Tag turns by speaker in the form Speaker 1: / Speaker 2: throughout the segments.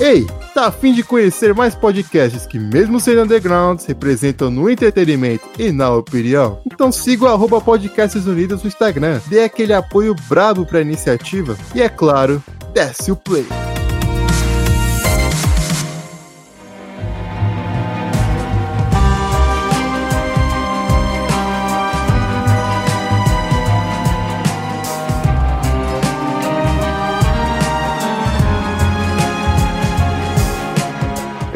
Speaker 1: Ei, tá afim de conhecer mais podcasts que, mesmo sendo undergrounds, representam no entretenimento e na opinião? Então siga o arroba Podcasts Unidos no Instagram, dê aquele apoio brabo pra iniciativa e, é claro, desce o play.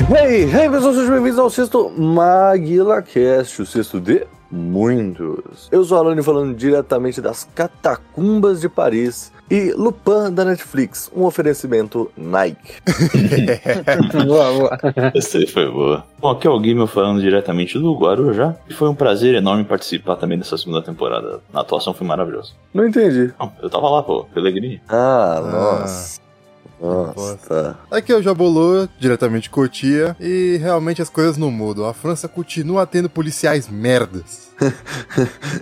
Speaker 2: Hey, hey pessoal, sejam bem-vindos ao sexto MaguilaCast, o sexto de muitos. Eu sou o Alane falando diretamente das catacumbas de Paris e Lupin da Netflix, um oferecimento Nike.
Speaker 3: Boa, boa.
Speaker 4: Essa aí foi boa. Bom, aqui é o Guimel falando diretamente do Guarujá. E foi um prazer enorme participar também dessa segunda temporada. A atuação foi maravilhosa.
Speaker 2: Não entendi.
Speaker 4: Não, eu tava lá, pô, Pelegrini.
Speaker 2: Ah, nossa. Nossa.
Speaker 1: Aqui é o Jabolô, diretamente de Cotia, e realmente as coisas não mudam. A França continua tendo policiais merdas.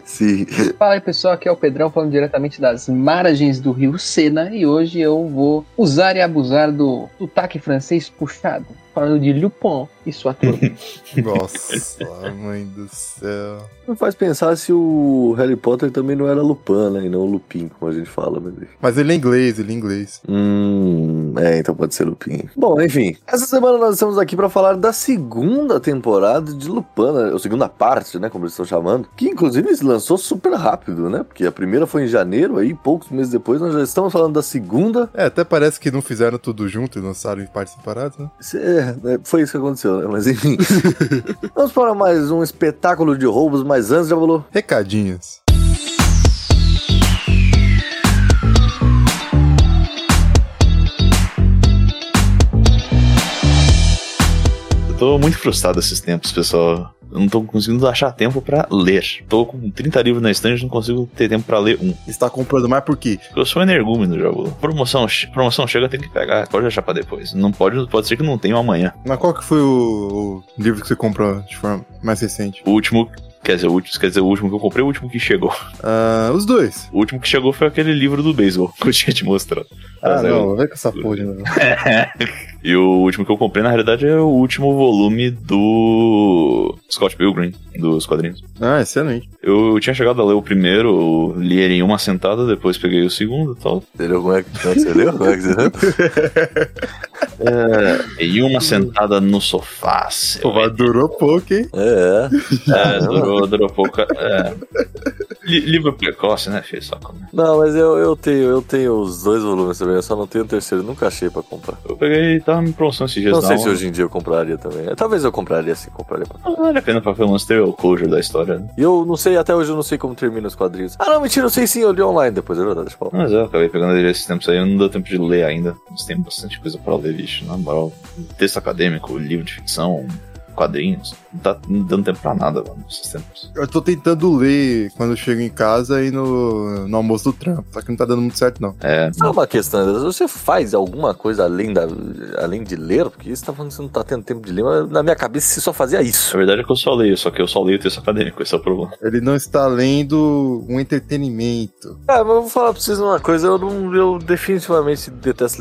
Speaker 2: Sim.
Speaker 3: Fala aí pessoal, aqui é o Pedrão falando diretamente das margens do rio Sena e hoje eu vou usar e abusar do sotaque francês puxado, falando de Lupin e sua turma.
Speaker 1: Nossa, mãe do céu.
Speaker 2: Me faz pensar se o Harry Potter também não era Lupin, né? E não Lupin, como a gente fala, mas enfim.
Speaker 1: Mas ele é inglês, ele é inglês.
Speaker 2: Hum, é, então pode ser Lupin. Bom, enfim. Essa semana nós estamos aqui para falar da segunda temporada de Lupin, né? ou segunda parte, né? Como eles estão chamando. Que inclusive se lançou super rápido, né? Porque a primeira foi em janeiro, aí poucos meses depois nós já estamos falando da segunda.
Speaker 1: É, até parece que não fizeram tudo junto e lançaram em partes separadas, né?
Speaker 2: Isso é, né, foi isso que aconteceu, né? Mas enfim. Vamos para mais um espetáculo de roubos, mas antes já falou.
Speaker 1: Recadinhos.
Speaker 4: Eu tô muito frustrado esses tempos, pessoal. Eu não tô conseguindo achar tempo pra ler. Tô com 30 livros na estante e não consigo ter tempo pra ler um.
Speaker 1: Está comprando mais por quê?
Speaker 4: Eu sou um energúmeno, jogo. Promoção, che- promoção chega, tem que pegar. Pode deixar pra depois. Não pode, pode ser que não tenha um amanhã.
Speaker 1: Mas qual que foi o, o livro que você comprou de forma mais recente?
Speaker 4: O último. Quer dizer, o último, quer dizer, o último que eu comprei, o último que chegou.
Speaker 1: Ah, os dois.
Speaker 4: O último que chegou foi aquele livro do beisebol que eu tinha te mostrado.
Speaker 1: Ah,
Speaker 4: Mas é
Speaker 1: não, vem com essa porra de novo.
Speaker 4: E o último que eu comprei, na realidade, é o último volume do Scott Pilgrim, dos quadrinhos.
Speaker 1: Ah, excelente.
Speaker 4: Eu tinha chegado a ler o primeiro, eu li ele em uma sentada, depois peguei o segundo e tal.
Speaker 2: Entendeu como é que como é que você leu? Como é que você leu?
Speaker 4: Em uma sentada no sofá. seu
Speaker 1: Pô, mas durou pouco, hein?
Speaker 2: É, é.
Speaker 4: É, durou, durou pouco. É. Li- Livro precoce, né, filho? Só como.
Speaker 2: Não, mas eu, eu tenho, eu tenho os dois volumes também, eu só não tenho o terceiro, nunca achei pra comprar.
Speaker 4: Eu peguei e tava me promoção esses dias.
Speaker 2: Não
Speaker 4: na
Speaker 2: sei se
Speaker 1: né?
Speaker 4: aula.
Speaker 2: hoje em dia eu compraria também. É, Talvez eu compraria sim, compraria pra
Speaker 4: Não vale a pena pra pelo menos ter o closure da história, né?
Speaker 2: E eu não sei, até hoje eu não sei como termina os quadrinhos. Ah, não, mentira, eu sei sim, eu li online depois, é verdade, Paulo.
Speaker 4: Mas é, eu acabei pegando ele esses tempos aí, não deu tempo de ler ainda. Mas tem bastante coisa pra ler, bicho. Na moral, texto acadêmico, livro de ficção, quadrinhos. Não tá dando tempo pra nada, mano, esses tempos.
Speaker 1: Eu tô tentando ler quando eu chego em casa e no, no almoço do trampo. Só que não tá dando muito certo, não.
Speaker 4: É,
Speaker 2: Sabe uma questão, André? você faz alguma coisa além, da, além de ler? Porque você tá falando que você não tá tendo tempo de ler, mas na minha cabeça você só fazia
Speaker 4: a
Speaker 2: isso.
Speaker 4: verdade é que eu só leio, só que eu só leio texto acadêmico, esse é o problema.
Speaker 1: Ele não está lendo um entretenimento.
Speaker 2: Ah, mas eu vou falar pra vocês uma coisa, eu, não, eu definitivamente detesto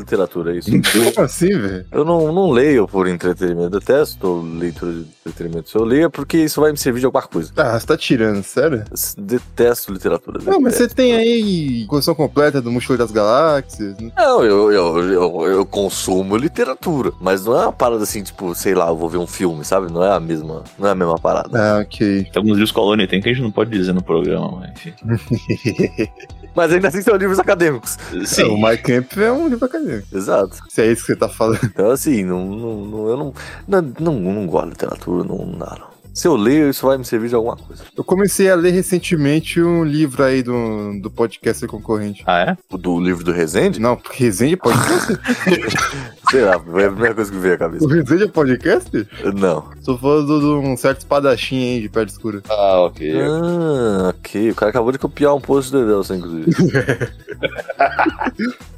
Speaker 2: literatura, é isso.
Speaker 1: Como assim, velho?
Speaker 2: Eu não, não leio por entretenimento, eu detesto leitura de entretenimento. Se eu leio é porque isso vai me servir de alguma coisa.
Speaker 1: Ah, você tá tirando, sério?
Speaker 2: Eu detesto literatura.
Speaker 1: Não, mas
Speaker 2: detesto.
Speaker 1: você tem aí coleção completa do Mochileiro das Galáxias, né?
Speaker 2: Não, eu, eu, eu, eu consumo literatura, mas não é uma parada assim, tipo, sei lá, eu vou ver um filme, sabe? Não é a mesma, não é a mesma parada.
Speaker 1: Ah, ok.
Speaker 4: Tem alguns livros colônia, tem que a gente não pode dizer no programa, mas enfim.
Speaker 2: Mas ainda assim são livros acadêmicos.
Speaker 1: É, o Mike Camp é um livro acadêmico.
Speaker 2: Exato.
Speaker 1: Se é isso que você tá falando.
Speaker 2: Então, assim, não, não, não- eu não, não, não, não gosto de literatura, não, não dá, não. Se eu leio, isso vai me servir de alguma coisa.
Speaker 1: Eu comecei a ler recentemente um livro aí do, do podcast concorrente.
Speaker 4: Ah, é?
Speaker 2: O Do livro do Rezende?
Speaker 1: Não, Resende é podcast?
Speaker 2: Sei lá, foi a primeira coisa que veio à
Speaker 1: o
Speaker 2: cabeça.
Speaker 1: Resende é podcast?
Speaker 2: Não.
Speaker 1: Tô falando de um certo espadachim aí de perna escura.
Speaker 4: Ah, ok.
Speaker 2: Ah, ok. O cara acabou de copiar um post do Edelson, inclusive.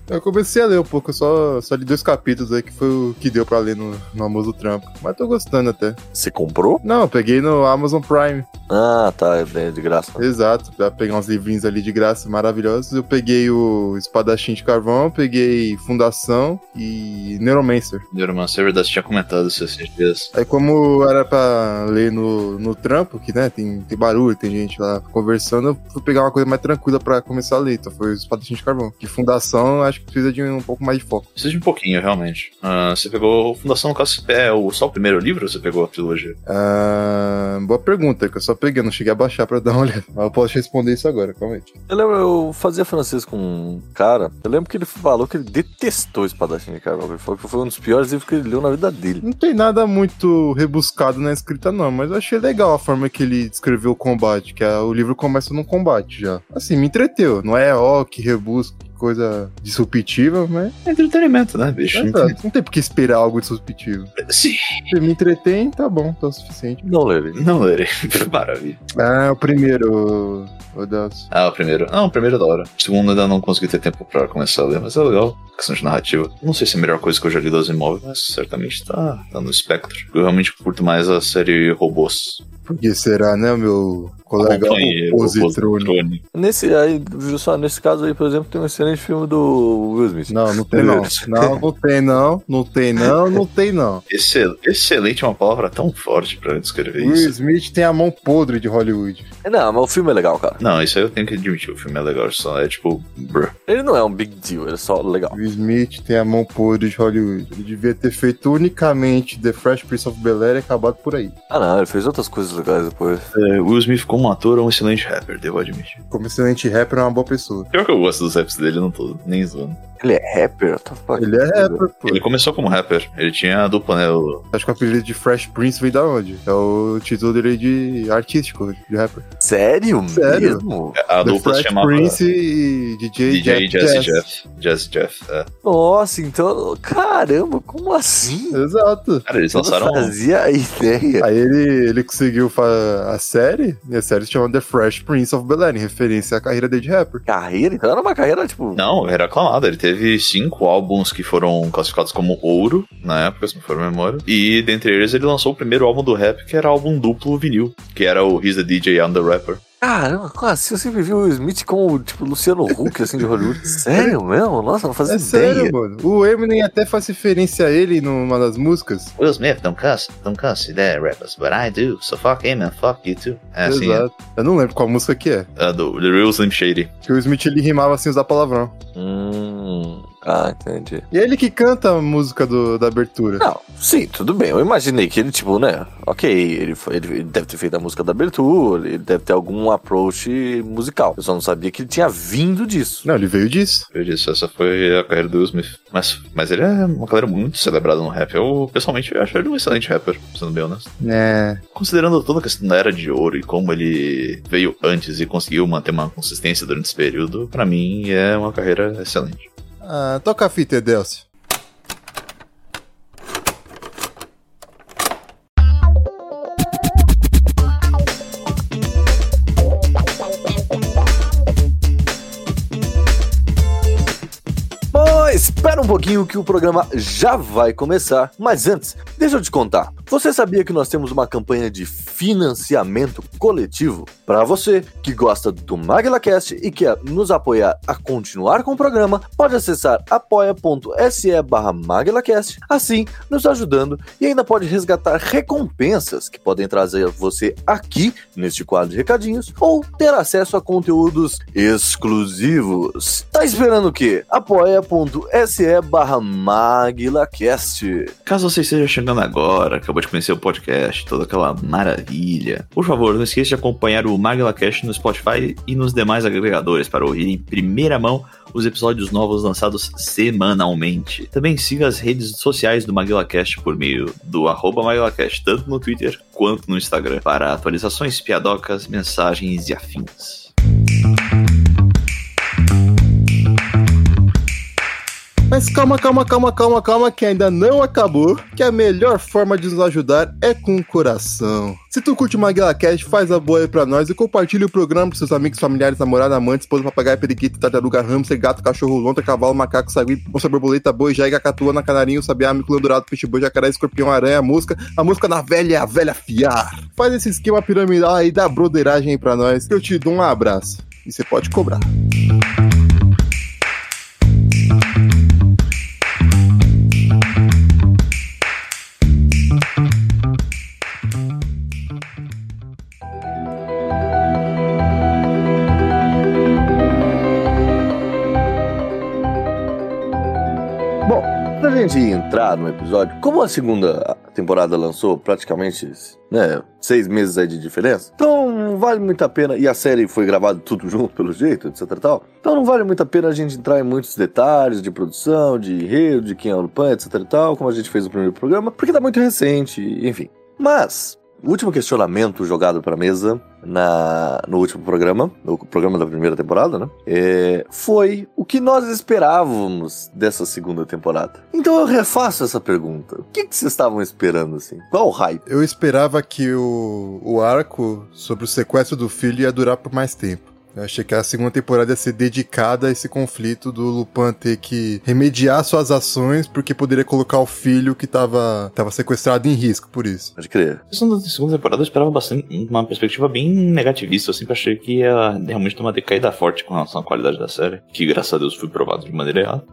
Speaker 1: Eu comecei a ler um pouco, eu só, só li dois capítulos aí, que foi o que deu pra ler no, no almoço do trampo. Mas tô gostando até.
Speaker 2: Você comprou?
Speaker 1: Não, eu peguei no Amazon Prime.
Speaker 2: Ah, tá, é de graça.
Speaker 1: Exato, pra pegar uns livrinhos ali de graça maravilhosos. Eu peguei o Espadachim de Carvão, peguei Fundação e Neuromancer.
Speaker 4: Neuromancer, é verdade, você tinha comentado isso esses dias.
Speaker 1: Aí É como era pra ler no, no trampo, que né, tem, tem barulho, tem gente lá conversando, eu fui pegar uma coisa mais tranquila pra começar a ler, então foi o Espadachim de Carvão. Que Fundação, acho que precisa de um pouco mais de foco.
Speaker 4: Precisa de um pouquinho, realmente. Ah, você pegou Fundação Caso é o, só o primeiro livro ou você pegou a trilogia?
Speaker 1: Ah, boa pergunta, que eu só peguei, não cheguei a baixar pra dar uma olhada. Mas eu posso responder isso agora, calma aí.
Speaker 2: Eu lembro, eu fazia francês com um cara. Eu lembro que ele falou que ele detestou Espadachim de Carvalho. Ele falou que foi um dos piores livros que ele leu na vida dele.
Speaker 1: Não tem nada muito rebuscado na escrita, não, mas eu achei legal a forma que ele descreveu o combate, que a- o livro começa num combate já. Assim, me entreteu. Não é, ó, que rebusco, que coisa disruptiva, mas
Speaker 4: É entretenimento, né, bicho?
Speaker 1: exato. não tem por que esperar algo disruptivo.
Speaker 4: Sim.
Speaker 1: Se me entretém, tá bom, tá o suficiente.
Speaker 2: Não lerei.
Speaker 4: Não lerei. Maravilha.
Speaker 1: Ah, o primeiro, o o Deus.
Speaker 4: Ah, o primeiro. Ah, o primeiro é da hora. O segundo ainda não consegui ter tempo pra começar a ler, mas é legal. Questão de narrativa. Não sei se é a melhor coisa que eu já li dos imóveis, mas certamente tá, tá no espectro. Eu realmente curto mais a série Robôs.
Speaker 1: Por que será, né, meu colega
Speaker 4: Acompanhei
Speaker 1: Positrone?
Speaker 4: Positrone.
Speaker 2: Nesse, aí, viu só, nesse caso aí, por exemplo, tem um excelente filme do Will Smith.
Speaker 1: Não, não tem não. Não, não tem não. Não tem não, não tem não.
Speaker 4: Excel- Excelente é uma palavra tão forte pra descrever
Speaker 1: Will
Speaker 4: É isso.
Speaker 1: Smith tem a mão podre de Hollywood.
Speaker 2: Não, mas o filme é legal, cara.
Speaker 4: Não, isso aí eu tenho que admitir. O filme é legal, só é tipo. bruh.
Speaker 2: Ele não é um big deal, ele é só legal.
Speaker 1: Will Smith tem a mão podre de Hollywood. Ele devia ter feito unicamente The Fresh Prince of Bel-Air e acabado por aí.
Speaker 2: Ah, não, ele fez outras coisas legais depois.
Speaker 4: É, Will Smith, como ator, é um excelente rapper, devo admitir.
Speaker 1: Como excelente rapper, é uma boa pessoa.
Speaker 4: Pior que eu gosto dos raps dele, não tô nem zoando.
Speaker 2: Ele é rapper? Eu tava falando.
Speaker 1: Ele é rapper, pô.
Speaker 4: Ele começou como rapper, ele tinha a dupla, né? o-
Speaker 1: Acho que o apelido de Fresh Prince veio da onde? É o título dele de artístico, de rapper.
Speaker 2: Sério,
Speaker 1: Sério?
Speaker 2: mesmo?
Speaker 1: The
Speaker 4: A dupla se
Speaker 1: Fresh
Speaker 4: chamava
Speaker 1: Prince e DJ, Jeff
Speaker 4: DJ Jazzy
Speaker 1: Jazz.
Speaker 4: Jeff. Jazzy Jeff, é.
Speaker 2: Nossa, então. Caramba, como assim?
Speaker 1: Exato.
Speaker 4: Cara, eles
Speaker 2: Eu
Speaker 4: lançaram. um-
Speaker 2: não fazia a ideia.
Speaker 1: Aí ele, ele conseguiu fa- a série, e a série se chama The Fresh Prince of Bel-Air, em referência à carreira dele de rapper.
Speaker 2: Carreira? Então era uma carreira, tipo.
Speaker 4: Não, era aclamado. Ele teve cinco álbuns que foram classificados como ouro na época, se não for memória. E dentre eles, ele lançou o primeiro álbum do rap, que era álbum duplo vinil, que era o He's the DJ and the Rapper.
Speaker 2: Caramba, como assim? Eu sempre vi o Will Smith como, tipo, Luciano Huck, assim, de Hollywood. Sério mesmo? Nossa, não fazia
Speaker 1: É
Speaker 2: ideia.
Speaker 1: sério, mano. O Eminem até faz referência a ele numa das músicas.
Speaker 4: Will Smith, don't cuss, don't cuss, they're rappers, but I do, so fuck him and fuck you too. É assim, é,
Speaker 1: Exato. Eu não lembro qual música que é.
Speaker 4: é do The Real Slim Shady.
Speaker 1: Que o Smith ele rimava sem usar palavrão.
Speaker 2: Hum. Ah, entendi.
Speaker 1: E é ele que canta a música do- da abertura.
Speaker 2: Não, sim, tudo bem. Eu imaginei que ele, tipo, né? Ok, ele, foi- ele- ele deve ter feito a música da abertura, ele deve ter algum approach musical. Eu só não sabia que ele tinha vindo disso.
Speaker 1: Não, ele veio disso.
Speaker 4: Eu disse, essa foi a carreira do Will Smith. Mas, mas ele é uma carreira muito celebrada no rap. Eu, pessoalmente, acho ele um excelente rapper, sendo bem honesto.
Speaker 1: É.
Speaker 4: Considerando toda a questão da era de ouro e como ele veio antes e conseguiu manter uma consistência durante esse período, pra mim é uma carreira excelente.
Speaker 1: Ah, toca a fita, Edelcio.
Speaker 2: Bom, espera um pouquinho que o programa já vai começar. Mas antes, deixa eu te contar. Você sabia que nós temos uma campanha de financiamento coletivo? Para você que gosta do MaglaCast e quer nos apoiar a continuar com o programa, pode acessar apoia.se barra MaglaCast, assim nos ajudando e ainda pode resgatar recompensas que podem trazer você aqui neste quadro de recadinhos ou ter acesso a conteúdos exclusivos. Tá esperando o quê? apoia.se barra MaglaCast.
Speaker 4: Caso você esteja chegando agora, acabou de conhecer o podcast, toda aquela maravilha, por favor, não esqueça de acompanhar o MaglaCast no Spotify e nos demais agregadores para ouvir em primeira mão os episódios novos lançados semanalmente. Também siga as redes sociais do MaguilaCast por meio do arroba MaguilaCast, tanto no Twitter quanto no Instagram, para atualizações, piadocas, mensagens e afins.
Speaker 1: Mas Mas calma, calma, calma, calma, calma, que ainda não acabou. Que a melhor forma de nos ajudar é com o coração. Se tu curte o Maguila Cash, faz a boa aí pra nós e compartilha o programa pros seus amigos, familiares, namorada, amante, esposa, papagaio, periquito, tartaruga, hamster, gato, cachorro, lontra, cavalo, macaco, sagui, onça, borboleta, boi, jaiga, catuana, canarinho, sabiá, miculão dourado, peixe, boi, jacaré, escorpião, aranha, mosca, a mosca na velha, é a velha fiar. Faz esse esquema piramidal aí da broderagem aí pra nós, que eu te dou um abraço. E você pode cobrar.
Speaker 2: Bom, pra gente entrar no episódio, como a segunda temporada lançou praticamente né, seis meses aí de diferença, então vale muito a pena, e a série foi gravada tudo junto, pelo jeito, etc e tal, então não vale muito a pena a gente entrar em muitos detalhes de produção, de enredo, de quem é o Lupin, etc e tal, como a gente fez no primeiro programa, porque tá muito recente, enfim. Mas, o último questionamento jogado pra mesa na, no último programa, no programa da primeira temporada, né? é, foi o que nós esperávamos dessa segunda temporada. Então eu refaço essa pergunta. O que, que vocês estavam esperando, assim? Qual o hype?
Speaker 1: Eu esperava que o, o arco sobre o sequestro do filho ia durar por mais tempo. Eu achei que a segunda temporada ia ser dedicada a esse conflito do Lupin ter que remediar suas ações porque poderia colocar o filho que estava tava sequestrado em risco por isso.
Speaker 2: Pode crer.
Speaker 4: Na segunda- segunda temporada eu esperava bastante uma perspectiva bem negativista. Eu sempre achei que ia realmente ter uma decaída forte com relação à qualidade da série. Que graças a Deus foi provado de maneira errada.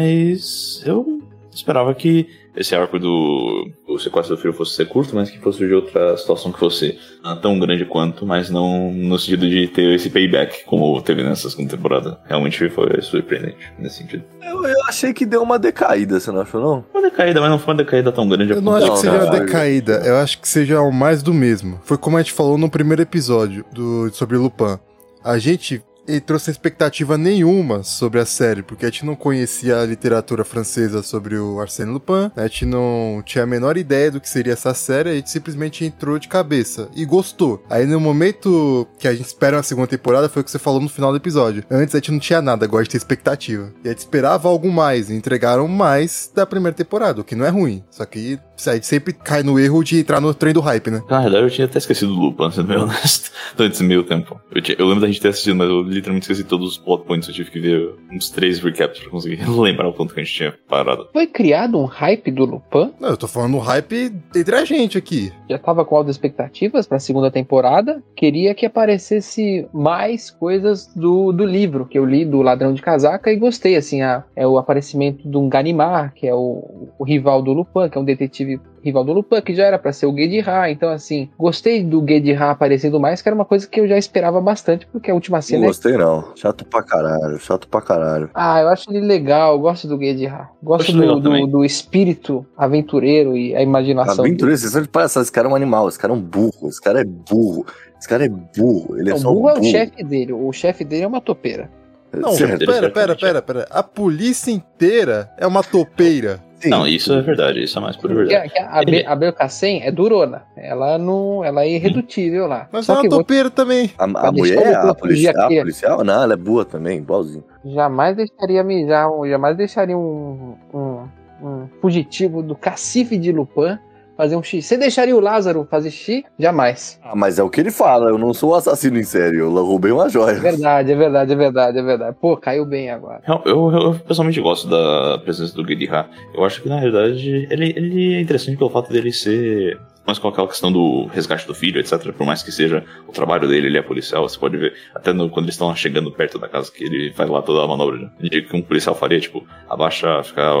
Speaker 4: Mas eu esperava que esse arco do, do sequestro do filho fosse ser curto, mas que fosse surgir outra situação que fosse ah, tão grande quanto, mas não no sentido de ter esse payback como teve nessa segunda temporada. Realmente foi surpreendente nesse sentido.
Speaker 2: Eu, eu achei que deu uma decaída, você não achou, não?
Speaker 4: Uma decaída, mas não foi uma decaída tão grande. a
Speaker 1: Eu não
Speaker 4: ponto
Speaker 1: acho
Speaker 4: de
Speaker 1: que
Speaker 2: Não,
Speaker 1: seja
Speaker 2: não,
Speaker 1: uma
Speaker 2: não.
Speaker 1: decaída, eu acho que seja o mais do mesmo. Foi como a gente falou no primeiro episódio do, sobre Lupin. A gente entrou sem expectativa nenhuma sobre a série, porque a gente não conhecia a literatura francesa sobre o Arsène Lupin, a gente não tinha a menor ideia do que seria essa série, a gente simplesmente entrou de cabeça e gostou. Aí no momento que a gente espera uma segunda temporada foi o que você falou no final do episódio. Antes a gente não tinha nada, agora a gente tem expectativa. E a gente esperava algo mais, e entregaram mais da primeira temporada, o que não é ruim. Só que a gente sempre cai no erro de entrar no trem do hype, né?
Speaker 4: Na verdade, eu tinha até esquecido do Lupin, sendo bem honesto, durante esse meio tempo. Eu, tinha- eu lembro da gente ter assistido, mas eu literalmente esqueci todos os plot points. Eu tive que ver uns três recaps pra conseguir lembrar o ponto que a gente tinha parado.
Speaker 3: Foi criado um hype do Lupin?
Speaker 1: Não, eu tô falando no hype entre a gente aqui.
Speaker 3: Já tava com altas expectativas pra segunda temporada. Queria que aparecesse mais coisas do, do livro que eu li do Ladrão de Casaca e gostei. Assim, a- é o aparecimento de um Ganimar, que é o, o rival do Lupin, que é um detetive rival do Lupin, que já era pra ser o Guedirá. Então, assim, gostei do Guedirá aparecendo mais, que era uma coisa que eu já esperava bastante, porque a última
Speaker 2: Não
Speaker 3: cena é
Speaker 2: gostei, não. Chato pra caralho, chato pra caralho.
Speaker 3: Ah, eu acho ele legal, eu gosto do Guedirá. Gosto
Speaker 4: Acho
Speaker 3: do,
Speaker 4: legal
Speaker 3: do-
Speaker 4: também.
Speaker 3: do espírito aventureiro e a imaginação.
Speaker 2: Aventureiro, vocês são de palhaçada. Esse cara é um animal, esse cara é um burro, esse cara é burro. Esse cara é burro, ele é
Speaker 3: dele.
Speaker 2: só
Speaker 3: o
Speaker 2: um
Speaker 3: burro é o
Speaker 2: burro. É,
Speaker 3: chefe dele, o chefe dele é uma topeira.
Speaker 1: Não,
Speaker 2: Certo,
Speaker 1: pera, pera, pera, pera. A polícia inteira é uma topeira.
Speaker 2: sim.
Speaker 4: Não, isso é verdade, isso é mais pura
Speaker 3: Que
Speaker 4: verdade.
Speaker 3: a, que a, Be- a Belkacem é durona, ela não, ela é irredutível lá.
Speaker 1: Mas é
Speaker 3: Só que
Speaker 1: uma
Speaker 3: eu vou-
Speaker 1: topeira também.
Speaker 2: A, a
Speaker 3: Pra deixar
Speaker 2: mulher,
Speaker 3: o
Speaker 2: a
Speaker 3: corpo
Speaker 2: policial, a
Speaker 3: aqui.
Speaker 2: policial, não, ela é boa também, igualzinho.
Speaker 3: jamais deixaria mijar, um- jamais deixaria um, um- um fugitivo do cacife de Lupin fazer um xixi. Você deixaria o Lázaro fazer xixi? Jamais.
Speaker 2: Ah, mas é o que ele fala, eu não sou assassino em série, eu roubei uma
Speaker 3: É
Speaker 2: joia.
Speaker 3: verdade, é verdade, é verdade, é verdade. Pô, caiu bem agora.
Speaker 4: Eu, eu- eu pessoalmente gosto da presença do Guidirá. Eu acho que na realidade ele, ele é interessante pelo fato dele ser. Mas com aquela questão do resgate do filho, etc. Por mais que seja o trabalho dele, ele é policial, você pode ver. Até no- quando eles estão chegando perto da casa, que ele faz lá toda a manobra de que um policial faria, tipo, abaixa, ficar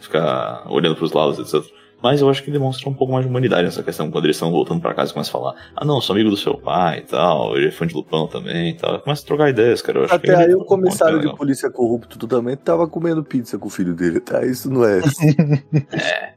Speaker 4: fica olhando pros lados, etc. Mas eu acho que demonstra um pouco mais de humanidade nessa questão, quando eles estão voltando pra casa e começam a falar: ah, não, sou amigo do seu pai e tal, ele é fã de Lupão também e tal. Começa a trocar ideias, cara. Eu acho que
Speaker 2: Até aí
Speaker 4: ele- é um
Speaker 2: o comissário de
Speaker 4: legal.
Speaker 2: polícia corrupto também tava comendo pizza com o filho dele, tá? Isso não é. isso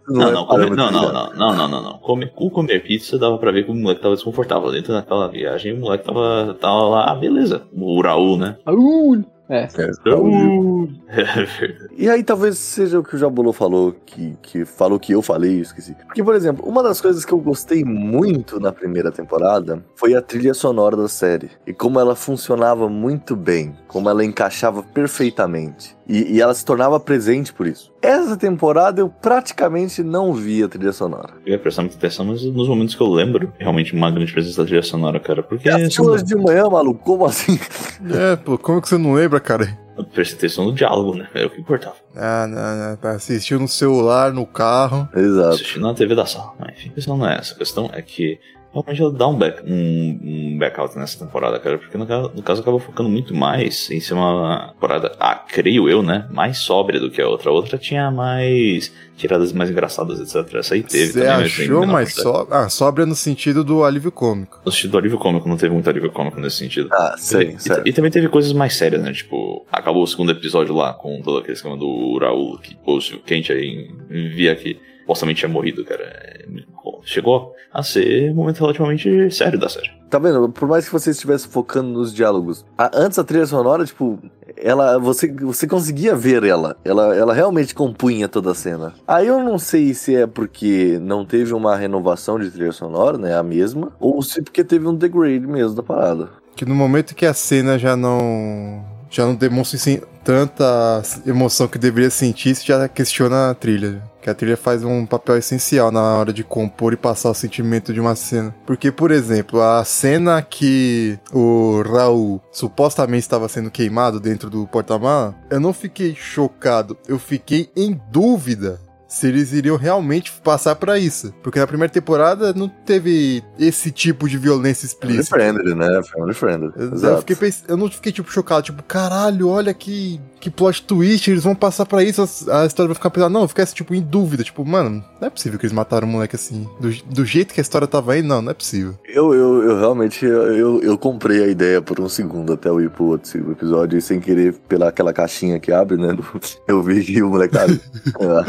Speaker 4: Não,
Speaker 2: é
Speaker 4: não, comer-
Speaker 2: parâmetro,
Speaker 4: não, não,
Speaker 2: né?
Speaker 4: não, não, não, não, não. Come, o comer pizza dava pra ver que o moleque tava desconfortável dentro daquela viagem. O moleque tava, tava lá, ah, beleza. O Raul, né?
Speaker 3: Raul! É,
Speaker 2: É, o-
Speaker 4: É verdade.
Speaker 2: E aí talvez seja o que o Jabulô falou, que, que falou que eu falei e esqueci. Porque, por exemplo, uma das coisas que eu gostei muito na primeira temporada foi a trilha sonora da série. E como ela funcionava muito bem, como ela encaixava perfeitamente. E, e ela se tornava presente por isso. Essa temporada eu praticamente não vi a trilha sonora.
Speaker 4: Eu ia prestar muita atenção, mas nos momentos que eu lembro, realmente uma grande presença da trilha sonora, cara. Porque. é
Speaker 2: Eu assisti hoje de manhã, maluco, como assim?
Speaker 1: É, pô, como que você não lembra, cara?
Speaker 4: Eu prestei atenção no diálogo, né? Era o que importava.
Speaker 1: Ah, não, não, assistiu no celular, no carro.
Speaker 2: Exato.
Speaker 4: Assistindo na TV da sala. Mas enfim, a questão não é essa. A questão é que realmente ela dá um, back, um, um backout nessa temporada, cara. Porque no, ca- no caso acaba focando muito mais em ser uma temporada, ah, creio eu, né? Mais sóbria do que a outra. A outra tinha mais tiradas mais engraçadas, etc. Essa aí teve
Speaker 1: Você
Speaker 4: também. mas né? tem
Speaker 1: achou,
Speaker 4: menor
Speaker 1: mas
Speaker 4: quantidade.
Speaker 1: sobra. Ah, sobra no sentido do alívio cômico.
Speaker 4: No sentido do alívio cômico, não teve muito alívio cômico nesse sentido.
Speaker 2: Ah,
Speaker 4: Teve-
Speaker 2: sim,
Speaker 4: e-
Speaker 2: certo.
Speaker 4: e, também teve coisas mais sérias, né? Tipo, acabou o segundo episódio lá com todo aquele esquema do Raul, que pô, se o quente aí via que supostamente tinha morrido, cara. É, pô, Chegou a ser um momento relativamente sério da série.
Speaker 2: Tá vendo? Por mais que você estivesse focando nos diálogos, a- antes a trilha sonora, tipo, ela, você, você conseguia ver ela. ela. Ela realmente compunha toda a cena. Aí eu não sei se é porque não teve uma renovação de trilha sonora, né? A mesma, ou se porque teve um degrade mesmo da parada.
Speaker 1: Que no momento que a cena já não. Já não demonstra assim, tanta emoção que deveria sentir, você já questiona a trilha. Que a trilha faz um papel essencial na hora de compor e passar o sentimento de uma cena. Porque, por exemplo, a cena que o Raul supostamente estava sendo queimado dentro do porta-mala, eu não fiquei chocado, eu fiquei em dúvida se eles iriam realmente passar pra isso. Porque na primeira temporada não teve esse tipo de violência
Speaker 2: Family
Speaker 1: explícita.
Speaker 2: friendly, né? Family friendly.
Speaker 1: Eu, eu,
Speaker 2: Exato.
Speaker 1: fiquei pens- eu não fiquei, tipo, chocado, tipo, caralho, olha que, que plot twist, eles vão passar pra isso, a, a história vai ficar pesada. Não, eu fiquei, assim, tipo, em dúvida, tipo, mano, não é possível que eles mataram o moleque assim. Do, do jeito que a história tava aí, não, não é possível.
Speaker 2: Eu, eu, eu realmente eu, eu- eu comprei a ideia por um segundo até eu ir pro outro episódio e sem querer, pela aquela caixinha que abre, né? do- Eu vi que o moleque abre. Ah,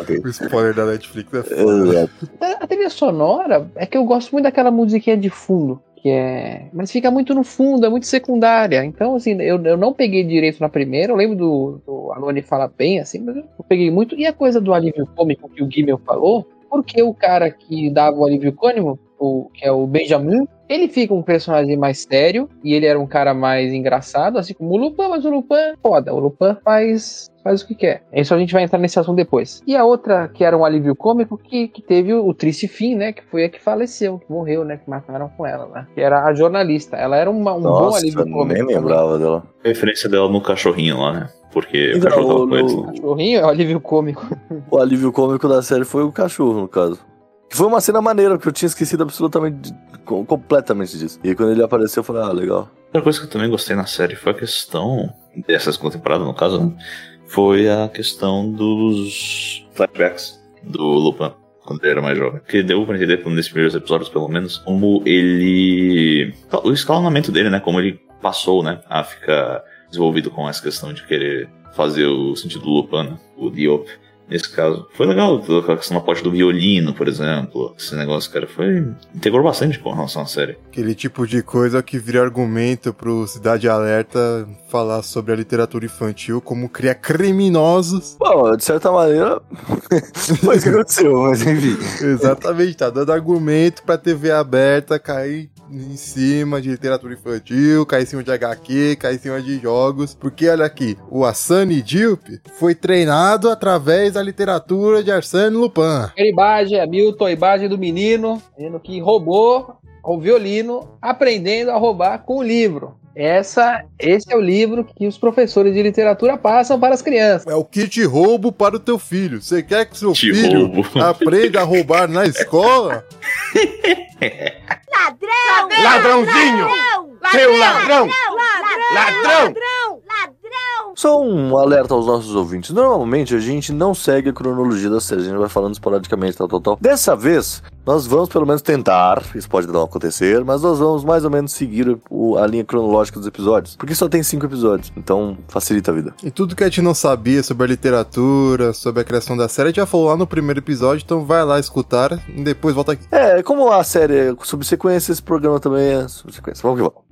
Speaker 2: ok.
Speaker 1: O spoiler da Netflix é
Speaker 3: um
Speaker 1: foda.
Speaker 2: Exato.
Speaker 3: A a trilha sonora é que eu gosto muito daquela musiquinha de fundo, que é. Mas fica muito no fundo, é muito secundária. Então, assim, eu, eu não peguei direito na primeira. Eu lembro do, do Alone fala bem, assim, mas eu não peguei muito. E a coisa do alívio cômico que o Guimel falou, porque o cara que dava o alívio cômico, o, que é o Benjamin, ele fica um personagem mais sério e ele era um cara mais engraçado, assim como o Lupin, mas o Lupin, é foda, o Lupin faz, faz o que quer. É Isso a gente vai entrar nesse assunto depois. E a outra, que era um alívio cômico, que, que teve o, o triste fim, né? Que foi a que faleceu, que morreu, né? Que mataram com ela, né? Que era a jornalista. Ela era uma- um bom
Speaker 2: Nossa,
Speaker 3: alívio
Speaker 2: nem
Speaker 3: cômico.
Speaker 2: lembrava dela.
Speaker 4: A referência dela no cachorrinho lá, né? Porque o
Speaker 2: Então,
Speaker 4: cachorro tava com
Speaker 2: no-
Speaker 4: eles. né?
Speaker 3: Cachorrinho é o alívio cômico.
Speaker 2: O alívio cômico da série foi o cachorro, no caso. Que foi uma cena maneira, porque eu tinha esquecido absolutamente, de- com- completamente disso. E aí, quando ele apareceu, eu falei, ah, legal.
Speaker 4: Outra coisa que eu também gostei na série foi a questão dessa segunda temporada, no caso, né? foi a questão dos flashbacks do Lupin quando ele era mais jovem. Que deu pra entender pelo- nesses primeiros episódios, pelo menos, como ele. o escalonamento dele, né? Como ele passou, né? A ficar desenvolvido com essa questão de querer fazer o sentido do Lupin, né? O Diop. Nesse caso, foi legal a questão da parte do violino, por exemplo. Esse negócio, cara, foi. integrou bastante com relação à série.
Speaker 1: Aquele tipo de coisa que vira argumento pro Cidade Alerta falar sobre a literatura infantil, como criar criminosos.
Speaker 2: Bom, de certa maneira, foi isso que aconteceu, mas enfim.
Speaker 1: Exatamente, tá dando argumento pra TV aberta cair em cima de literatura infantil, cair em cima de HQ, cair em cima de jogos. Porque olha aqui, o Asani Dilp foi treinado através da literatura de Arsène Lupin.
Speaker 3: Era imagem, a Milton, a imagem é do menino, menino que roubou o violino, aprendendo a roubar com o livro. Essa, esse é o livro que os professores de literatura passam para as crianças.
Speaker 1: É o kit roubo para o teu filho. Você quer que seu
Speaker 4: Te
Speaker 1: filho
Speaker 4: roubo.
Speaker 1: aprenda a roubar na escola?
Speaker 5: Ladrão!
Speaker 1: Ladrãozinho! Seu ladrão! Ladrão!
Speaker 2: Só um alerta aos nossos ouvintes. Normalmente a gente não segue a cronologia da série, a gente vai falando esporadicamente, tal, tal, tal. Dessa vez, nós vamos pelo menos tentar, isso pode não acontecer, mas nós vamos mais ou menos seguir o- a linha cronológica dos episódios. Porque só tem cinco episódios, então facilita a vida.
Speaker 1: E tudo que a gente não sabia sobre a literatura, sobre a criação da série, a gente já falou lá no primeiro episódio, então vai lá escutar e depois volta aqui.
Speaker 2: É, como a série é subsequência, esse programa também é subsequência. Vamos que vamos.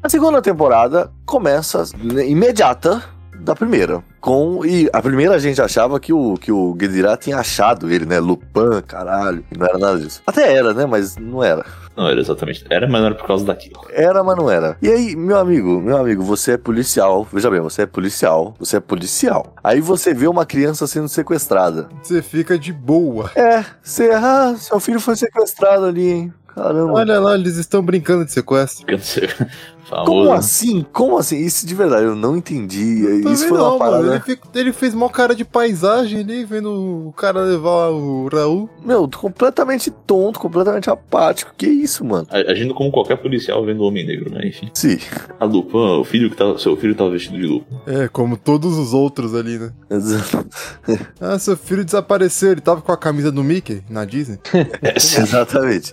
Speaker 2: A segunda temporada começa né, imediata da primeira. Com, e a primeira a gente achava que o, que o Guedirá tinha achado ele, né? Lupin, caralho. E não era nada disso. Até era, né? Mas não era.
Speaker 4: Não era exatamente. Era, mas não era por causa daquilo. né?
Speaker 2: Era, mas não era. E aí, meu amigo, meu amigo, você é policial. Veja bem, você é policial. Você é policial. Aí você vê uma criança sendo sequestrada.
Speaker 1: Você fica de boa.
Speaker 2: É, você. Ah, seu filho foi sequestrado ali, hein? Caramba.
Speaker 1: Olha lá, eles estão brincando de sequestro.
Speaker 4: Porque você- Famoso.
Speaker 2: Como assim? Como assim? Isso de verdade, eu não entendi. Isso
Speaker 1: Também
Speaker 2: foi uma
Speaker 1: não, mano.
Speaker 2: parada. né?
Speaker 1: Ele, fica- ele fez mó cara de paisagem ali, vendo o cara levar o Raul.
Speaker 2: Meu, tô completamente tonto, completamente apático. Que isso, mano?
Speaker 4: A- Agindo como qualquer policial vendo o Homem Negro, né? Enfim.
Speaker 2: Sim,
Speaker 4: A Lupin, o filho que tá, seu filho tava vestido de lupa.
Speaker 1: É, como todos os outros ali, né?
Speaker 2: exa-
Speaker 1: Ah, seu filho desapareceu, ele tava com a camisa do Mickey na Disney.
Speaker 2: É,
Speaker 4: Essa-
Speaker 2: exatamente.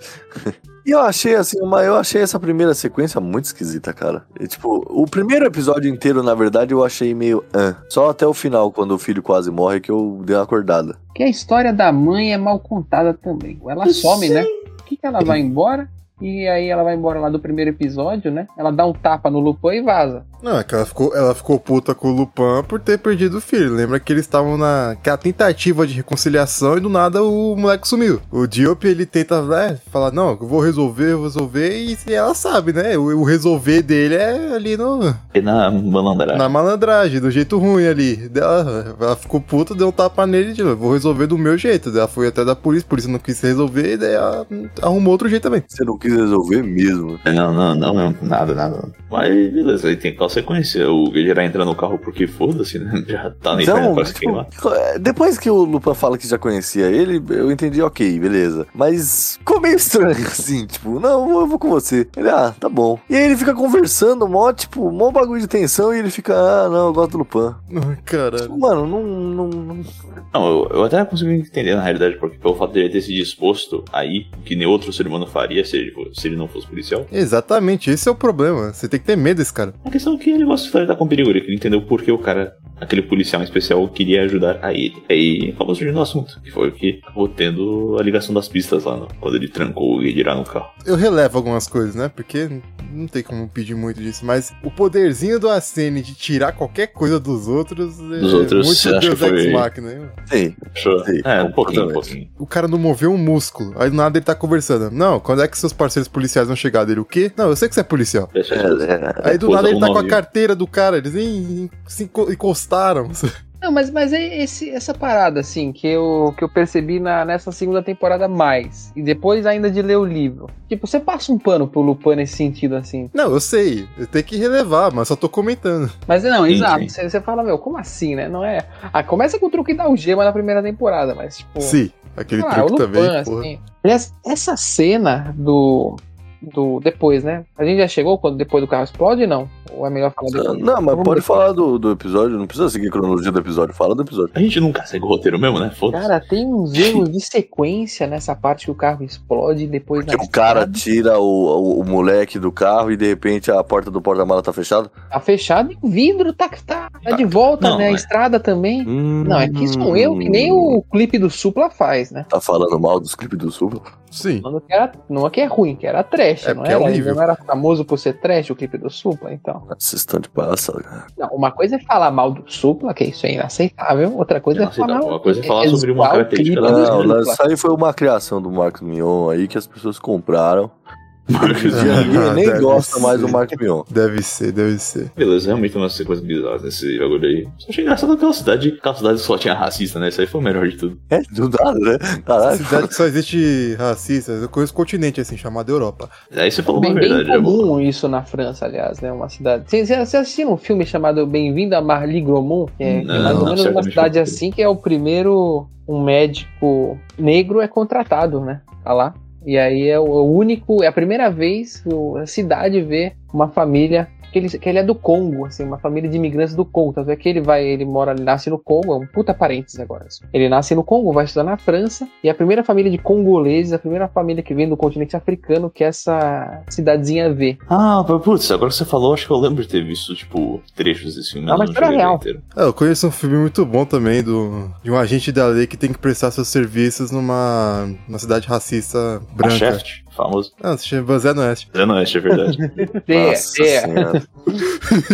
Speaker 2: E eu achei assim, uma, eu achei essa primeira sequência muito esquisita, cara. E, tipo, o primeiro episódio inteiro, na verdade, eu achei meio. ah. Só até o final, quando o filho quase morre, que eu dei uma acordada.
Speaker 3: Que a história da mãe é mal contada também. Ela some, né? O que, que ela vai embora? E aí ela vai embora lá do primeiro episódio, né? Ela dá um tapa no Lupin e vaza.
Speaker 1: Não, é que ela ficou, ela ficou puta com o Lupin por ter perdido o filho. Lembra que eles estavam na aquela tentativa de reconciliação e do nada o moleque sumiu. O Diop, ele tenta né, falar, não, eu vou resolver, eu vou resolver, e se- ela sabe, né? O, o resolver dele é ali no,
Speaker 4: E na é malandragem.
Speaker 1: na malandragem, do jeito ruim ali. Daí Ela, ela ficou puta, deu um tapa nele e disse, vou resolver do meu jeito. Daí Ela foi até da polícia, a polícia não quis resolver, e daí ela arrumou outro jeito também.
Speaker 2: Você não quis resolver mesmo.
Speaker 4: Não, não, não, não, nada, nada. Mas beleza, aí tem consequência. O Guilherme entra no carro porque foda-se, né? Já tá na internet
Speaker 2: Então,
Speaker 4: pra se
Speaker 2: tipo,
Speaker 4: queimar.
Speaker 2: é, depois que o Lupa fala que já conhecia ele, eu entendi, ok, beleza. Mas ficou meio estranho, assim, tipo, não, eu vou- eu vou com você. Ele, ah, tá bom. E aí ele fica conversando, mó, tipo, mó bagulho de tensão, e ele fica, ah, não, eu gosto do Lupin.
Speaker 1: Ai, Caralho.
Speaker 2: Tipo, mano, não, não, não-
Speaker 4: Não, eu, eu até consigo entender na realidade, porque pelo fato dele ter se disposto aí, que nem outro ser humano faria se ele, fo- se ele não fosse policial.
Speaker 1: Exatamente, esse é o problema. Você tem que ter medo desse cara.
Speaker 4: A questão é que ele gosta de flertar com perigo, ele queria entender o porquê o cara, aquele policial em especial, queria ajudar a ele. Aí acabou surgindo o assunto, que foi o que acabou tendo a ligação das pistas lá, no- quando ele trancou o Guilherme no carro.
Speaker 1: Eu relevo algumas coisas, né? Porque não tem como pedir muito disso, mas o poderzinho do Acene de tirar qualquer coisa dos outros é
Speaker 4: Dos outros,
Speaker 1: muito
Speaker 4: acho que
Speaker 1: Deus
Speaker 4: foi-
Speaker 1: Ex Machina. hein?
Speaker 2: Sim,
Speaker 4: Achou?
Speaker 2: Sim,
Speaker 4: É, um pouquinho, um
Speaker 2: completamente.
Speaker 4: pouquinho.
Speaker 1: O cara não moveu um músculo. Aí do nada ele tá conversando. Não, quando é que seus parceiros policiais vão chegar dele? O quê? Não, eu sei que você é policial.
Speaker 4: Deixa
Speaker 2: é,
Speaker 4: eu-
Speaker 2: é.
Speaker 1: Aí do
Speaker 4: Pô,
Speaker 1: nada ele tá
Speaker 4: arrumou
Speaker 1: com a
Speaker 4: um
Speaker 1: carteira do cara, eles nem se enco- encostaram.
Speaker 3: Não, mas, mas é esse, essa parada, assim, que eu, que eu percebi na, nessa segunda temporada mais. E depois ainda de ler o livro. Tipo, você passa um pano pro Lupin nesse sentido, assim.
Speaker 1: Não, eu sei, eu tenho que relevar, mas só tô comentando.
Speaker 3: Mas não,
Speaker 4: Sim,
Speaker 3: exato.
Speaker 4: sim.
Speaker 3: Você, você fala, meu, como assim, né? Não é. Ah, começa com o truque da algema na primeira temporada, mas, tipo.
Speaker 1: Sim, aquele
Speaker 3: sei lá,
Speaker 1: truque
Speaker 3: o Lupin,
Speaker 1: também, porra.
Speaker 3: assim. Aliás, essa cena do. do depois, né? A gente já chegou quando depois do carro explode, não? Ou é melhor falar depois?
Speaker 2: Não, mas
Speaker 3: Vamos
Speaker 2: pode
Speaker 3: depois.
Speaker 2: falar do, do episódio, não precisa seguir a cronologia do episódio, fala do episódio.
Speaker 4: A gente nunca segue o roteiro mesmo, né? Foda-se.
Speaker 3: Cara, tem uns erros de sequência nessa parte que o carro explode e depois
Speaker 2: Que
Speaker 3: na
Speaker 2: o um cara
Speaker 3: estrada.
Speaker 2: tira o, o, o moleque do carro e de repente a porta do porta-mala tá fechada.
Speaker 3: Tá fechado e o vidro tá, tá, tá de volta,
Speaker 4: Não,
Speaker 3: né? A
Speaker 4: é.
Speaker 3: estrada também. Não, é que sou eu,
Speaker 1: Hum.
Speaker 3: que nem o clipe do Supla faz, né?
Speaker 2: Tá falando mal dos clipes do Sul?
Speaker 1: Sim.
Speaker 3: Não que era, não é que é ruim, que era trash,
Speaker 1: É,
Speaker 3: não
Speaker 1: porque
Speaker 3: era?
Speaker 1: é
Speaker 3: Ele
Speaker 1: horrível.
Speaker 3: não era famoso por ser trash o clipe do Supla, então.
Speaker 2: Vocês estão de palhaçada, cara.
Speaker 3: Não, uma coisa é falar mal do Supla, que isso é inaceitável, outra coisa é,
Speaker 4: Inaceitável.
Speaker 3: falar.
Speaker 4: Uma coisa é falar sobre uma
Speaker 3: exaltar o
Speaker 4: característica
Speaker 3: clipe
Speaker 4: da
Speaker 3: do
Speaker 4: música.
Speaker 2: Não,
Speaker 3: Supla.
Speaker 2: não, isso aí foi uma criação do Marcos Mion aí que as pessoas compraram. Hoje em dia
Speaker 1: Ah,
Speaker 2: ninguém nem
Speaker 1: deve
Speaker 2: gosta mais
Speaker 1: ser.
Speaker 2: do Marcos Mion.
Speaker 1: Deve ser, deve ser.
Speaker 4: Beleza, realmente tem umas sequências bizarras nesse bagulho aí. Só achei engraçado aquela cidade, aquela cidade só tinha racista, né? Isso aí foi o melhor de tudo.
Speaker 2: É, do nada, né? Caralho.
Speaker 1: Cidade que só existe racistas, eu conheço um continente assim, chamado Europa.
Speaker 4: Aí você falou
Speaker 3: Bem,
Speaker 4: uma
Speaker 3: bem
Speaker 4: verdade. né?
Speaker 3: comum isso na França, aliás, né? Uma cidade. Vocês vocês assistiram um filme chamado Bem-vindo a Marly Gromont? Que é
Speaker 4: Não,
Speaker 3: mais ou menos uma
Speaker 4: certamente
Speaker 3: cidade
Speaker 4: não.
Speaker 3: assim, que é o primeiro. Um médico negro é contratado, né? Tá lá. E aí é o o único. É a primeira vez que o- a cidade vê uma família. Que ele, que ele é do Congo, assim, uma família de imigrantes do Congo. Tanto é que ele vai, ele mora, ele nasce no Congo, é um puta parênteses agora. isso. Ele nasce no Congo, vai estudar na França, e a primeira família de congoleses, a primeira família que vem do continente africano, que essa cidadezinha vê.
Speaker 4: Ah, mas putz, agora que você falou, acho que eu lembro de ter visto, tipo, trechos desse filme.
Speaker 3: Ah, mas
Speaker 4: não cheguei
Speaker 3: era
Speaker 4: a ver
Speaker 3: real.
Speaker 4: inteiro.
Speaker 1: Ah, eu conheço um filme muito bom também do, de um agente da lei que tem que prestar seus serviços numa, numa cidade racista
Speaker 4: A
Speaker 1: branca.
Speaker 4: Shaft? famoso.
Speaker 1: Não, se chama Banzé no Oeste.
Speaker 4: Zé Noeste, é verdade.
Speaker 3: É,
Speaker 2: Nossa
Speaker 3: é.
Speaker 2: senhora.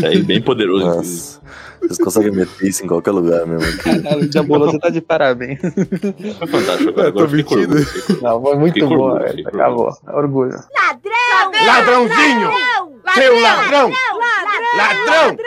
Speaker 4: É bem poderoso. inclusive.
Speaker 2: Nossa. Vocês conseguem meter isso em qualquer lugar mesmo.
Speaker 3: Caralho, Jabulô, você tá de parabéns.
Speaker 4: Foi É fantástico. Agora,
Speaker 1: Eu É, tô
Speaker 4: agora fiquei
Speaker 1: mentindo.
Speaker 4: orgulhoso, fiquei orgulhoso.
Speaker 3: Não, foi muito
Speaker 4: Fiquei com
Speaker 3: boa.
Speaker 4: orgulho,
Speaker 3: essa,
Speaker 4: fiquei com
Speaker 3: Acabou. Orgulho.
Speaker 1: Ladrãozinho! Seu ladrão! Ladrão!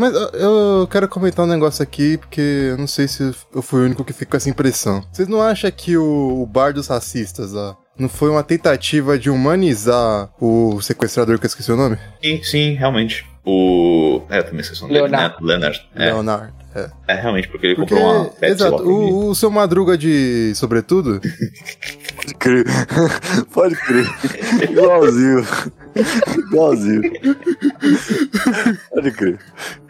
Speaker 1: Mas ó, eu quero comentar um negócio aqui, porque eu não sei se eu fui o único que ficou com essa impressão. Vocês não acham que o, o bar dos racistas lá não foi uma tentativa de humanizar o sequestrador que eu esqueci o nome?
Speaker 4: Sim, sim, realmente. O. É, eu também esqueci o nome dele,
Speaker 3: Leonardo.
Speaker 4: né? Leonard. É,
Speaker 1: Leonardo. É.
Speaker 4: é, realmente, porque ele
Speaker 1: Porque,
Speaker 4: comprou uma Pepsi
Speaker 1: exato,
Speaker 4: logo ali.
Speaker 1: o, o seu Madruga de sobretudo,
Speaker 2: Pode crer. Pode crer. Igualzinho. Igualzinho. Pode crer.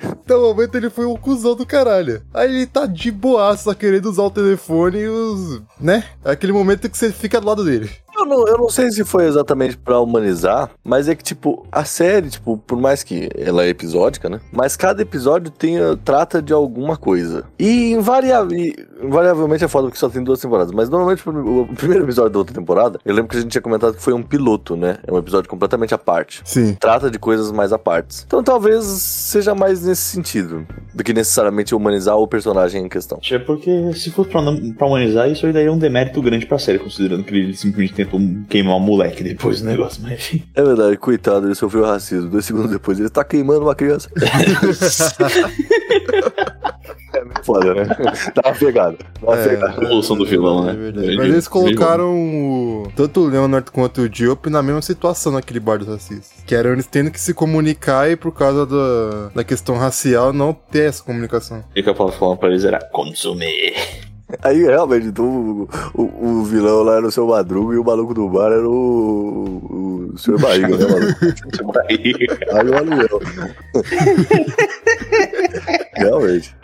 Speaker 1: até o momento ele foi um cuzão do caralho. Aí ele tá de boaça só querendo usar o telefone e os... né? É aquele momento que você fica do lado dele.
Speaker 2: Eu não, eu não sei se foi exatamente pra humanizar, mas é que, tipo, a série, tipo, por mais que ela é episódica, né? Mas cada episódio tem, eh, trata de alguma coisa. E invaria- e invariavelmente é foda porque só tem duas temporadas. Mas normalmente o primeiro episódio da outra temporada, eu lembro que a gente tinha comentado que foi um piloto, né? É um episódio completamente à parte.
Speaker 1: Sim.
Speaker 2: trata de coisas mais à parte. Então talvez seja mais nesse sentido do que necessariamente humanizar o personagem em questão.
Speaker 4: É porque se for pra, não- pra humanizar, isso aí daí é um demérito grande pra série, considerando que ele simplesmente tentou queimar o moleque depois do negócio, mas enfim.
Speaker 2: É verdade, coitado, ele sofreu racismo. Dois segundos depois ele tá queimando uma criança. é meio foda, né? Tá pegado. Tá
Speaker 1: É.
Speaker 2: pegado.
Speaker 4: A evolução do vilão, né?
Speaker 1: É verdade. Mas eles colocaram o- tanto o Leonard quanto o Diop na mesma situação naquele bar dos racistas. Que era eles tendo que se comunicar e por causa da, da questão racial não ter essa comunicação.
Speaker 4: E o que eu tava falando pra eles era consumir.
Speaker 2: Aí realmente, então, o, o- o vilão lá era o seu Madruga e o maluco do bar era o, o, o senhor Barriga, né, maluco? Aí o aluguel. Realmente.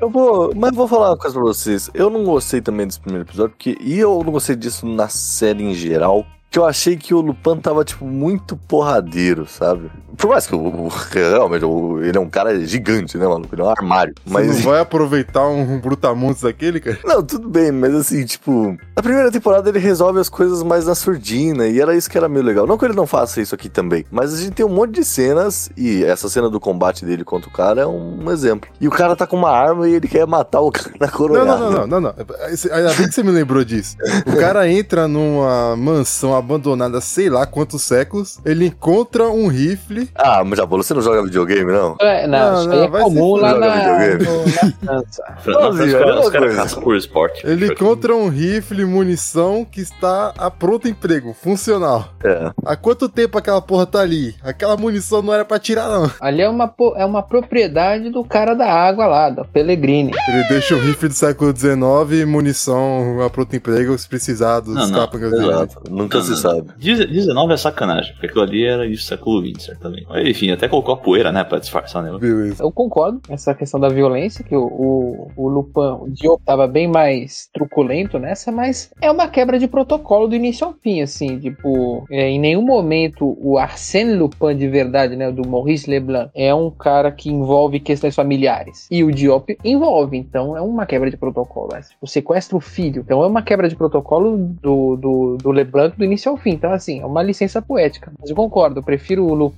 Speaker 2: Eu vou. Mas vou falar uma coisa pra vocês. Eu não gostei também desse primeiro episódio, porque. E eu não gostei disso na série em geral. Que eu achei que o Lupan tava, tipo, muito porradeiro, sabe? Por mais que o, o- realmente o- ele é um cara gigante, né, maluco? Ele é um armário.
Speaker 1: Mas
Speaker 2: Mas
Speaker 1: não vai aproveitar um brutamontes daquele, cara?
Speaker 2: não, tudo bem, mas assim, tipo, na primeira temporada ele resolve as coisas mais na surdina, e era isso que era meio legal. Não que ele não faça isso aqui também, mas a gente tem um monte de cenas, e essa cena do combate dele contra o cara é um exemplo. E o cara tá com uma arma e ele quer matar o cara na
Speaker 1: Não,
Speaker 2: coronhada.
Speaker 1: não, não, não, não, não. Esse- Ainda bem que você me lembrou disso. O cara entra numa mansão abandonada, sei lá quantos séculos, ele encontra um rifle.
Speaker 2: Ah, mas já falou, você não joga videogame, não?
Speaker 3: É,
Speaker 1: Não,
Speaker 3: não, isso aí
Speaker 1: não,
Speaker 3: é
Speaker 1: vai se
Speaker 3: comum lá
Speaker 2: fuder,
Speaker 3: na,
Speaker 2: videogame.
Speaker 3: no- na França.
Speaker 4: Não,
Speaker 2: Nossa,
Speaker 4: os
Speaker 2: cara,
Speaker 4: caras- os caras
Speaker 2: coisa.
Speaker 4: caçam por
Speaker 2: Tipo
Speaker 4: esporte.
Speaker 1: Ele
Speaker 2: assim,
Speaker 1: encontra um rifle, munição que está a pronto emprego, funcional.
Speaker 2: É.
Speaker 1: Há quanto tempo aquela porra tá ali? Aquela munição não era pra tirar, não.
Speaker 3: Ali é uma, po- é uma propriedade do cara da água lá, da Pellegrini.
Speaker 1: Ele deixa o rifle do século XIX e munição a pronto emprego se precisar dos
Speaker 4: Não, não.
Speaker 1: capangas dele.
Speaker 2: Exato, nunca
Speaker 4: Não,
Speaker 2: se
Speaker 4: não.
Speaker 2: sabe.
Speaker 4: 19 é sacanagem, porque aquilo ali era de século XX, certamente. Mas, enfim, até colocou a poeira, né, pra disfarçar, né?
Speaker 1: Beleza.
Speaker 3: Eu concordo com essa questão da violência, que o, o, o Lupin, o Diop, tava bem mais truculento nessa, mas é uma quebra de protocolo do início ao fim, assim, tipo, é, em nenhum momento o Arsène Lupin de verdade, né, do Maurice Leblanc, é um cara que envolve questões familiares, e o Diop envolve, então é uma quebra de protocolo, é, tipo, sequestra o filho, então é uma quebra de protocolo do, do, do Leblanc do início ao fim, então assim, é uma licença poética, mas eu concordo, eu prefiro o Lupin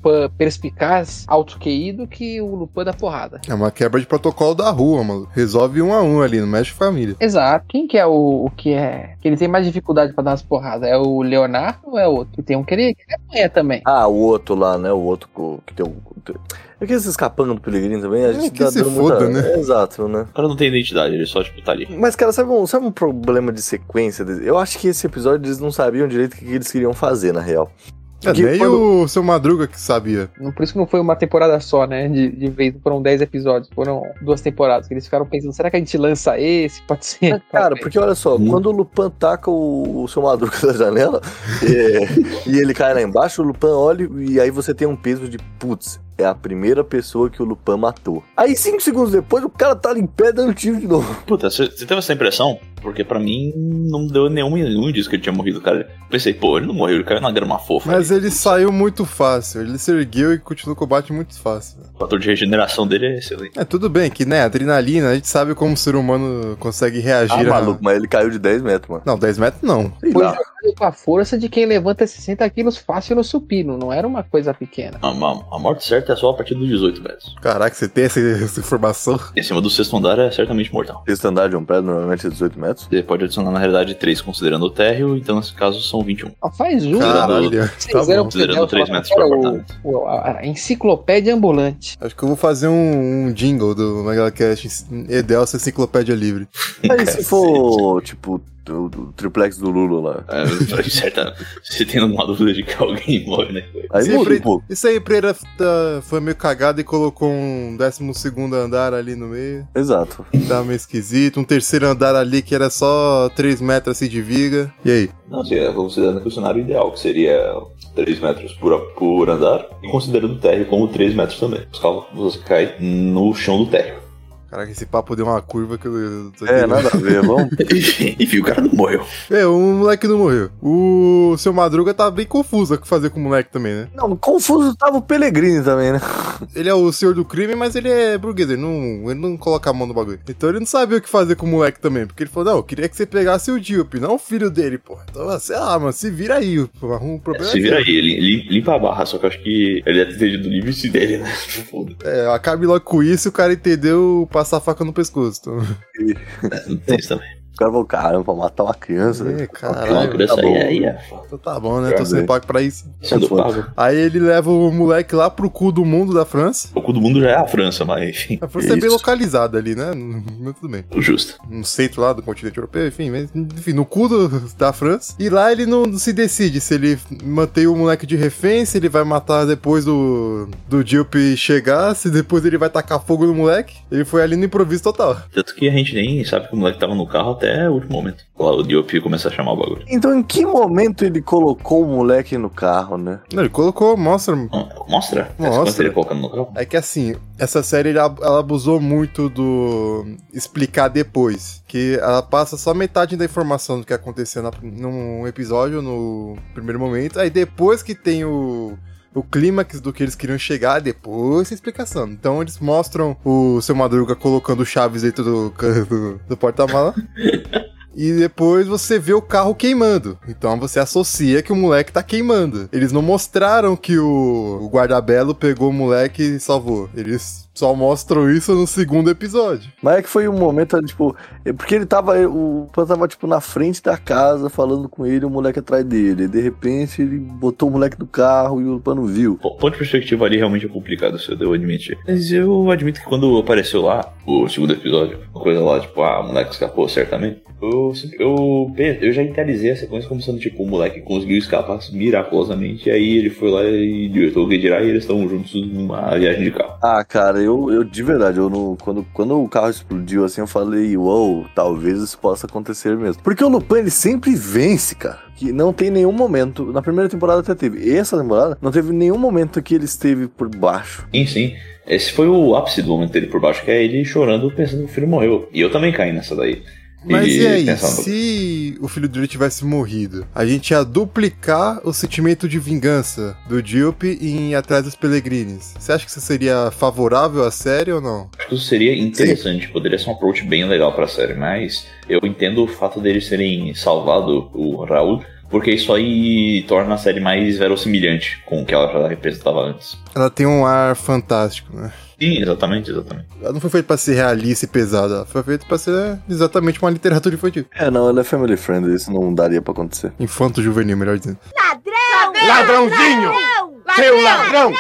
Speaker 3: perspicaz, alto QI, do que o Lupin da porrada.
Speaker 1: É uma quebra de protocolo da rua, mano. Resolve um a um ali, não mexe com a família.
Speaker 3: Exato. Quem que é o, o que é. Que ele tem mais dificuldade pra dar umas porradas? É o Leonardo ou é outro? E tem um que ele que ele apanha também.
Speaker 2: Ah, o outro lá, né? O outro co- que tem um. É que esses capanga do Pelegrini também, a
Speaker 1: É,
Speaker 2: gente
Speaker 1: que
Speaker 2: tá
Speaker 1: se
Speaker 2: dando
Speaker 1: foda,
Speaker 2: muita...
Speaker 1: né?
Speaker 2: Exato, né?
Speaker 4: O cara não tem identidade, ele só, tipo, tá ali.
Speaker 2: Mas, cara, sabe um, sabe um problema de sequência? desse- Eu acho que esse episódio eles não sabiam direito o que que eles queriam fazer, na real.
Speaker 1: É,
Speaker 2: Que
Speaker 1: nem
Speaker 2: quando-
Speaker 1: o seu Madruga que sabia.
Speaker 3: Não- Por isso que não foi uma temporada só, né? De, de vez, foram 10 episódios, foram duas temporadas. Que eles ficaram pensando, será que a gente lança esse? Pode ser.
Speaker 2: Cara, porque olha só,
Speaker 4: Hum.
Speaker 2: quando o Lupan taca o, o seu Madruga da janela é, e ele cai lá embaixo, o Lupan olha e aí você tem um peso de putz. é a primeira pessoa que o Lupin matou. Aí, cinco segundos depois, o cara tá em pé dando tiro de novo.
Speaker 4: Puta, você você teve essa impressão? Porque pra mim não deu nenhum, nenhum indício que ele tinha morrido, cara. Pensei, pô, ele não morreu, ele caiu na grama fofa.
Speaker 1: Mas ele saiu muito fácil. Ele se ergueu e continuou o combate muito fácil.
Speaker 4: O fator de regeneração dele é excelente.
Speaker 1: É, tudo bem que, né, adrenalina, a gente sabe como o ser humano consegue reagir
Speaker 2: Ah,
Speaker 1: a-
Speaker 2: maluco, mas ele caiu de 10 metros, mano.
Speaker 1: Não, 10 metros não.
Speaker 2: Sei
Speaker 3: Foi
Speaker 2: lá.
Speaker 3: jogado é, com a força de quem levanta 60 quilos fácil no supino, não era uma coisa pequena.
Speaker 4: A, a- a morte certa é só a partir dos 18 metros.
Speaker 1: Caraca, você tem essa, essa informação?
Speaker 4: Em cima do sexto andar é certamente mortal.
Speaker 2: Sexto andar de um prédio normalmente é 18 metros.
Speaker 4: Você pode adicionar na realidade 3 considerando o térreo, então nesse caso são 21.
Speaker 3: Ah, Faz um.
Speaker 4: Caralho.
Speaker 1: Caralho.
Speaker 3: Vocês
Speaker 1: Tá
Speaker 3: eram
Speaker 1: bom.
Speaker 4: Considerando
Speaker 3: Eu
Speaker 4: 3
Speaker 3: falo,
Speaker 4: metros por
Speaker 3: cara, o-
Speaker 4: apartamento.
Speaker 3: o- a a enciclopédia ambulante.
Speaker 1: Acho que eu vou fazer um, um jingle do MegalaCast Edelso Enciclopédia Livre.
Speaker 2: Aí se for, tipo, o, o triplex do Lula lá.
Speaker 4: É, pra- certa, se tem alguma dúvida de que alguém morre, né?
Speaker 2: Aí
Speaker 1: Sim,
Speaker 2: muda
Speaker 1: Fred.
Speaker 2: um pouco.
Speaker 1: Isso aí, Pereira tá- foi meio cagado e colocou um 12 andar ali no meio.
Speaker 2: Exato.
Speaker 1: Tava meio esquisito. Um terceiro andar ali que era só 3 metros assim de viga. E aí?
Speaker 4: Não, se é considerando que o cenário ideal, que seria 3 metros por, por andar, e considerando o térreo como 3 metros também. Os cálculos caem no chão do térreo.
Speaker 1: Caraca, esse papo deu uma curva que eu. eu tô
Speaker 2: É,
Speaker 1: aqui-
Speaker 2: nada a ver, vamos.
Speaker 4: Enfim, enfim, o cara não morreu.
Speaker 1: É, o moleque não morreu. O seu Madruga tá bem confuso o que fazer com o moleque também, né?
Speaker 2: Não, confuso tava o Pellegrini também, né?
Speaker 1: Ele é o senhor do crime, mas ele é burguês, ele não, ele não coloca a mão no bagulho. Então ele não sabia o que fazer com o moleque também, porque ele falou, não, eu queria que você pegasse o Diop, não o filho dele, porra. Então, sei lá, mano, se vira aí, pô, arruma um problema.
Speaker 4: Se vira
Speaker 1: seu.
Speaker 4: aí, ele lim- limpa a barra, só que eu acho que ele deve ter entendido o livre dele, né? Foda.
Speaker 1: É, acabe logo com isso e o cara entendeu passar a faca no pescoço. Então,
Speaker 4: Não tem isso também.
Speaker 2: O cara falou, caramba, matar uma criança.
Speaker 1: é,
Speaker 4: Não, uma
Speaker 1: caralho.
Speaker 4: criança
Speaker 2: tá
Speaker 4: aí,
Speaker 2: bom.
Speaker 4: aí é foda.
Speaker 1: Então tá bom, né? Tô sendo pago pra isso.
Speaker 4: Sendo
Speaker 2: Foda.
Speaker 4: pago.
Speaker 1: Aí ele leva o moleque lá pro cu do mundo da França.
Speaker 4: O cu do mundo já é a França, mas enfim, é
Speaker 1: A França é bem
Speaker 2: Isso.
Speaker 1: localizada ali, né? Mas tudo bem.
Speaker 4: justo.
Speaker 1: no um centro lá do continente europeu, enfim, mas, enfim, no cu do- da França. E lá ele não se decide se ele mantém o moleque de refém, se ele vai matar depois do, do Diop chegar, se depois ele vai tacar fogo no moleque. Ele foi ali no improviso total.
Speaker 4: Tanto que a gente nem sabe que o moleque tava no carro até o último momento. Lá o Diop começa a chamar o bagulho.
Speaker 2: Então em que momento ele colocou o moleque no carro, né?
Speaker 1: Não, ele colocou, mostra.
Speaker 4: Não, Hum, Mostra. Quando
Speaker 1: Mostra.
Speaker 4: ele colocando no carro.
Speaker 1: É que assim, essa série ela ela abusou muito do explicar depois. Que ela passa só metade da informação do que aconteceu na, num episódio, no primeiro momento. Aí depois que tem o, o clímax do que eles queriam chegar, depois tem explicação. Então eles mostram o seu Madruga colocando o Chaves dentro do, ca- do, do porta-mala. E depois você vê o carro queimando. Então você associa que o moleque tá queimando. Eles não mostraram que o, o guardabelo pegou o moleque e salvou. Eles só mostram isso no segundo episódio.
Speaker 2: Mas é que foi um momento, tipo. é Porque ele tava. O Pan tava, tipo, na frente da casa falando com ele e o moleque atrás dele. E, de repente ele botou o moleque no carro e o Pan não viu.
Speaker 4: Bom, ponto de perspectiva ali realmente é complicado, se eu devo admitir. Mas eu admito que quando apareceu lá, o segundo episódio, uma coisa lá, tipo, ah, o moleque escapou certamente. Eu, sempre- eu, pe- eu já idealizei a sequência como sendo, tipo, o moleque conseguiu escapar miraculosamente, e aí ele foi lá e diretou o que dirá, e eles estão juntos numa viagem de carro.
Speaker 2: Ah, cara, eu, eu de verdade, eu não. Quando, quando o carro explodiu assim, eu falei, uou, talvez isso possa acontecer mesmo. Porque o Lupin, ele sempre vence, cara. Que não tem nenhum momento. Na primeira temporada até teve. E essa temporada, não teve nenhum momento que ele esteve por baixo.
Speaker 4: Sim, sim. Esse foi o ápice do momento dele por baixo, que é ele chorando pensando que o filho morreu. E eu também caí nessa daí.
Speaker 1: Mas e, aí,
Speaker 4: pensando-
Speaker 1: se o filho dele tivesse morrido, a gente ia duplicar o sentimento de vingança do Diop em Atrás dos Pelegrines. Você acha que isso seria favorável à série ou não?
Speaker 4: Acho que isso seria interessante, poderia ser um approach bem legal pra série, mas eu entendo o fato deles terem salvado o Raul, porque isso aí torna a série mais verossimilhante com o que ela já representava antes.
Speaker 1: Ela tem um ar fantástico, né?
Speaker 4: Sim, exatamente, exatamente.
Speaker 1: Ela não foi feita pra ser realista e pesada, ela foi feita pra ser exatamente uma literatura infantil.
Speaker 2: É, não, ele é family friend, isso não daria pra acontecer.
Speaker 1: Infanto-juvenil, melhor dizendo.
Speaker 5: Ladrãozinho! Seu ladrão!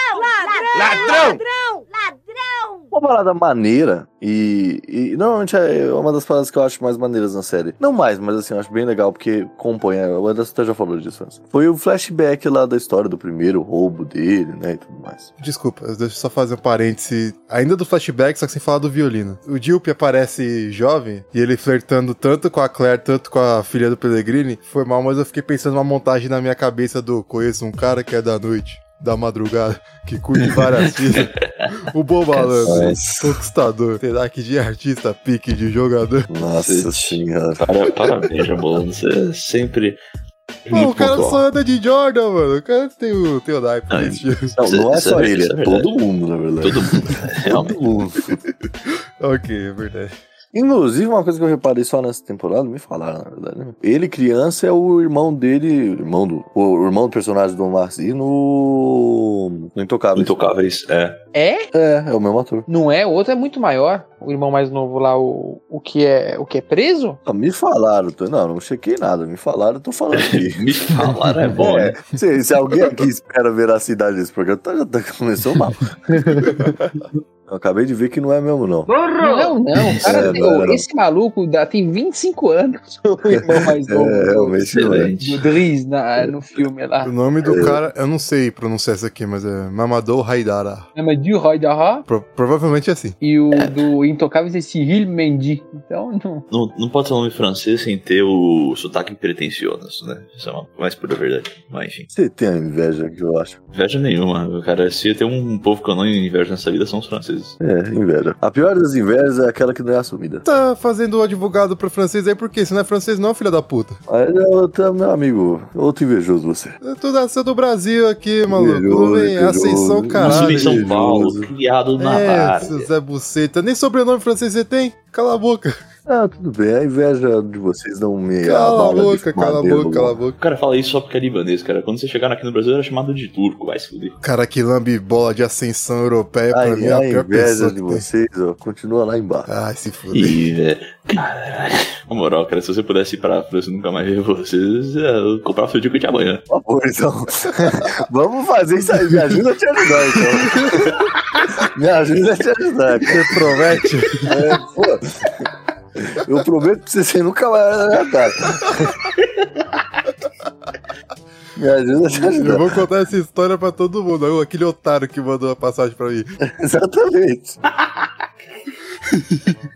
Speaker 5: Ladrão!
Speaker 2: Uma parada maneira, e, e normalmente é uma das paradas que eu acho mais maneiras na série. Não mais, mas assim, eu acho bem legal, porque compõe. é, O Anderson até já falou disso antes. Foi o flashback lá da história do primeiro roubo dele, né? E tudo mais.
Speaker 1: Desculpa, deixa eu só fazer um parêntese. Ainda do flashback, só que sem falar do violino. O Dilp aparece jovem e ele flertando tanto com a Claire, tanto com a filha do Pellegrini. Foi mal, mas eu fiquei pensando numa montagem na minha cabeça do Conheço um cara que é da noite. da madrugada que cuide Varacisa, o bom malandro,
Speaker 2: Nossa,
Speaker 1: conquistador, será que de artista, pique de jogador.
Speaker 2: Nossa senhora.
Speaker 4: Para, parabéns, Jabolão. Você é sempre.
Speaker 1: Pô, o cara
Speaker 4: pontual.
Speaker 1: só anda de Jordan, mano. O cara tem o, tem o naipe
Speaker 4: Não,
Speaker 1: desse jeito.
Speaker 2: Não, não é
Speaker 4: Isso
Speaker 2: só
Speaker 4: é-
Speaker 2: ele,
Speaker 4: isso é
Speaker 2: é
Speaker 4: verdade.
Speaker 2: todo mundo, na verdade.
Speaker 4: Todo mundo. é, Realmente.
Speaker 2: Todo mundo.
Speaker 1: Ok, é verdade.
Speaker 2: Inclusive, uma coisa que eu reparei só nessa temporada, me falaram, na verdade. né? Ele, criança, é o irmão dele, irmão do, o irmão do personagem do Marci no, no Intocável.
Speaker 4: Intocáveis, é.
Speaker 3: É?
Speaker 2: É, é o mesmo ator.
Speaker 3: Não é? O outro é muito maior. O irmão mais novo lá, o, o, que, é, o que é preso?
Speaker 2: Ah, me falaram, tô- não, não chequei nada, me falaram, tô falando aqui.
Speaker 4: Me falaram, é bom, né?
Speaker 2: É, se, se alguém aqui espera ver a cidade desse programa, tá, já tá- começou mal. Eu acabei de ver que não é mesmo, não.
Speaker 3: Não, não. O cara
Speaker 2: É,
Speaker 3: tem-
Speaker 2: não, não.
Speaker 3: esse maluco dá, tem 25 anos, o irmão mais novo.
Speaker 2: É, realmente não é.
Speaker 4: Excelente.
Speaker 3: do Driz na, no filme lá.
Speaker 1: O nome do cara, eu não sei pronunciar isso aqui, mas é Mamadou Haidara.
Speaker 3: Chama de Roy da Ró
Speaker 1: Pro- provavelmente é assim.
Speaker 3: e o do Intocáveis é Cyril Mendy. Então, não.
Speaker 4: Não, não pode ter nome francês sem ter o sotaque pretencioso, né? Isso é uma mais pura verdade. Mas enfim,
Speaker 2: Você tem a inveja que eu acho.
Speaker 4: inveja nenhuma. Cara, se tem um povo que eu não invejo nessa vida, são os franceses.
Speaker 2: É, inveja. A pior das invejas é aquela que não é assumida.
Speaker 1: Tá fazendo o advogado pro francês aí por quê? Você não é francês não, filha da puta. É
Speaker 2: Aí eu tô- meu amigo, outro invejoso você.
Speaker 1: Tu nasceu do Brasil aqui, maluco.
Speaker 2: Invejoso,
Speaker 1: Não vem
Speaker 2: invejoso.
Speaker 1: Ascensão,
Speaker 4: Nascido
Speaker 1: caralho.
Speaker 4: em São
Speaker 2: Jesus.
Speaker 4: Paulo, criado na
Speaker 1: É,
Speaker 4: área.
Speaker 1: seu Zé Buceta. Nem sobrenome francês você tem? Cala a boca.
Speaker 2: Ah, tudo bem. A inveja de vocês não me
Speaker 1: Cala a
Speaker 2: abala de
Speaker 1: boca, cala a
Speaker 2: maneira
Speaker 1: boca, cala a
Speaker 2: alguma.
Speaker 1: boca.
Speaker 4: O cara fala isso só porque é libanês, cara. Quando vocês chegaram aqui no Brasil, era chamado de turco. Vai se fuder.
Speaker 1: Cara que lambe bola de ascensão europeia pra mim
Speaker 2: Aí,
Speaker 1: é a
Speaker 2: a
Speaker 1: pior pessoa
Speaker 2: inveja
Speaker 1: que
Speaker 2: de
Speaker 1: tem.
Speaker 2: vocês, ó, continua lá embaixo.
Speaker 1: Ai, se fuder.
Speaker 4: Ih, velho. é, Caralho. Na moral, cara, se você pudesse ir pra França e nunca mais ver vocês, é, eu comprava seu ticket amanhã.
Speaker 2: Por favor, então. Vamos fazer isso aí. Me ajuda a te ajudar, então. me ajuda a te ajudar.
Speaker 1: Você promete?
Speaker 2: É, pô. Eu prometo pra você, você nunca vai ajudar. Me ajuda a te
Speaker 1: Eu
Speaker 2: ajudar.
Speaker 1: vou contar essa história pra todo mundo. Eu, Aquele otário que mandou a passagem pra mim.
Speaker 2: Exatamente.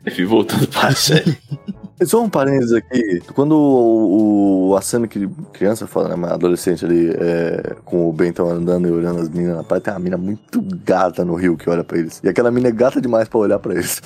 Speaker 4: Enfim, voltando pra série.
Speaker 2: Só um parênteses aqui. Quando o, o Asami, que criança, fala, né, mas adolescente ali, é, com o Bentão andando e olhando as meninas na praia, tem uma mina muito gata no rio que olha pra eles. E aquela mina é gata demais pra olhar pra eles.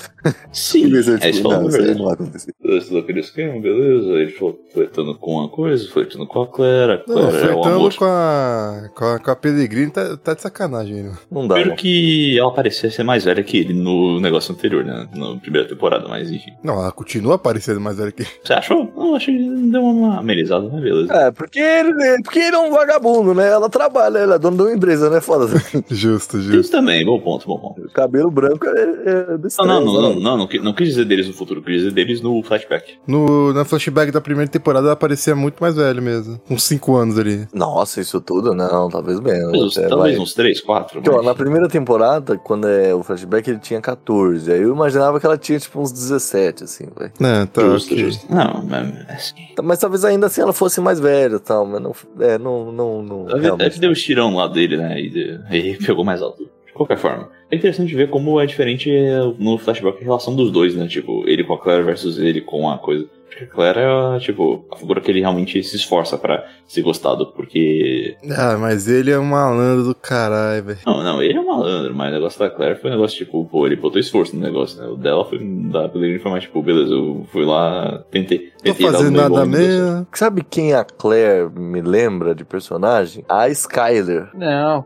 Speaker 4: Sim,
Speaker 2: E você,
Speaker 4: é isso
Speaker 2: tipo,
Speaker 4: falando
Speaker 2: não,
Speaker 4: a
Speaker 2: isso aí
Speaker 4: verdade.
Speaker 2: não vai acontecer.
Speaker 4: Eu estudou aquele esquema, beleza. Ele falou, flertando com uma coisa, flertando com a Clara. A Clara
Speaker 1: Não,
Speaker 4: é o
Speaker 1: flertando
Speaker 4: amor.
Speaker 1: com a, com a, com a Peregrine tá, tá de sacanagem, né?
Speaker 2: Não dá,
Speaker 4: Primeiro
Speaker 2: né?
Speaker 4: que ela parecia ser mais velha que ele no negócio anterior, né? Na primeira temporada, mas enfim.
Speaker 1: Não, ela continua parecendo mais velha que.
Speaker 4: Você achou? Não, achei que deu uma amenizada, mas beleza.
Speaker 2: É, porque ele, porque ele é um vagabundo, né? Ela trabalha, ela é dona de uma empresa, né? Foda.
Speaker 1: Justo, justo.
Speaker 4: Isso também, bom ponto, bom ponto.
Speaker 2: Cabelo branco é, é besteira,
Speaker 4: Não, não, não, não,
Speaker 2: né?
Speaker 4: não, não, qui- não quis dizer deles no futuro, quis dizer deles no flashback.
Speaker 1: No, na flashback da primeira temporada ela parecia muito mais velha mesmo. Uns 5 anos ali.
Speaker 2: Nossa, isso tudo? Não, talvez
Speaker 4: Talvez,
Speaker 2: menos.
Speaker 4: uns-
Speaker 2: até,
Speaker 4: talvez
Speaker 2: vai.
Speaker 4: uns três, quatro.
Speaker 2: Então,
Speaker 4: mas-
Speaker 2: na primeira temporada, quando é o flashback, ele tinha 14. Aí eu imaginava que ela tinha, tipo, uns 17, assim, velho.
Speaker 1: É, tá.
Speaker 4: Justo,
Speaker 1: ok.
Speaker 4: justo. Não, mas assim.
Speaker 2: Mas talvez ainda assim ela fosse mais velha e tal, mas não. É, não. não, não
Speaker 4: Deve,
Speaker 2: realmente.
Speaker 4: deve ter os um tirão lá dele, né? E, de- e pegou mais alto. De qualquer forma. É interessante ver como é diferente eh, no flashback a relação dos dois, né? Tipo, ele com a Clara versus ele com a coisa. Porque a Clara é, tipo, a figura que ele realmente se esforça pra ser gostado, porque.
Speaker 1: Ah, mas ele é um malandro do caralho, velho.
Speaker 4: Não, não, ele é um malandro, mas o negócio da Clara foi um negócio tipo, pô, ele botou esforço no negócio, né? O dela foi. Da Pellegrini foi mais tipo, beleza, eu fui lá, tentei.
Speaker 1: Tô
Speaker 4: tentei dar o
Speaker 1: fazendo
Speaker 4: meu
Speaker 1: nada
Speaker 4: nome, não deu certo.
Speaker 1: mesmo.
Speaker 2: Sabe quem a Claire me lembra de personagem? A Skyler.
Speaker 3: Não,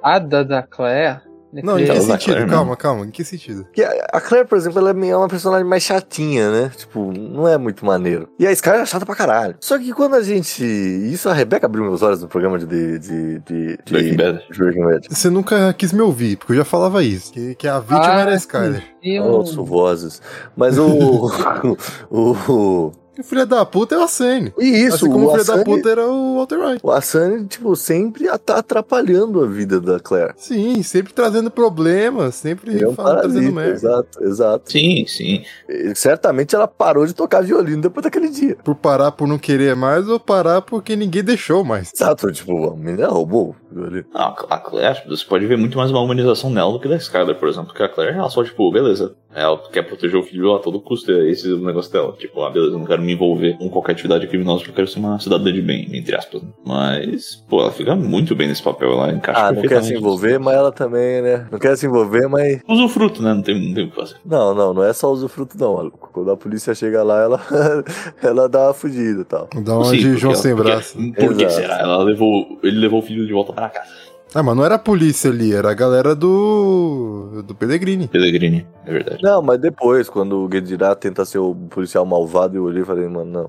Speaker 3: coitada da Claire. né,
Speaker 1: Não, então, em
Speaker 3: Claire.
Speaker 1: que
Speaker 4: Ela Então, vai
Speaker 1: sentido?
Speaker 4: mesmo.
Speaker 1: Calma, calma. Em que sentido?
Speaker 2: Que a, a Claire, por exemplo, ela é meio- é uma personagem mais chatinha, né? Tipo, não é muito maneiro. E a Skyler é chata pra caralho. Só que quando a gente. Isso a Rebeca abriu meus olhos no programa de. de. de. de, de
Speaker 4: Breaking Bad.
Speaker 2: de Breaking Bad.
Speaker 1: Você nunca quis me ouvir, porque eu já falava isso. Que, que a vítima
Speaker 3: Ah,
Speaker 1: era a Skyler.
Speaker 3: E um-
Speaker 2: Ouço vozes. Mas o. o, o-
Speaker 1: E o filho da puta é o Assane.
Speaker 2: e isso,
Speaker 1: assim como o
Speaker 2: o
Speaker 1: filho da
Speaker 2: Asani,
Speaker 1: puta era o Walter White.
Speaker 2: o Asani, tipo, sempre a- tá atrapalhando a vida da Claire.
Speaker 1: Sim, sempre trazendo problemas, sempre
Speaker 2: Ele é um
Speaker 1: falando, trazendo
Speaker 2: parasita,
Speaker 1: tá merda.
Speaker 2: exato, exato.
Speaker 4: Sim, sim.
Speaker 2: E, certamente ela parou de tocar violino depois daquele dia.
Speaker 1: Por parar por não querer mais ou parar porque ninguém deixou mais.
Speaker 2: Exato, tipo, a menina roubou. viu ali.
Speaker 4: Ah, a Claire, tipo, você pode ver muito mais uma humanização nela do que da Skyler, por exemplo. Porque a Claire, ela só, tipo, beleza. Ela quer proteger o filho a todo custo, é esse o negócio dela. Tipo, ah, beleza, eu não quero me envolver com qualquer atividade criminosa, porque eu quero ser uma cidadã de bem, entre aspas. né? Mas, pô, ela fica muito bem nesse papel, ela encaixa
Speaker 2: Ah, não quer
Speaker 4: perfeitamente.
Speaker 2: se envolver, mas ela também, né? Não quer se envolver, mas.
Speaker 4: Usufruto, né? Não tem, não tem o que fazer.
Speaker 2: Não, não, não é só usufruto, não, maluco. Quando a polícia chega lá, ela, ela dá uma fugida e tal.
Speaker 1: Dá uma
Speaker 4: Sim,
Speaker 1: de
Speaker 4: porque
Speaker 1: João
Speaker 4: ela-
Speaker 1: sem
Speaker 4: porque- é
Speaker 1: braço.
Speaker 4: Por que
Speaker 2: Exato.
Speaker 4: será? Ela levou, ele levou o filho de volta pra casa.
Speaker 1: Ah, mas não era a polícia ali, era a galera do. do Pellegrini.
Speaker 4: Pellegrini, é verdade.
Speaker 2: Não, mas depois, quando o Guedirá tenta ser o policial malvado, eu olhei e falei, mano, não.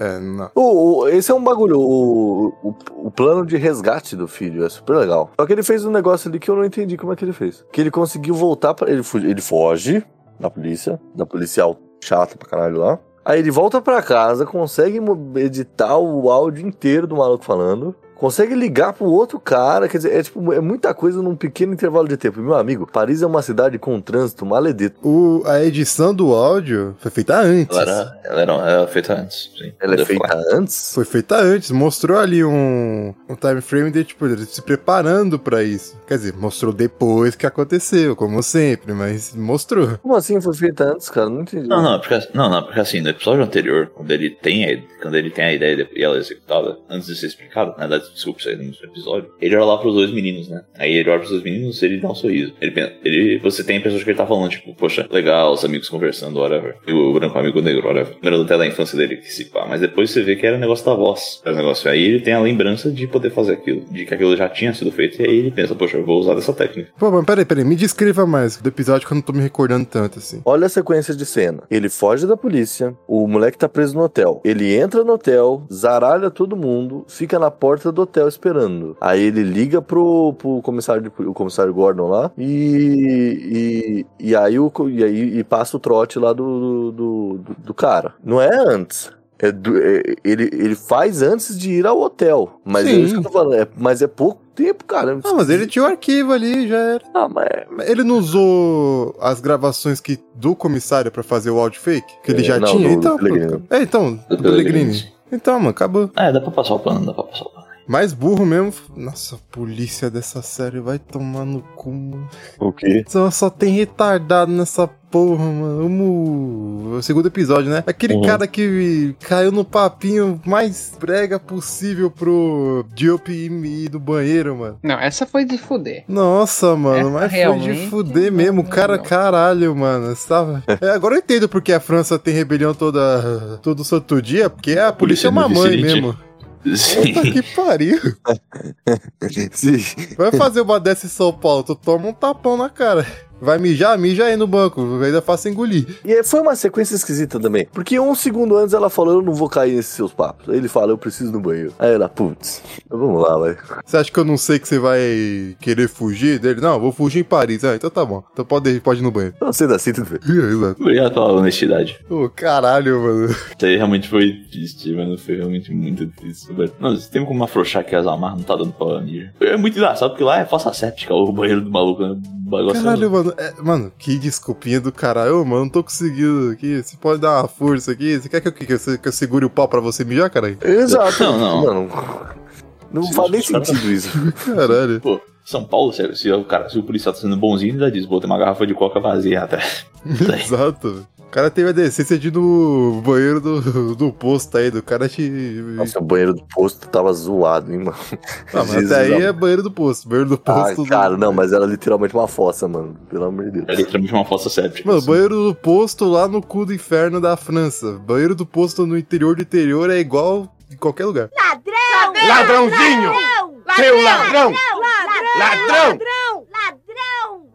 Speaker 1: é, não.
Speaker 2: O- o- esse é um bagulho, o, o, o plano de resgate do filho é super legal. Só que ele fez um negócio ali que eu não entendi como é que ele fez. Que ele conseguiu voltar pra. ele, fu- ele foge da polícia, da policial chata pra caralho lá. Aí ele volta pra casa, consegue mo- editar o áudio inteiro do maluco falando. Consegue ligar pro outro cara, quer dizer, é tipo, é muita coisa num pequeno intervalo de tempo. Meu amigo, Paris é uma cidade com um trânsito maledeto.
Speaker 1: O, a edição do áudio foi feita antes.
Speaker 4: Ela era, ela era, ela era feita antes. Sim.
Speaker 2: Ela é
Speaker 4: Eu falei,
Speaker 2: feita antes?
Speaker 1: Foi feita antes, mostrou ali um, um time frame de tipo, eles se preparando pra isso. Quer dizer, mostrou depois que aconteceu, como sempre, mas mostrou.
Speaker 2: Como assim foi feita antes, cara? Não entendi.
Speaker 4: Não, não, porque, não, não, porque assim, no episódio anterior, quando ele tem a, quando ele tem a ideia de- e ela é executada, antes de ser explicado, na verdade, desculpa, isso aí no mesmo episódio, ele olha lá pros dois meninos, né? Aí ele olha pros dois meninos e ele dá um sorriso. Ele pensa, ele, você tem a impressão de que ele tá falando, tipo, poxa, legal, os amigos conversando, whatever. E o branco amigo negro, whatever. Primeiro até da infância dele que se pá, mas depois você vê que era um negócio da voz. Era negócio. Aí ele tem a lembrança de poder fazer aquilo, de que aquilo já tinha sido feito, e aí ele pensa, poxa, eu vou usar dessa técnica.
Speaker 1: Pô, mas peraí, peraí, me descreva mais do episódio que eu não tô me recordando tanto assim.
Speaker 2: Olha a sequência de cena. Ele foge da polícia, o moleque tá preso no hotel. Ele entra no hotel, zaralha todo mundo, fica na porta do hotel esperando. Aí ele liga pro, pro comissário, de, o comissário Gordon lá e, e, e aí o co- e aí e passa o trote lá do, do, do, do cara. Não é antes. É do- é- ele, ele faz antes de ir ao hotel. Mas é
Speaker 1: Sim.
Speaker 2: isso que eu tô falando. é- mas é pouco tempo, cara.
Speaker 1: Ah, mas ele tinha o arquivo ali, já era.
Speaker 2: Ah, mas é-
Speaker 1: Mas Ele não usou as gravações que do comissário pra fazer o áudio fake? Que ele
Speaker 2: É,
Speaker 1: já
Speaker 2: não,
Speaker 1: tinha?
Speaker 2: do-
Speaker 1: então,
Speaker 2: do Pellegrini.
Speaker 1: pronto. É, então, do Pellegrini. Então, mano, acabou.
Speaker 4: Ah, dá pra passar o pano, dá pra passar o pano.
Speaker 1: Mais burro mesmo. Nossa, a polícia dessa série vai tomar no cu. mano.
Speaker 2: O quê?
Speaker 1: Só, só tem retardado nessa porra, mano. Amo o segundo episódio, né? Aquele
Speaker 4: Uhum.
Speaker 1: cara que caiu no papinho mais brega possível pro Diop ir ir do banheiro, mano.
Speaker 3: Não, essa foi de fuder.
Speaker 1: Nossa, mano,
Speaker 3: Essa
Speaker 1: mas foi de
Speaker 3: realmente
Speaker 1: fuder
Speaker 3: não,
Speaker 1: mesmo, cara,
Speaker 3: não.
Speaker 1: caralho, mano. Sabe? É, agora eu entendo porque a França tem rebelião toda todo santo dia, porque a polícia é
Speaker 4: Polícia
Speaker 1: uma
Speaker 4: do
Speaker 1: mãe
Speaker 4: Vicente.
Speaker 1: mesmo.
Speaker 4: Sim.
Speaker 1: Puta que pariu. Vai fazer uma dessa em São Paulo, tu toma um tapão na cara. Vai mijar, mija aí no banco, ainda faço engolir.
Speaker 2: E aí foi uma sequência esquisita também. Porque um segundo antes ela falou, eu não vou cair nesses seus papos. Aí ele fala, eu preciso ir no banheiro. Aí ela, putz, então vamos lá, vai.
Speaker 1: Você acha que eu não sei que você vai querer fugir dele? Não, vou fugir em Paris. Ah, então tá bom. Então pode, ir- pode ir no banheiro. É,
Speaker 2: Não sendo assim, tudo bem.
Speaker 1: Exato.
Speaker 4: Obrigado pela honestidade.
Speaker 1: Ô, caralho, mano.
Speaker 4: Isso aí realmente foi triste, mano. Foi realmente muito triste. velho. Não, você tem como afrouxar que as amarras não tá dando pra Anja. É muito engraçado, porque lá é fossa séptica, o banheiro do maluco, né? O bagulho
Speaker 1: Caralho, mano. É, mano, que desculpinha do caralho. Ô, mano, não tô conseguindo aqui. Você pode dar uma força aqui? Você quer que eu, que eu, que eu segure o pau pra você mijar, caralho?
Speaker 2: Exato.
Speaker 4: Não, não.
Speaker 2: Mano, não faz nem sentido isso.
Speaker 1: Caralho.
Speaker 4: Pô, São Paulo, sério, se o, cara, se o policial tá sendo bonzinho, ele já diz, botei uma garrafa de coca vazia atrás.
Speaker 2: Tá
Speaker 1: Exato. O cara teve a decência de ir no banheiro do, do posto aí, do cara te.
Speaker 2: Nossa, o banheiro do posto tava zoado, hein, mano.
Speaker 1: Ah, mas
Speaker 2: Jesus,
Speaker 1: até aí
Speaker 2: amor.
Speaker 1: é banheiro do posto. Banheiro do
Speaker 2: Ah,
Speaker 1: posto. do-
Speaker 2: cara, não, mas era literalmente uma fossa, mano. Pelo amor de
Speaker 4: É
Speaker 2: Deus.
Speaker 4: literalmente uma fossa séptica.
Speaker 1: Mano,
Speaker 4: assim.
Speaker 1: banheiro do posto lá no cu do inferno da França. Banheiro do posto no interior do interior é igual em qualquer lugar.
Speaker 5: Ladrãozinho! Seu ladrão! Ladrão!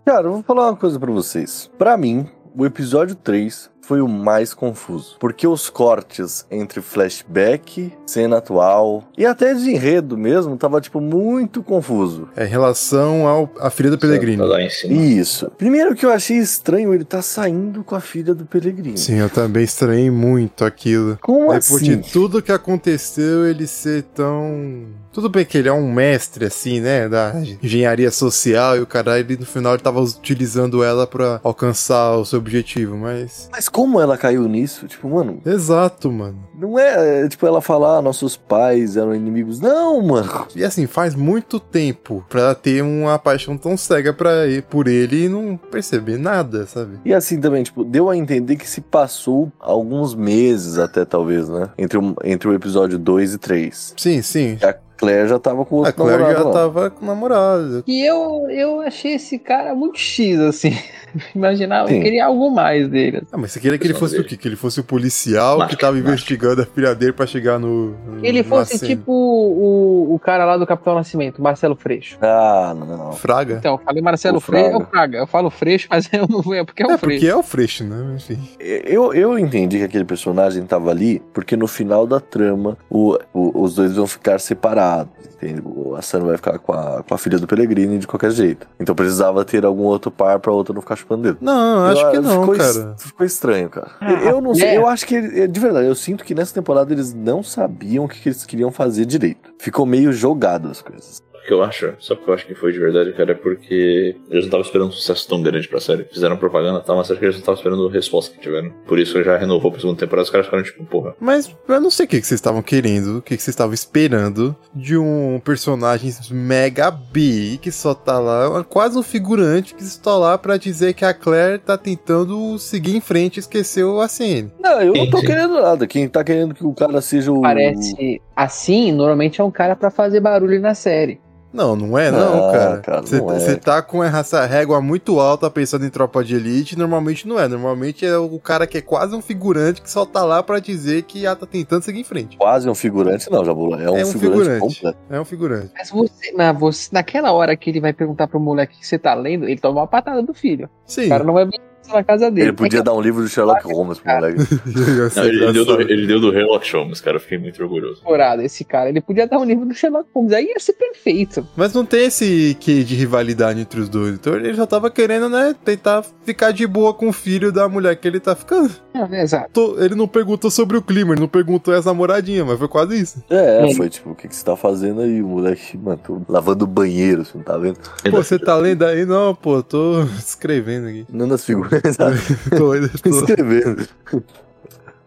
Speaker 2: Cara, eu vou falar uma coisa pra vocês. Pra mim, o episódio 3 foi o mais confuso, porque os cortes entre flashback, cena atual e até de enredo mesmo tava tipo muito confuso.
Speaker 1: É em relação ao, à filha do
Speaker 4: Tá
Speaker 1: Pellegrini.
Speaker 4: lá em cima.
Speaker 2: Isso. Primeiro que eu achei estranho ele tá saindo com a filha do Pellegrini.
Speaker 1: Sim, É eu também estranhei muito aquilo.
Speaker 2: Como
Speaker 1: Depois de
Speaker 2: assim?
Speaker 1: tudo que aconteceu, ele ser tão. Tudo bem que ele é um mestre, assim, né? Da engenharia social e o cara, ele no final ele tava utilizando ela pra alcançar o seu objetivo, mas.
Speaker 2: Mas como ela caiu nisso? Tipo, mano,
Speaker 1: Exato, mano.
Speaker 2: não é, é, tipo ela falar, "Ah, nossos pais eram inimigos. Não, mano.
Speaker 1: E assim, faz muito tempo pra ela ter uma paixão tão cega pra e- por ele e não perceber nada, sabe?
Speaker 2: E assim também, tipo, deu a entender que se passou alguns meses até, talvez, né? Entre o, entre o episódio 2 e 3.
Speaker 1: Sim, sim.
Speaker 2: A Claire já tava com o
Speaker 1: A
Speaker 2: outro
Speaker 1: Claire
Speaker 2: namorado
Speaker 1: já tá-
Speaker 2: lá.
Speaker 1: tava com namorada.
Speaker 3: E eu, eu achei esse cara muito X, assim. Imaginava, eu
Speaker 2: Sim.
Speaker 3: queria algo mais dele.
Speaker 1: Ah, mas você queria que ele
Speaker 4: Pessoal
Speaker 1: fosse o
Speaker 4: dele.
Speaker 1: quê? Que ele fosse o policial
Speaker 4: Macho,
Speaker 1: que tava
Speaker 4: macho.
Speaker 1: investigando a filha dele pra chegar no. no-
Speaker 3: Que ele
Speaker 1: na
Speaker 3: fosse
Speaker 1: cena.
Speaker 3: tipo o, o cara lá do Capitão Nascimento, Marcelo Freixo.
Speaker 2: Ah, não.
Speaker 1: Fraga.
Speaker 3: Então, eu falei Marcelo
Speaker 2: O
Speaker 3: Freixo, é o
Speaker 2: Fraga.
Speaker 3: Fraga. Eu falo Freixo, mas eu não é porque é o
Speaker 1: É,
Speaker 3: Freixo.
Speaker 1: porque é o Freixo, né? Enfim.
Speaker 2: Eu, eu entendi que aquele personagem tava ali porque no final da trama o- o- os dois vão ficar separados, entende? O- A Sam vai ficar com a, com a filha do Pellegrini de qualquer jeito. Então precisava ter algum outro par pra outra não ficar chupando dedo.
Speaker 1: Não, acho
Speaker 2: Eu-
Speaker 1: que não,
Speaker 2: ficou es-
Speaker 1: cara.
Speaker 2: ficou estranho, cara. Eu- eu não sei,
Speaker 3: é.
Speaker 2: eu acho que, ele- de verdade, eu sinto que nessa temporada eles não sabiam o que, que eles queriam fazer direito. Ficou meio jogado as coisas.
Speaker 4: O que eu acho, só porque eu acho que foi de verdade, cara, é porque eles não estavam esperando um sucesso tão grande pra série. Fizeram propaganda e tal, mas acho que eles não estavam esperando a resposta que tiveram. Por isso que já renovou pra segunda temporada, os caras ficaram tipo, porra.
Speaker 1: Mas eu não sei o que que vocês estavam querendo, o que que vocês estavam esperando de um personagem mega B que só tá lá, quase um figurante que só tá lá pra dizer que a Claire tá tentando seguir em frente e esqueceu a CN.
Speaker 2: Não, eu não
Speaker 4: Sim,
Speaker 2: tô
Speaker 4: sim.
Speaker 2: querendo nada. Quem tá querendo que o cara seja o.
Speaker 3: Parece assim, normalmente é um cara pra fazer barulho na série.
Speaker 1: Não, não é não,
Speaker 2: Ah,
Speaker 1: cara.
Speaker 2: cara,
Speaker 1: Você
Speaker 2: não é.
Speaker 1: você tá com essa régua muito alta pensando em tropa de elite, normalmente não é. Normalmente é o cara que é quase um figurante que só tá lá pra dizer que ela tá tentando seguir em frente.
Speaker 2: Quase um figurante, não, Jabula. É um,
Speaker 1: É um
Speaker 2: figurante,
Speaker 1: figurante.
Speaker 2: completo.
Speaker 1: É um figurante.
Speaker 3: Mas você, na, você, naquela hora que ele vai perguntar pro moleque que você tá lendo, ele toma uma patada do filho.
Speaker 1: Sim.
Speaker 3: O cara não vai brincar na casa dele.
Speaker 2: Ele podia dar um livro do Sherlock Holmes pro
Speaker 3: um
Speaker 2: moleque.
Speaker 1: Eu sei,
Speaker 4: Não, ele,
Speaker 1: eu
Speaker 4: ele deu do,
Speaker 1: sei.
Speaker 4: ele deu do Sherlock Holmes, cara, eu fiquei muito orgulhoso.
Speaker 3: temporada, esse cara, ele podia dar um livro do Sherlock Holmes, aí ia ser perfeito.
Speaker 1: Mas não tem esse que de rivalidade entre os dois. Então ele já tava querendo, né, tentar ficar de boa com o filho da mulher que ele tá ficando.
Speaker 3: É, exato.
Speaker 1: Tô- Ele não perguntou sobre o clima, ele não perguntou essa namoradinha, mas foi quase isso.
Speaker 2: É,
Speaker 3: Sim.
Speaker 2: foi tipo, o que, que você tá fazendo aí, o moleque, mano, tô lavando o banheiro, você não tá vendo?
Speaker 1: Pô, você tá lendo aí? Não, pô, tô escrevendo aqui.
Speaker 2: Não nas figuras, tá
Speaker 1: Tô, tô,
Speaker 2: escrevendo.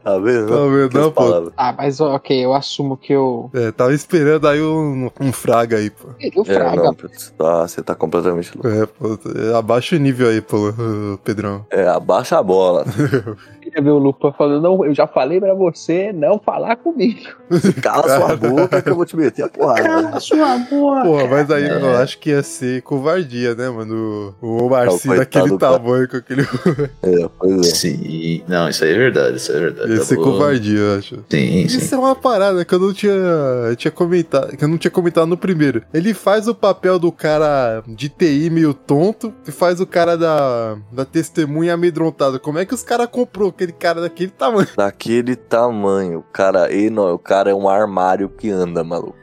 Speaker 2: Tá vendo?
Speaker 1: Tá vendo,
Speaker 2: Aquelas
Speaker 1: não, pô?
Speaker 2: palavras.
Speaker 3: Ah, mas ó, ok, eu assumo que eu.
Speaker 1: é, tava esperando aí um, um fraga aí, pô.
Speaker 3: Eu
Speaker 2: É,
Speaker 3: fraga.
Speaker 2: não, você tá, você tá completamente louco.
Speaker 1: É, pô, é, abaixa o nível aí, pô, ô, Pedrão.
Speaker 2: É, abaixa a bola.
Speaker 3: queria ver o Lupa falando, não, eu já falei pra você não falar comigo.
Speaker 2: Cala sua boca que eu vou te meter a porrada.
Speaker 3: sua boca.
Speaker 1: Porra, mas aí eu acho que ia ser covardia, né, mano? O, o Marci
Speaker 2: Tá, o
Speaker 1: daquele
Speaker 2: coitado do-
Speaker 1: tamanho com aquele.
Speaker 2: É, pois é.
Speaker 4: Sim, não, isso aí é verdade, isso aí é verdade.
Speaker 1: Ia
Speaker 4: tá
Speaker 1: ser
Speaker 4: bom.
Speaker 1: covardia, eu acho.
Speaker 4: Sim, sim.
Speaker 1: Isso é uma parada que eu não tinha, eu tinha comentado, que eu não tinha comentado no primeiro. Ele faz o papel do cara de TI meio tonto e faz o cara da, da testemunha amedrontado. Como é que os caras comprou aquele cara daquele tamanho?
Speaker 2: Daquele tamanho, o cara, e não, o cara é um armário que anda, maluco.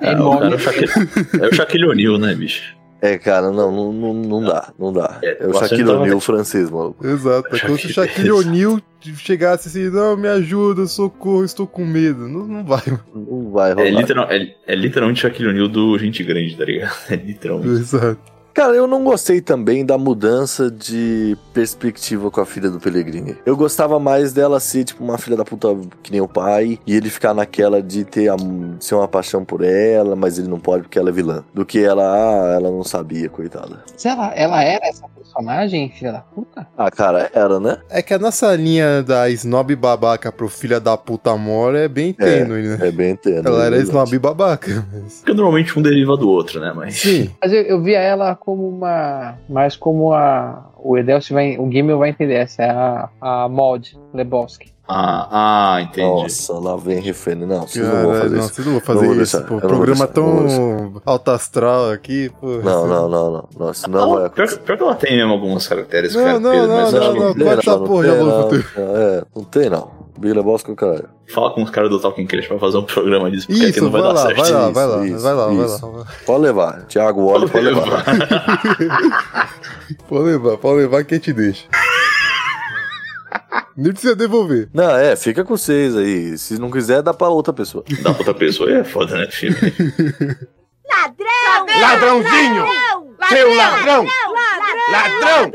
Speaker 3: É
Speaker 4: Ah, o cara
Speaker 3: enorme.
Speaker 4: é o Shaquille- é o Shaquille O'Neal, né, bicho?
Speaker 2: É, cara, não, não, não, não dá, não dá.
Speaker 4: É,
Speaker 2: É o
Speaker 4: o acento
Speaker 2: Shaquille
Speaker 4: tava-
Speaker 2: O'Neal francês, maluco.
Speaker 1: Exato, é como se o Shaquille O'Neal chegasse assim, não, me ajuda, socorro, estou com medo. Não, não vai, mano.
Speaker 2: Não vai rolar.
Speaker 4: É, literal, é, é literalmente Shaquille O'Neal do Gente Grande, tá ligado? É literalmente.
Speaker 1: Exato.
Speaker 2: Cara, eu não gostei também da mudança de perspectiva com a filha do Pellegrini. Eu gostava mais dela ser, tipo, uma filha da puta que nem o pai, e ele ficar naquela de ter a, de ser uma paixão por ela, mas ele não pode porque ela é vilã. Do que ela, ah, ela não sabia, coitada.
Speaker 3: Mas ela, ela era essa personagem, filha da puta?
Speaker 2: Ah, cara, era, né?
Speaker 1: É que a nossa linha da snob babaca pro filha da puta mora é bem tênue, né?
Speaker 2: É bem tênue.
Speaker 1: Ela era
Speaker 2: verdade.
Speaker 1: snob babaca, mas...
Speaker 4: Porque normalmente um deriva do outro, né? Mas.
Speaker 1: Sim.
Speaker 3: Mas eu, eu via ela como uma. Mais como a. O Edelcio vai. O Gamer vai entender essa. É a, a Mod Lebowski.
Speaker 4: Ah, ah, entendi.
Speaker 2: Nossa, lá vem refém. Não, vocês não vão
Speaker 1: Cara,
Speaker 2: fazer
Speaker 1: não,
Speaker 2: isso.
Speaker 1: vocês não vão fazer
Speaker 2: vou
Speaker 1: isso,
Speaker 2: deixar,
Speaker 1: pô.
Speaker 2: eu não vou
Speaker 1: Programa
Speaker 2: deixar, eu não
Speaker 1: tão alto astral aqui, pô.
Speaker 2: Não, não, não, não. não isso não é.
Speaker 4: Ela-
Speaker 2: vai
Speaker 4: pior,
Speaker 2: acontecer.
Speaker 4: pior que ela tem mesmo algumas caracteres
Speaker 1: Não, não,
Speaker 4: caracteres, mas
Speaker 1: não,
Speaker 4: acho que
Speaker 1: não,
Speaker 2: tem,
Speaker 1: corta essa porra, já
Speaker 2: tem,
Speaker 1: vou no
Speaker 2: não, não, é, não tem, não. Bila Bosco, caralho.
Speaker 4: fala com os caras do Talking Crash pra fazer um programa disso, porque aqui
Speaker 1: Isso,
Speaker 4: não
Speaker 1: vai
Speaker 4: vai,
Speaker 1: lá,
Speaker 4: dar certo.
Speaker 1: vai lá,
Speaker 2: Isso,
Speaker 1: vai lá,
Speaker 2: isso,
Speaker 1: vai lá, vai
Speaker 2: isso.
Speaker 1: lá.
Speaker 2: Pode levar. Thiago Wally, pode levar.
Speaker 1: Pode levar, pode levar que a gente deixa. Nem precisa devolver.
Speaker 2: Não, é, fica com vocês aí. Se não quiser, dá pra outra pessoa.
Speaker 4: Dá pra outra pessoa e é foda, né, filho?
Speaker 5: Ladrão!
Speaker 6: Ladrãozinho!
Speaker 5: Ladrão!
Speaker 6: Seu ladrão!
Speaker 5: Ladrão!
Speaker 6: Ladrão!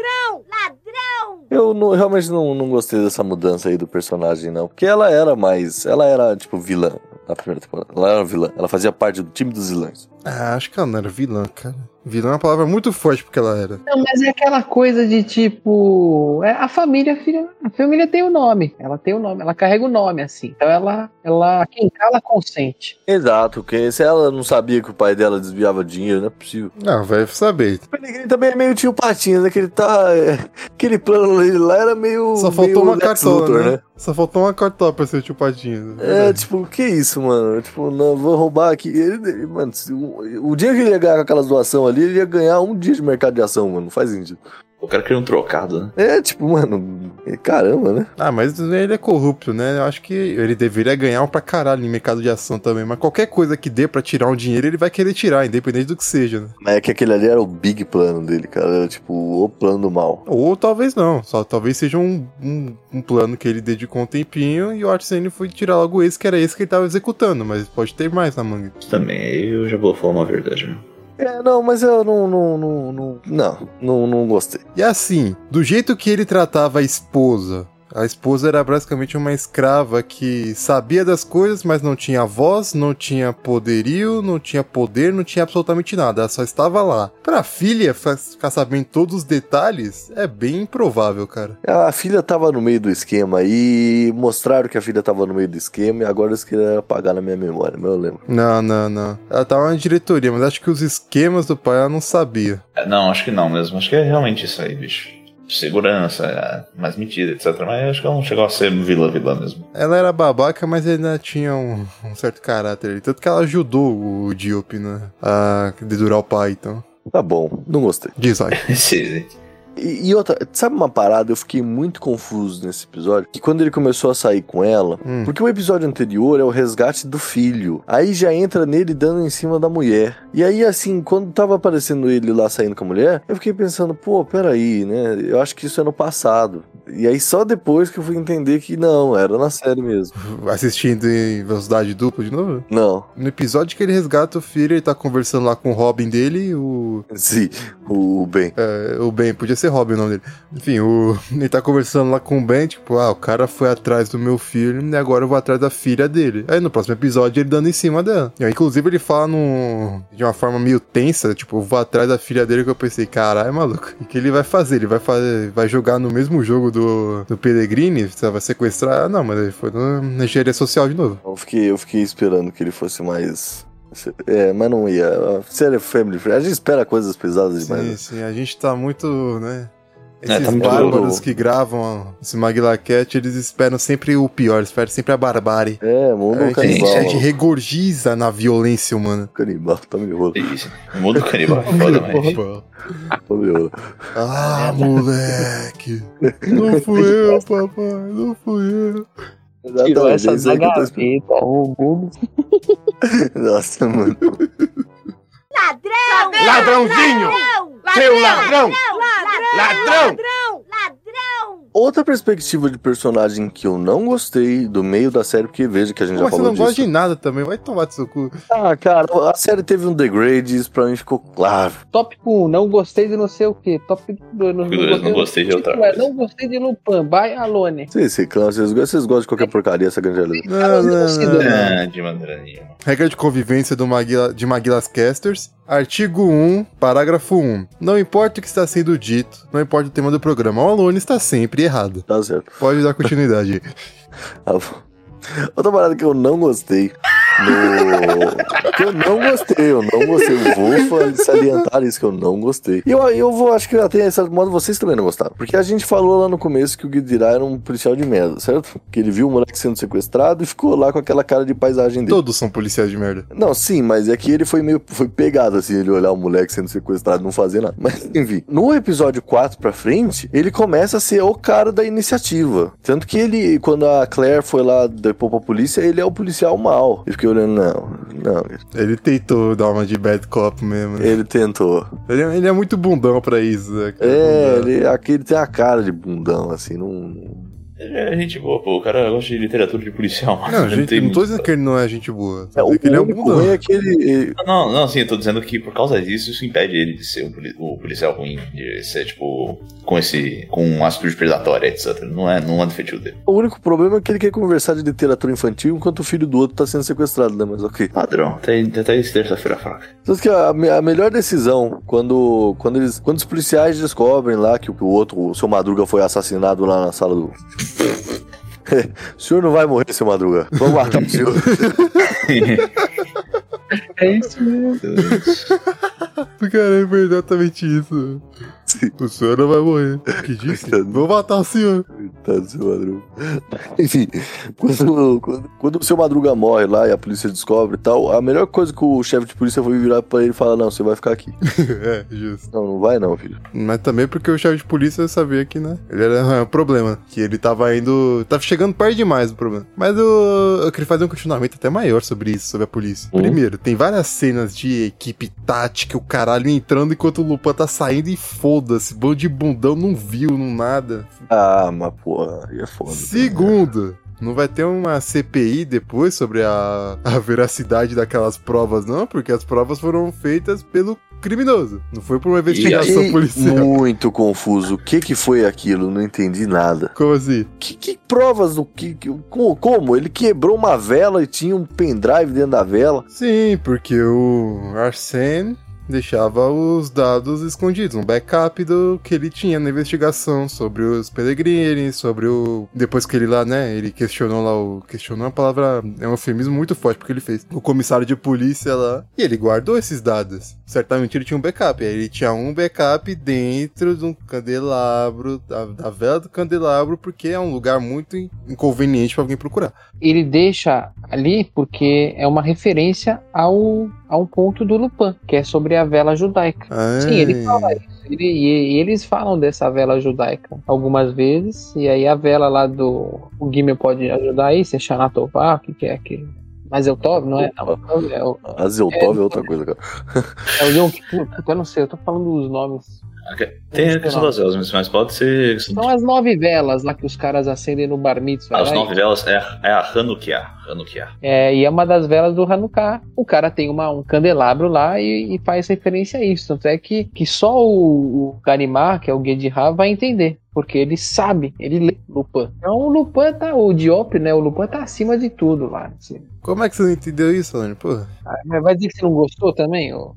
Speaker 5: Ladrão!
Speaker 2: Eu não- realmente não, não gostei dessa mudança aí do personagem, não. Porque ela era mais. Ela era, tipo, vilã na primeira temporada. Ela era vilã. Ela fazia parte do time dos vilões.
Speaker 1: Ah, acho que ela não era vilã, cara. Vilã é uma palavra muito forte porque ela era.
Speaker 3: Não, mas é aquela coisa de tipo. é, a família, filha, a família tem o nome. Ela tem o nome, ela carrega o nome, assim. Então ela, ela quem cala consente.
Speaker 2: Exato, porque se ela não sabia que o pai dela desviava dinheiro, não é possível.
Speaker 1: Não, vai saber.
Speaker 2: O Pelegrini também é meio tio Patinhas, né? Que ele tá. é, Aquele plano dele lá era meio.
Speaker 1: Só
Speaker 2: meio
Speaker 1: faltou uma
Speaker 2: Lex
Speaker 1: cartola,
Speaker 2: Luthor,
Speaker 1: né? Só faltou uma cartola pra ser o tio Patinhas. né?
Speaker 2: É, tipo, que isso, mano? Tipo, não, vou roubar aqui. Ele, ele- mano, se o, o dia que ele ia ganhar com aquelas doações ali, ele ia ganhar um dia de mercado de ação, mano. Não faz sentido.
Speaker 4: O cara queria um trocado, né?
Speaker 2: É, tipo, mano, é, caramba, né?
Speaker 1: Ah, mas ele é corrupto, né? Eu acho que ele deveria ganhar um pra caralho em mercado de ação também. Mas qualquer coisa que dê pra tirar um dinheiro, ele vai querer tirar, independente do que seja, né?
Speaker 2: Mas é que aquele ali era o big plano dele, cara. Era, tipo, o plano do mal.
Speaker 1: Ou talvez não. Só talvez seja um, um, um plano que ele dedicou um tempinho e o Arsene foi tirar logo esse, que era esse que ele tava executando. Mas pode ter mais na manga.
Speaker 4: Isso também, aí eu já vou falar uma verdade. né?
Speaker 2: É, não, mas eu não. Não, não, não, não, não, não gostei.
Speaker 1: E assim, do jeito que ele tratava a esposa, a esposa era basicamente uma escrava que sabia das coisas, mas não tinha voz, não tinha poderio, não tinha poder, não tinha absolutamente nada, ela só estava lá. Pra filha fa- ficar sabendo todos os detalhes, é bem improvável, cara.
Speaker 2: A filha tava no meio do esquema e mostraram que a filha tava no meio do esquema e agora eles queriam apagar na minha memória, mas eu lembro.
Speaker 1: Não, não, não. Ela tava na diretoria, mas acho que os esquemas do pai ela não sabia.
Speaker 4: É, Não, acho que não mesmo. Acho que é realmente isso aí, bicho. Segurança, é, mais mentira, etc. Mas acho que ela não chegou a ser vilã, vilã mesmo.
Speaker 1: Ela era babaca, mas ainda tinha um, um certo caráter ali. Tanto que ela ajudou o Diop, né? A dedurar o pai, então.
Speaker 2: Tá bom, não gostei.
Speaker 1: Diz aí.
Speaker 4: Sim, sim.
Speaker 2: E, e outra, sabe uma parada? Eu fiquei muito confuso nesse episódio. Que quando ele começou a sair com ela,
Speaker 1: Hum.
Speaker 2: porque o episódio anterior é o resgate do filho. Aí já entra nele dando em cima da mulher. E aí, assim, quando tava aparecendo ele lá saindo com a mulher, eu fiquei pensando, pô, peraí, né? Eu acho que isso é no passado. E aí só depois que eu fui entender que não, era na série mesmo.
Speaker 1: assistindo em velocidade dupla de novo?
Speaker 2: Não.
Speaker 1: No episódio que ele resgata o filho, ele tá conversando lá com o Robin dele, o.
Speaker 2: Sim, o Ben.
Speaker 1: é, o Ben, podia ser Robin o nome dele. Enfim, o. Ele tá conversando lá com o Ben, tipo, ah, o cara foi atrás do meu filho e agora eu vou atrás da filha dele. Aí no próximo episódio ele dando em cima dela. E aí, inclusive, ele fala num. de uma forma meio tensa, tipo, eu vou atrás da filha dele que eu pensei, caralho, maluco. O que ele vai fazer? Ele vai fazer. Vai jogar no mesmo jogo do. do Pellegrini? Você vai sequestrar? Ah, não, mas ele foi na na engenharia social de novo.
Speaker 2: Eu fiquei, eu fiquei esperando que ele fosse mais. É, mas não ia. A série é family friendly. A gente espera coisas pesadas demais. né?
Speaker 1: Sim, sim, a gente tá muito, né?
Speaker 4: É, tá
Speaker 1: Esses
Speaker 4: muito
Speaker 1: bárbaros
Speaker 2: louco.
Speaker 1: que gravam esse Maglaquete, eles esperam sempre o pior, esperam sempre a barbárie.
Speaker 2: É, mundo
Speaker 1: A gente,
Speaker 2: canibal.
Speaker 1: a
Speaker 2: mano.
Speaker 1: gente regurgiza na violência humana. Tipo,
Speaker 2: Canibal, tá me rolo,
Speaker 4: Isso. O mundo canibal é foda, mas.
Speaker 2: tá me rolo.
Speaker 1: Ah, moleque. Não fui eu, papai. Não fui eu.
Speaker 3: Tirou
Speaker 2: Exatamente, é
Speaker 3: essa
Speaker 2: isso
Speaker 3: da
Speaker 2: aí que eu tô esperando.
Speaker 3: gaveta, o Gubbs.
Speaker 2: Nossa, mano.
Speaker 5: Ladrãozinho! Seu ladrão! Ladrão!
Speaker 2: Outra perspectiva de personagem que eu não gostei do meio da série, porque veja que a gente
Speaker 1: Mas
Speaker 2: já
Speaker 1: você
Speaker 2: falou
Speaker 1: não
Speaker 2: disso.
Speaker 1: gosta de nada também, vai tomar do seu cu.
Speaker 2: Ah, cara, a série teve um degrade, isso pra mim ficou ah, claro.
Speaker 3: Tópico 1, não gostei de não sei o quê. Tópico 2, não,
Speaker 4: Dois, não gostei tá. de outra
Speaker 3: Título é,
Speaker 4: coisa.
Speaker 3: Não gostei de Lupin, by Alone.
Speaker 2: Vocês reclamam, vocês gostam, vocês gostam de qualquer porcaria, essa grande realidade.
Speaker 1: Ah, Não, não, não, não.
Speaker 4: Ah, de maneira nenhuma.
Speaker 1: Regra de convivência do Maguila, de Maguilas Casters, artigo 1, parágrafo 1. Não importa o que está sendo dito, não importa o tema do programa, o aluno está sempre errado.
Speaker 2: Tá certo.
Speaker 1: Pode dar continuidade.
Speaker 2: Tá bom. Outra parada que eu não gostei. No... que eu não gostei, eu não gostei. Eu vou fa- salientar isso que eu não gostei. E eu, eu vou, acho que até em certo modo vocês também não gostaram. Porque a gente falou lá no começo que o Guidirá era um policial de merda, certo? Que ele viu o moleque sendo sequestrado e ficou lá com aquela cara de paisagem dele.
Speaker 1: Todos são policiais de merda.
Speaker 2: Não, sim, mas é que ele foi meio foi pegado, assim, ele olhar o moleque sendo sequestrado, não fazer nada. Mas, enfim, no episódio 4 pra frente, ele começa a ser o cara da iniciativa. Tanto que ele, quando a Claire foi lá depor pra polícia, ele é o policial mal. Eu fiquei olhando, não, não,
Speaker 1: Ele tentou dar uma de bad cop mesmo. né?
Speaker 2: ele tentou.
Speaker 1: Ele, é- ele é muito bundão pra isso. né, cara?
Speaker 2: É,
Speaker 1: Bundão.
Speaker 2: ele, aqui ele tem a cara de bundão, assim, não.
Speaker 4: Ele é gente boa, pô. O cara gosta de literatura de policial. mas
Speaker 1: Não,
Speaker 4: ele
Speaker 1: gente,
Speaker 4: tem
Speaker 1: não tô
Speaker 4: muito-
Speaker 1: dizendo que ele não é gente boa. Tô
Speaker 2: É, o
Speaker 1: dizendo que ele é um
Speaker 2: único ruim
Speaker 1: bundão.
Speaker 2: é aquele.
Speaker 4: Não, não, assim, eu tô dizendo que por causa disso, isso impede ele de ser um poli- o policial ruim, de ser, tipo, com esse. com um uma atitude predatória, etc. Não é, não é do feitio dele.
Speaker 2: O único problema é que ele quer conversar de literatura infantil enquanto o filho do outro tá sendo sequestrado, né? Mas ok.
Speaker 4: Padrão, até, até esse terça-feira fraca.
Speaker 2: Tanto que a, me- a melhor decisão, quando, quando, eles, quando os policiais descobrem lá que o, o outro, o seu Madruga, foi assassinado lá na sala do. o senhor não vai morrer, seu Madruga. Vamos matar o senhor.
Speaker 3: É isso mesmo.
Speaker 1: Cara, é exatamente isso.
Speaker 2: Sim. Tá
Speaker 1: O senhor não vai morrer. O que disse?
Speaker 2: Coitado.
Speaker 1: Vou matar o senhor.
Speaker 2: Coitado do Tá, seu Madruga. Enfim, quando, quando, quando o seu Madruga morre lá e a polícia descobre e tal, a melhor coisa que o chefe de polícia foi virar pra ele e falar: Não, você vai ficar aqui.
Speaker 1: é, justo.
Speaker 2: Não, não vai não, filho.
Speaker 1: Mas também porque o chefe de polícia sabia que, né? Ele era um problema. Que ele tava indo. Tava chegando perto demais do problema. Mas eu, eu queria fazer um continuamento até maior sobre isso, sobre a polícia.
Speaker 4: Hum.
Speaker 1: Primeiro, tem várias cenas de equipe tática, o caralho entrando enquanto o Lupan tá saindo e foda-se. Bando de bundão não viu, não nada.
Speaker 2: Ah, mas porra, aí é foda.
Speaker 1: Segundo, não vai ter uma CPI depois sobre a, a veracidade daquelas provas, não, porque as provas foram feitas pelo criminoso. Não foi por uma investigação
Speaker 2: E-
Speaker 1: policial.
Speaker 2: Muito confuso. O que que foi aquilo? Não entendi nada.
Speaker 1: Como assim?
Speaker 2: Que, que provas do que, que- como, como? Ele quebrou uma vela e tinha um pendrive dentro da vela.
Speaker 1: Sim, porque o Arsene deixava os dados escondidos, um backup do que ele tinha na investigação sobre os Pellegrini, sobre o depois que ele lá, né, ele questionou lá o questionou é uma palavra é um eufemismo muito forte porque ele fez o comissário de polícia lá e ele guardou esses dados. Certamente ele tinha um backup, aí ele tinha um backup dentro de um candelabro da, da vela do candelabro porque é um lugar muito in- inconveniente pra alguém procurar.
Speaker 3: Ele deixa ali porque é uma referência ao, a um ponto do Lupin, que é sobre a vela judaica. Sim, ele
Speaker 1: Ai.
Speaker 3: fala isso. Ele- e, e eles falam dessa vela judaica algumas vezes. E aí a vela lá do. O Guimel pode ajudar aí, se é Xanatová, o que, que é aquele. Mas é o Tov, não
Speaker 1: Tá
Speaker 3: é? Não, é o,
Speaker 2: Azeltov é outra coisa, cara.
Speaker 3: é o Yom Kippur, puta, eu não sei, eu tô falando os nomes.
Speaker 4: Tem a questão das velas, mas pode ser.
Speaker 1: Então é,
Speaker 3: São as nove velas lá que os caras acendem no bar
Speaker 1: Ah,
Speaker 3: mitzvah.
Speaker 4: As
Speaker 3: né?
Speaker 4: nove velas é, a- é a Hanukkah. Hanukkah.
Speaker 3: É, e é uma das velas do Hanukkah. O cara tem uma, um candelabro lá e, e faz referência a isso. Tanto é que, que só o, o Garimar, que é o guia de Ra, vai entender. Porque ele sabe, ele lê Lupin. Então o Lupin tá, o Diop, né? O Lupin tá acima de tudo lá. assim.
Speaker 1: Como é que você não entendeu isso, Alan? Porra.
Speaker 3: Ah, Mas vai dizer que você não gostou também? ô?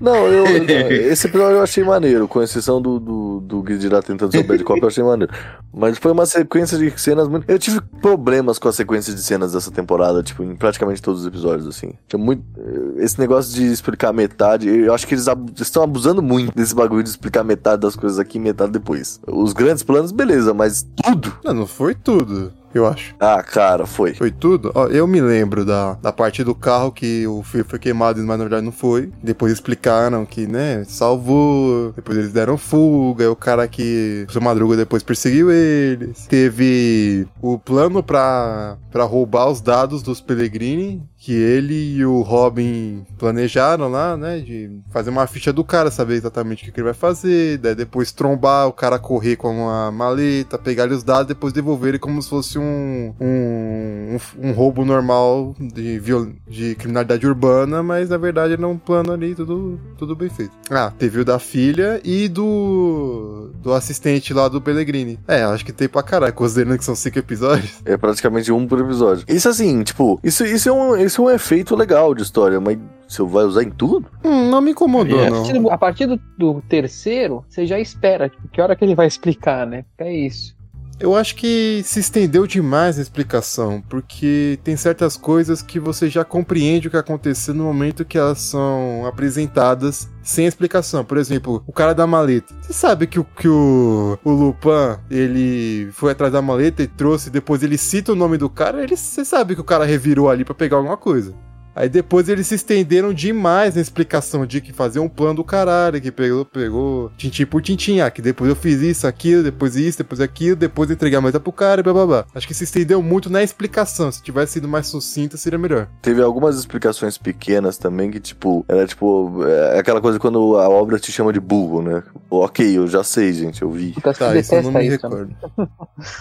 Speaker 2: Não, eu, eu- esse episódio eu achei maneiro, com exceção do, do, do Guidirá tentando ser o Bad Cop, eu achei maneiro. Mas foi uma sequência de cenas muito. Eu tive problemas com a sequência de cenas dessa temporada, tipo, em praticamente todos os episódios, assim. Tinha muito. eh, Esse negócio de explicar metade, eu acho que eles abu- estão abusando muito desse bagulho de explicar metade das coisas aqui e metade depois. Os grandes planos, beleza, mas tudo.
Speaker 1: Não, não foi tudo, eu acho.
Speaker 2: Ah, cara, foi.
Speaker 1: Foi tudo? Ó, eu me lembro da, da parte do carro que o filho foi queimado, mas na verdade não foi. Depois explicaram que, né, salvou. Depois eles deram fuga. O cara que. O seu Madruga depois perseguiu eles. Teve o plano pra, pra roubar os dados dos Pellegrini. Que ele e o Robin planejaram lá, né? De fazer uma ficha do cara, saber exatamente o que que ele vai fazer. Daí depois trombar, o cara correr com uma maleta, pegar os dados, depois devolver ele como se fosse um, um, um, um roubo normal de, viol- de criminalidade urbana, mas na verdade era um plano ali, tudo, tudo bem feito. Ah, teve o da filha e do. do assistente lá do Pellegrini. É, acho que tem pra caralho, considerando que são cinco episódios.
Speaker 2: É praticamente um por episódio. Isso assim, tipo, isso, isso, é, um, isso é um efeito legal de história, mas você vai usar em tudo?
Speaker 1: Hum, não me incomodou,
Speaker 4: É.
Speaker 3: A
Speaker 1: não.
Speaker 3: partir, do, a partir do- do terceiro, você já espera. Tipo, que hora que ele vai explicar, né? É isso.
Speaker 1: Eu acho que se estendeu demais a explicação, porque tem certas coisas que você já compreende o que aconteceu no momento que elas são apresentadas sem explicação. Por exemplo, o cara da maleta. Você sabe que, o- que o, o Lupin, ele foi atrás da maleta e trouxe, depois ele cita o nome do cara, ele, você sabe que o cara revirou ali pra pegar alguma coisa. Aí depois eles se estenderam demais na explicação de que fazer um plano do caralho, que pegou, pegou tintim por tintim, ah, que depois eu fiz isso, aquilo, depois isso, depois aquilo, depois entregar mais pro cara e blá blá blá. Acho que se estendeu muito na explicação. Se tivesse sido mais sucinta, seria melhor.
Speaker 2: Teve algumas explicações pequenas também que, tipo, era tipo. é aquela coisa quando a obra te chama de burro, né? Ok, eu já sei, gente, eu vi.
Speaker 3: Puta,
Speaker 1: Tá,
Speaker 3: que
Speaker 1: isso eu não me
Speaker 3: né?
Speaker 1: recordo.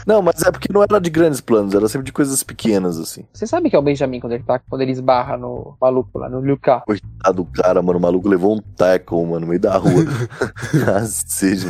Speaker 2: Não, mas é porque não era de grandes planos, era sempre de coisas pequenas, assim.
Speaker 3: Você sabe que é o Benjamin quando ele tá, quando ele esbarra no maluco lá, no Lucas.
Speaker 2: Ah, do cara, mano, o maluco levou um tackle, mano, no meio da rua. ah, seja.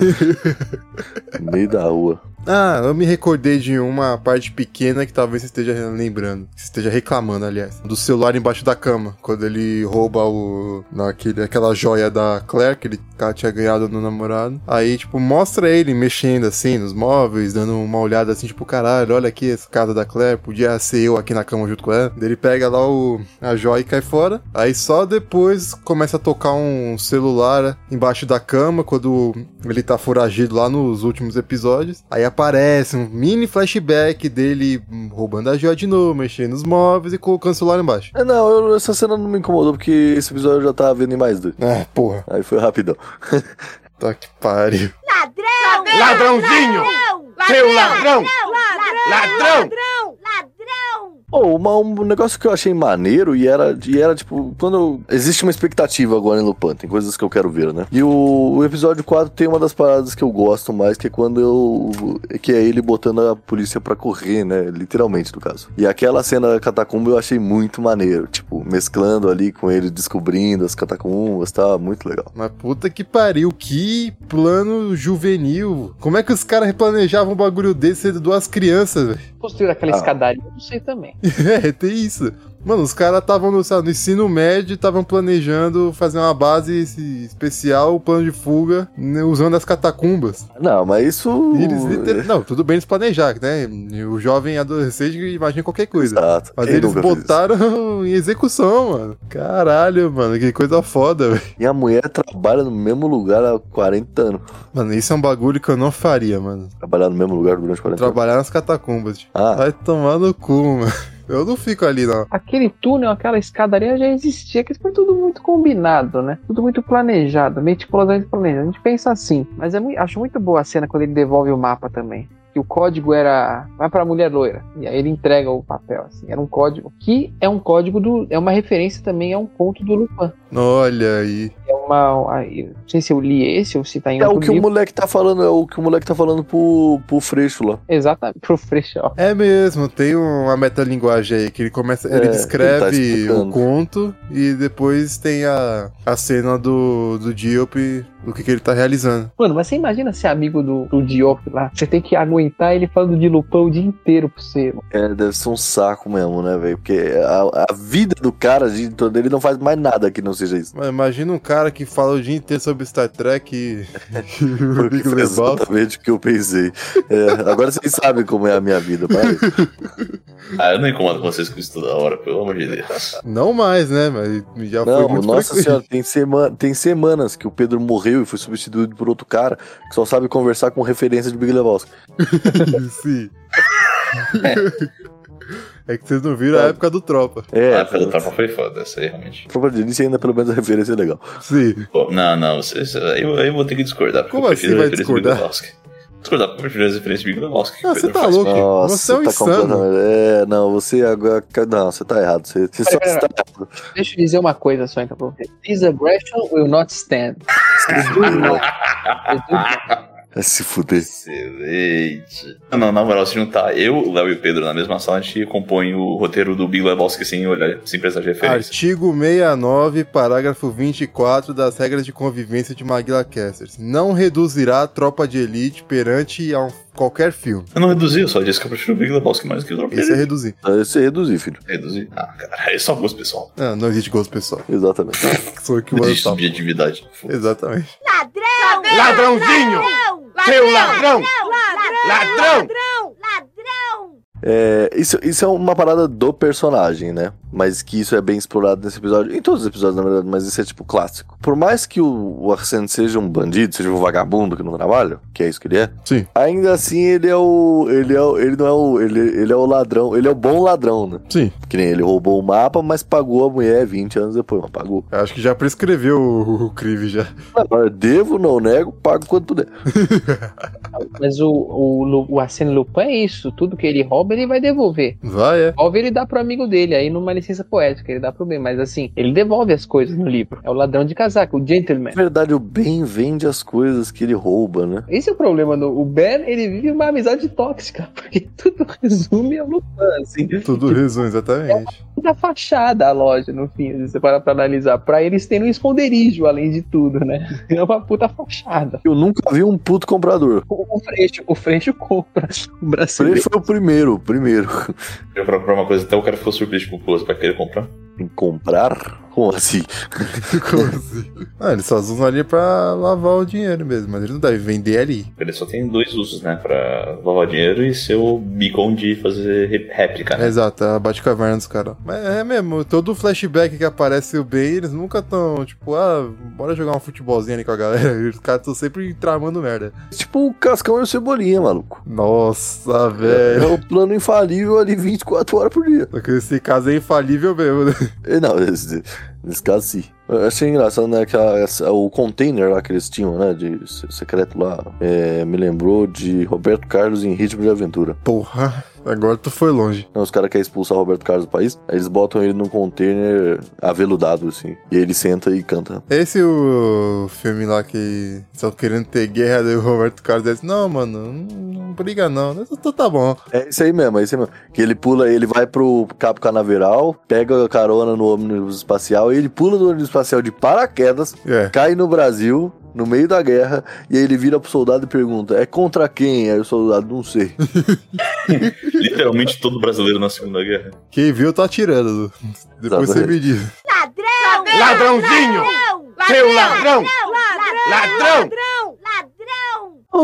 Speaker 2: No meio da rua.
Speaker 1: Ah, eu me recordei de uma parte pequena que talvez você esteja lembrando. que você esteja reclamando, aliás. Do celular embaixo da cama. Quando ele rouba o. Naquele, aquela joia da Claire que ele ca- tinha ganhado no namorado. Aí, tipo, mostra ele mexendo assim nos móveis, dando uma olhada assim, tipo, caralho, olha aqui essa casa da Claire. Podia ser eu aqui na cama junto com ela. Daí Ele pega lá o, a joia e cai fora. Aí só depois começa a tocar um celular embaixo da cama quando ele tá foragido lá nos últimos episódios. Aí aparece um mini flashback dele hum, roubando a joia de novo, mexendo nos móveis e colocando o celular embaixo.
Speaker 2: É, não, eu- essa cena não me incomodou porque esse episódio eu já tava vendo em mais dois.
Speaker 1: Ah, porra,
Speaker 2: Aí foi rapidão.
Speaker 1: tá que pariu.
Speaker 5: Ladrãozinho! Seu ladrão! Ladrão!
Speaker 2: Oh, uma- um negócio que eu achei maneiro e era, e era tipo, quando. eu- Existe uma expectativa agora em Lupin, tem coisas que eu quero ver, né? E o, o episódio 4 tem uma das paradas que eu gosto mais, que é quando eu. que é ele botando a polícia pra correr, né? Literalmente, no caso. E aquela cena da catacumba eu achei muito maneiro, tipo, mesclando ali com ele descobrindo as catacumbas, tá? Muito legal.
Speaker 1: Mas puta que pariu, que plano juvenil. Como é que os caras planejavam um bagulho desse sendo duas crianças, velho?
Speaker 3: Construir aquela
Speaker 2: Ah.
Speaker 3: escadaria, eu não sei também.
Speaker 1: É, tem isso. Mano, os caras estavam no, sei lá, no ensino médio e estavam planejando fazer uma base esse, especial, plano de fuga, né, usando as catacumbas.
Speaker 2: Não, mas isso.
Speaker 1: E eles
Speaker 2: é.
Speaker 1: liter- Não, tudo bem eles planejar, né? O jovem adolescente imagina qualquer coisa.
Speaker 2: Exato.
Speaker 1: Mas
Speaker 2: Quem
Speaker 1: eles
Speaker 2: nunca fez isso?
Speaker 1: botaram em execução, mano. Caralho, mano, que coisa foda, velho.
Speaker 2: E a mulher trabalha no mesmo lugar há 40 anos.
Speaker 1: Mano, isso é um bagulho que eu não faria, mano.
Speaker 2: Trabalhar no mesmo lugar durante 40 anos.
Speaker 1: Trabalhar nas catacumbas. tipo.
Speaker 2: Ah,
Speaker 1: Vai tomar no cu, mano. Eu não fico ali, não.
Speaker 3: Aquele túnel, aquela escadaria já existia, que foi tudo muito combinado, né? Tudo muito planejado, meticulosamente planejado. A gente pensa assim, mas é mui- acho muito boa a cena quando ele devolve o mapa também. Que o código era. Vai pra mulher loira. E aí ele entrega o papel, assim. Era um código. Que é um código do. É uma referência também a um ponto do Lupin.
Speaker 1: Olha aí.
Speaker 3: É uma. aí, Não sei se eu li esse ou se tá em
Speaker 2: É
Speaker 3: outro
Speaker 2: o que o
Speaker 3: livro.
Speaker 2: moleque tá falando, é o que o moleque tá falando pro, pro Freixo lá.
Speaker 3: Exatamente. Pro Freixo, ó.
Speaker 1: É mesmo, tem uma metalinguagem aí que ele começa. ele
Speaker 2: É, ele tá
Speaker 1: descreve
Speaker 2: explicando.
Speaker 1: o conto e depois tem a, a cena do, do Diop, do que, que ele tá realizando.
Speaker 3: Mano, mas você imagina ser amigo do, do Diop lá. Você tem que aguentar ele falando de Lupin o dia inteiro pra você, mano.
Speaker 2: É, deve ser um saco mesmo, né, velho? Porque a, a vida do cara, de todo ele não faz mais nada que não seja isso.
Speaker 1: Mas imagina um cara que fala o dia inteiro sobre Star Trek e. e o
Speaker 2: Foi o que
Speaker 1: Big
Speaker 2: foi
Speaker 1: Lebowski.
Speaker 2: exatamente o que eu pensei. É, agora vocês sabem como é a minha vida, pai.
Speaker 1: Tá,
Speaker 4: Ah, eu não incomodo com vocês com isso toda hora, pelo amor de Deus.
Speaker 1: Não mais, né? Mas já foi
Speaker 2: Não,
Speaker 1: muito
Speaker 2: nossa
Speaker 1: frequente.
Speaker 2: senhora, tem, semana, tem semanas que o Pedro morreu e foi substituído por outro cara que só sabe conversar com referência de Big Lebowski.
Speaker 1: Sim. É que vocês não viram a época do Tropa.
Speaker 2: É,
Speaker 4: ah,
Speaker 3: tá
Speaker 4: pela tropa foi foda, essa aí realmente.
Speaker 2: a própria Denise ainda pelo menos a referência é legal.
Speaker 1: Sim.
Speaker 4: Pô, não, não, vocês, eu, eu vou ter que discordar. porque
Speaker 1: Como
Speaker 4: eu prefiro
Speaker 1: assim vai
Speaker 4: a referência do
Speaker 1: discordar?
Speaker 4: Lebowski. Discordar porque eu prefiro as referências de Big Lebowski. que
Speaker 1: Ah,
Speaker 4: o Pedro
Speaker 1: você tá
Speaker 4: faz.
Speaker 1: louco.
Speaker 2: Nossa,
Speaker 1: Você é um
Speaker 2: tá
Speaker 1: insano.
Speaker 2: completamente- É, não, você agora. Não, você tá errado. Você, você só
Speaker 3: Pera, pera.
Speaker 2: está
Speaker 3: Deixa eu dizer uma coisa só então pra você. This aggression will not stand. Vocês do not. Vocês do not.
Speaker 2: É um se fuder.
Speaker 4: Excelente. Não, não, na moral, se juntar eu, o Léo e o Pedro na mesma sala, a gente compõe o roteiro do Big Lebowski sem olhar, sem prestar de
Speaker 1: Ah,
Speaker 4: referência.
Speaker 1: Artigo 69, parágrafo 24 das regras de convivência de Maguila Casters. Não reduzirá a tropa de elite perante a um- qualquer filme.
Speaker 4: Eu não reduzi, eu só disse que eu prefiro o Big Lebowski mais do que o Tropa
Speaker 1: Isso é reduzir.
Speaker 2: Então, Você reduzir, filho.
Speaker 4: Reduzir. Ah, cara, é só gosto pessoal.
Speaker 1: Ah, não existe gosto pessoal.
Speaker 2: Exatamente.
Speaker 1: Sou eu que
Speaker 4: Não
Speaker 1: mando
Speaker 4: existe
Speaker 1: tal.
Speaker 4: subjetividade.
Speaker 1: Exatamente.
Speaker 5: Ladrãozinho! Seu ladrão! Ladrão!
Speaker 2: É, isso, isso é uma parada do personagem, né? mas que isso é bem explorado nesse episódio, em todos os episódios, na verdade, mas isso é tipo clássico. Por mais que o, o Arsene seja um bandido, seja um vagabundo que não trabalha, que é isso que ele é,
Speaker 1: Sim.
Speaker 2: ainda assim ele é o. ele é o. ele não é o. ele, ele é o ladrão, ele é o bom ladrão, né?
Speaker 1: Sim.
Speaker 2: Que nem ele roubou o mapa, mas pagou a mulher 20 anos depois, mas pagou.
Speaker 1: Acho que já prescreveu o, o crime já.
Speaker 2: Agora, devo, não nego, pago quanto puder.
Speaker 3: Mas o, o, Lu- o Arsène Lupin é isso. Tudo que ele rouba, ele vai devolver.
Speaker 1: Vai, é.
Speaker 3: Devolve ele dá pro amigo dele, aí numa licença poética, ele dá pro bem. Mas assim, ele devolve as coisas no livro. É o ladrão de casaca, o gentleman.
Speaker 2: Na verdade, o bem vende as coisas que ele rouba, né?
Speaker 3: Esse é o problema do o Ben, ele vive uma amizade tóxica, porque tudo resume ao Lupin, assim.
Speaker 1: é. Tudo resumo, exatamente.
Speaker 3: da fachada a loja, no fim, se você parar pra analisar. Pra eles tem um esconderijo, além de tudo, né? É uma puta fachada.
Speaker 2: Eu nunca vi um puto comprador.
Speaker 3: O o Freixo, o Freixo compra o
Speaker 2: Ele
Speaker 3: brasileiro.
Speaker 2: foi o primeiro, o primeiro
Speaker 6: Eu pra comprar uma coisa, até o cara ficou surpreso com o Close pra querer comprar.
Speaker 2: em comprar. Como assim?
Speaker 1: Como assim? Ah, eles só usam ali pra lavar o dinheiro mesmo, mas eles não devem vender ali.
Speaker 6: Ele só tem dois usos, né? Pra lavar dinheiro e ser o beacon de fazer ré- réplica,
Speaker 4: É.
Speaker 6: né?
Speaker 1: Exato, é a Batcaverna dos caras. Mas é mesmo, todo flashback que aparece o Ben, eles nunca tão, tipo, ah, bora jogar um futebolzinho ali com a galera. Os caras tão sempre tramando merda.
Speaker 2: Tipo o Cascão e o Cebolinha, maluco.
Speaker 1: Nossa,
Speaker 2: É,
Speaker 1: velho.
Speaker 2: o plano infalível ali 24 horas por dia.
Speaker 1: Só que Esse caso é infalível mesmo, né?
Speaker 2: E Não, nesse, nesse caso sim. Eu achei engraçado, né? Que a- essa- o container lá que eles tinham, né? De se- secreto lá, é, me lembrou de Roberto Carlos em Ritmo de Aventura.
Speaker 1: Porra, agora tu foi longe.
Speaker 2: Não, os caras querem expulsar o Roberto Carlos do país, aí eles botam ele num container aveludado, assim. E ele senta e canta.
Speaker 1: Esse o filme lá que estão querendo ter guerra, daí o Roberto Carlos disse, não, mano, não, não briga não, então tá bom.
Speaker 2: É isso aí mesmo, é isso aí mesmo. Que ele pula, ele vai pro Cabo Canaveral, pega a carona no ônibus espacial, e ele pula do ônibus espacial de paraquedas,
Speaker 1: É,
Speaker 2: cai no Brasil, no meio da guerra, e aí ele vira pro soldado e pergunta: é contra quem? Aí o soldado, não sei.
Speaker 1: É.
Speaker 6: Literalmente todo brasileiro na Segunda Guerra.
Speaker 1: quem viu tá atirando. Depois você me diz.
Speaker 5: Ladrãozinho! Seu ladrão! Ladrão!
Speaker 2: Ô,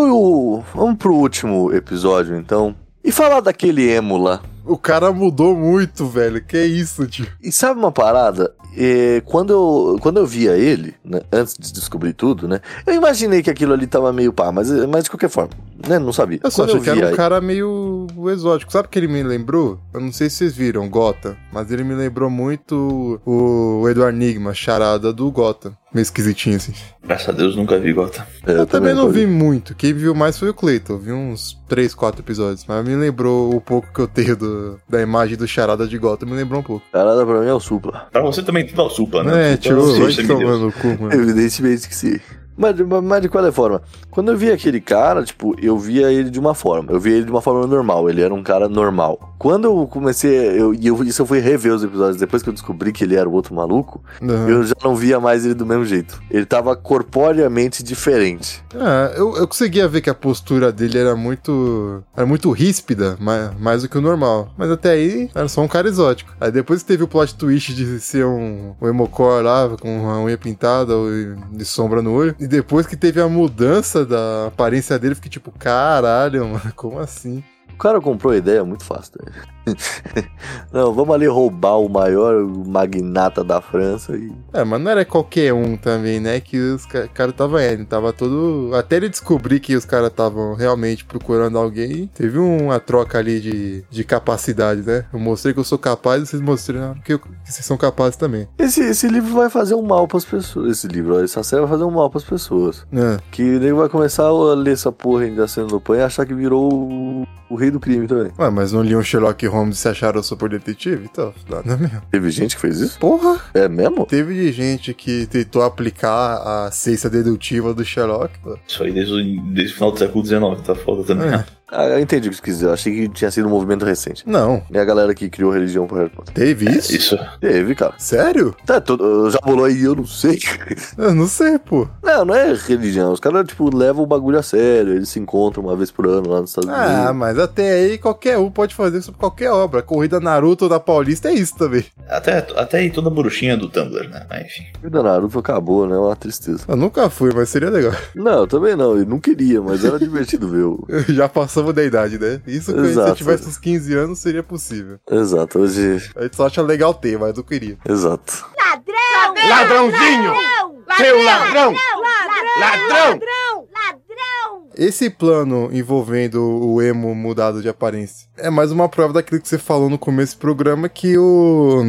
Speaker 2: ô, Vamos pro último episódio, então. E falar daquele emo lá.
Speaker 1: O cara mudou muito, velho. Que isso, tio?
Speaker 2: E sabe uma parada? É, quando, eu, quando eu via ele, né, antes de descobrir tudo, né? Eu imaginei que aquilo ali tava meio pá, mas, mas de qualquer forma, né? Não sabia.
Speaker 1: Eu só
Speaker 2: Quando
Speaker 1: achei que
Speaker 2: via
Speaker 1: era um
Speaker 2: ele-
Speaker 1: cara meio exótico. Sabe o que ele me lembrou? Eu não sei se vocês viram, Gota. Mas ele me lembrou muito o o Edward Nigma, charada do Gota. Meio esquisitinho, assim.
Speaker 6: Graças a Deus nunca vi Gotham.
Speaker 2: É,
Speaker 1: Eu, também não
Speaker 2: sabia.
Speaker 1: vi muito. Quem viu mais foi o Cleiton. Eu Vi uns 3, 4 episódios. Mas me lembrou o pouco que eu tenho do- da imagem do charada de Gota. Me lembrou um pouco.
Speaker 2: Parada pra mim é o supla.
Speaker 6: Pra você também tudo ao
Speaker 4: Ah,
Speaker 6: supla, né?
Speaker 1: É,
Speaker 6: Então,
Speaker 1: tio,
Speaker 6: sim,
Speaker 1: vai
Speaker 6: você me deu.
Speaker 1: tomando o cu, mano.
Speaker 2: Evidentemente que sim. Mas, de- mas de qualquer forma, quando eu via aquele cara, tipo, eu via ele de uma forma. Eu via ele de uma forma normal. Ele era um cara normal. Quando eu comecei. Eu, e eu, isso eu fui rever os episódios depois que eu descobri que ele era o outro maluco.
Speaker 1: Não.
Speaker 2: Eu já não via mais ele do mesmo jeito. Ele tava corporeamente diferente.
Speaker 1: Ah, eu, eu conseguia ver que a postura dele era muito. era muito ríspida, ma- mais, do que o normal. Mas até aí era só um cara exótico. Aí depois teve o plot twist de ser um, um emocor lá, com a unha pintada e, e sombra no olho. E depois que teve a mudança da aparência dele, eu fiquei tipo, caralho, mano, como assim?
Speaker 2: O cara comprou a ideia muito fácil. né? não, vamos ali roubar o maior magnata da França e.
Speaker 1: É, mas não era qualquer um também, né? Que os ca- cara tava indo, tava todo. Até ele descobrir que os caras estavam realmente procurando alguém, teve um, uma troca ali de, de capacidade, né? Eu mostrei que eu sou capaz e vocês mostraram que, eu- que vocês são capazes também.
Speaker 2: Esse, esse livro vai fazer um mal pras pessoas. Esse livro, ó, essa série vai fazer um mal pras pessoas.
Speaker 1: Ah,
Speaker 2: Que ele vai começar a ler essa porra ainda sendo do e achar que virou o, o rei do crime também.
Speaker 1: Ué, mas não liam Sherlock Holmes e se acharam super detetive? Então, dá não é mesmo.
Speaker 2: Teve gente que fez isso?
Speaker 1: Porra!
Speaker 2: É mesmo?
Speaker 1: Teve de gente que tentou aplicar a ciência dedutiva do Sherlock. pô.
Speaker 6: Isso aí desde, o- desde o final do século XIX, tá foda também.
Speaker 1: É.
Speaker 2: Ah, eu entendi o que você quis dizer. Eu achei que tinha sido um movimento recente.
Speaker 1: Não,
Speaker 2: E a galera que criou religião pro Harry Potter.
Speaker 1: teve
Speaker 4: É
Speaker 1: isso?
Speaker 6: É, Isso.
Speaker 2: Teve, cara.
Speaker 1: Sério?
Speaker 2: Tá, todo, já bolou aí, eu não sei.
Speaker 1: Eu não sei, pô.
Speaker 2: Não, não é religião. Os caras, tipo, levam o bagulho a sério. Eles se encontram uma vez por ano lá nos Estados
Speaker 1: Ah,
Speaker 2: Unidos.
Speaker 1: mas até aí qualquer um pode fazer sobre qualquer obra. Corrida Naruto da Paulista é isso também.
Speaker 6: Até, até aí toda bruxinha do Tumblr, né? Mas enfim.
Speaker 2: O da Naruto acabou, né? Uma tristeza.
Speaker 1: Eu nunca fui, mas seria legal.
Speaker 2: Não, eu também não. Eu não queria, mas era divertido ver. o-
Speaker 1: Eu já passamos da idade, né? Isso que se eu
Speaker 2: Exato.
Speaker 1: tivesse uns 15 anos seria possível.
Speaker 2: Exato, hoje.
Speaker 1: A gente só acha legal ter, mas não queria.
Speaker 2: Exato.
Speaker 5: Ladrão!
Speaker 7: Ladrãozinho! Seu ladrão! Ladrão!
Speaker 1: Esse plano envolvendo o emo mudado de aparência é mais uma prova daquilo que você falou no começo do programa que o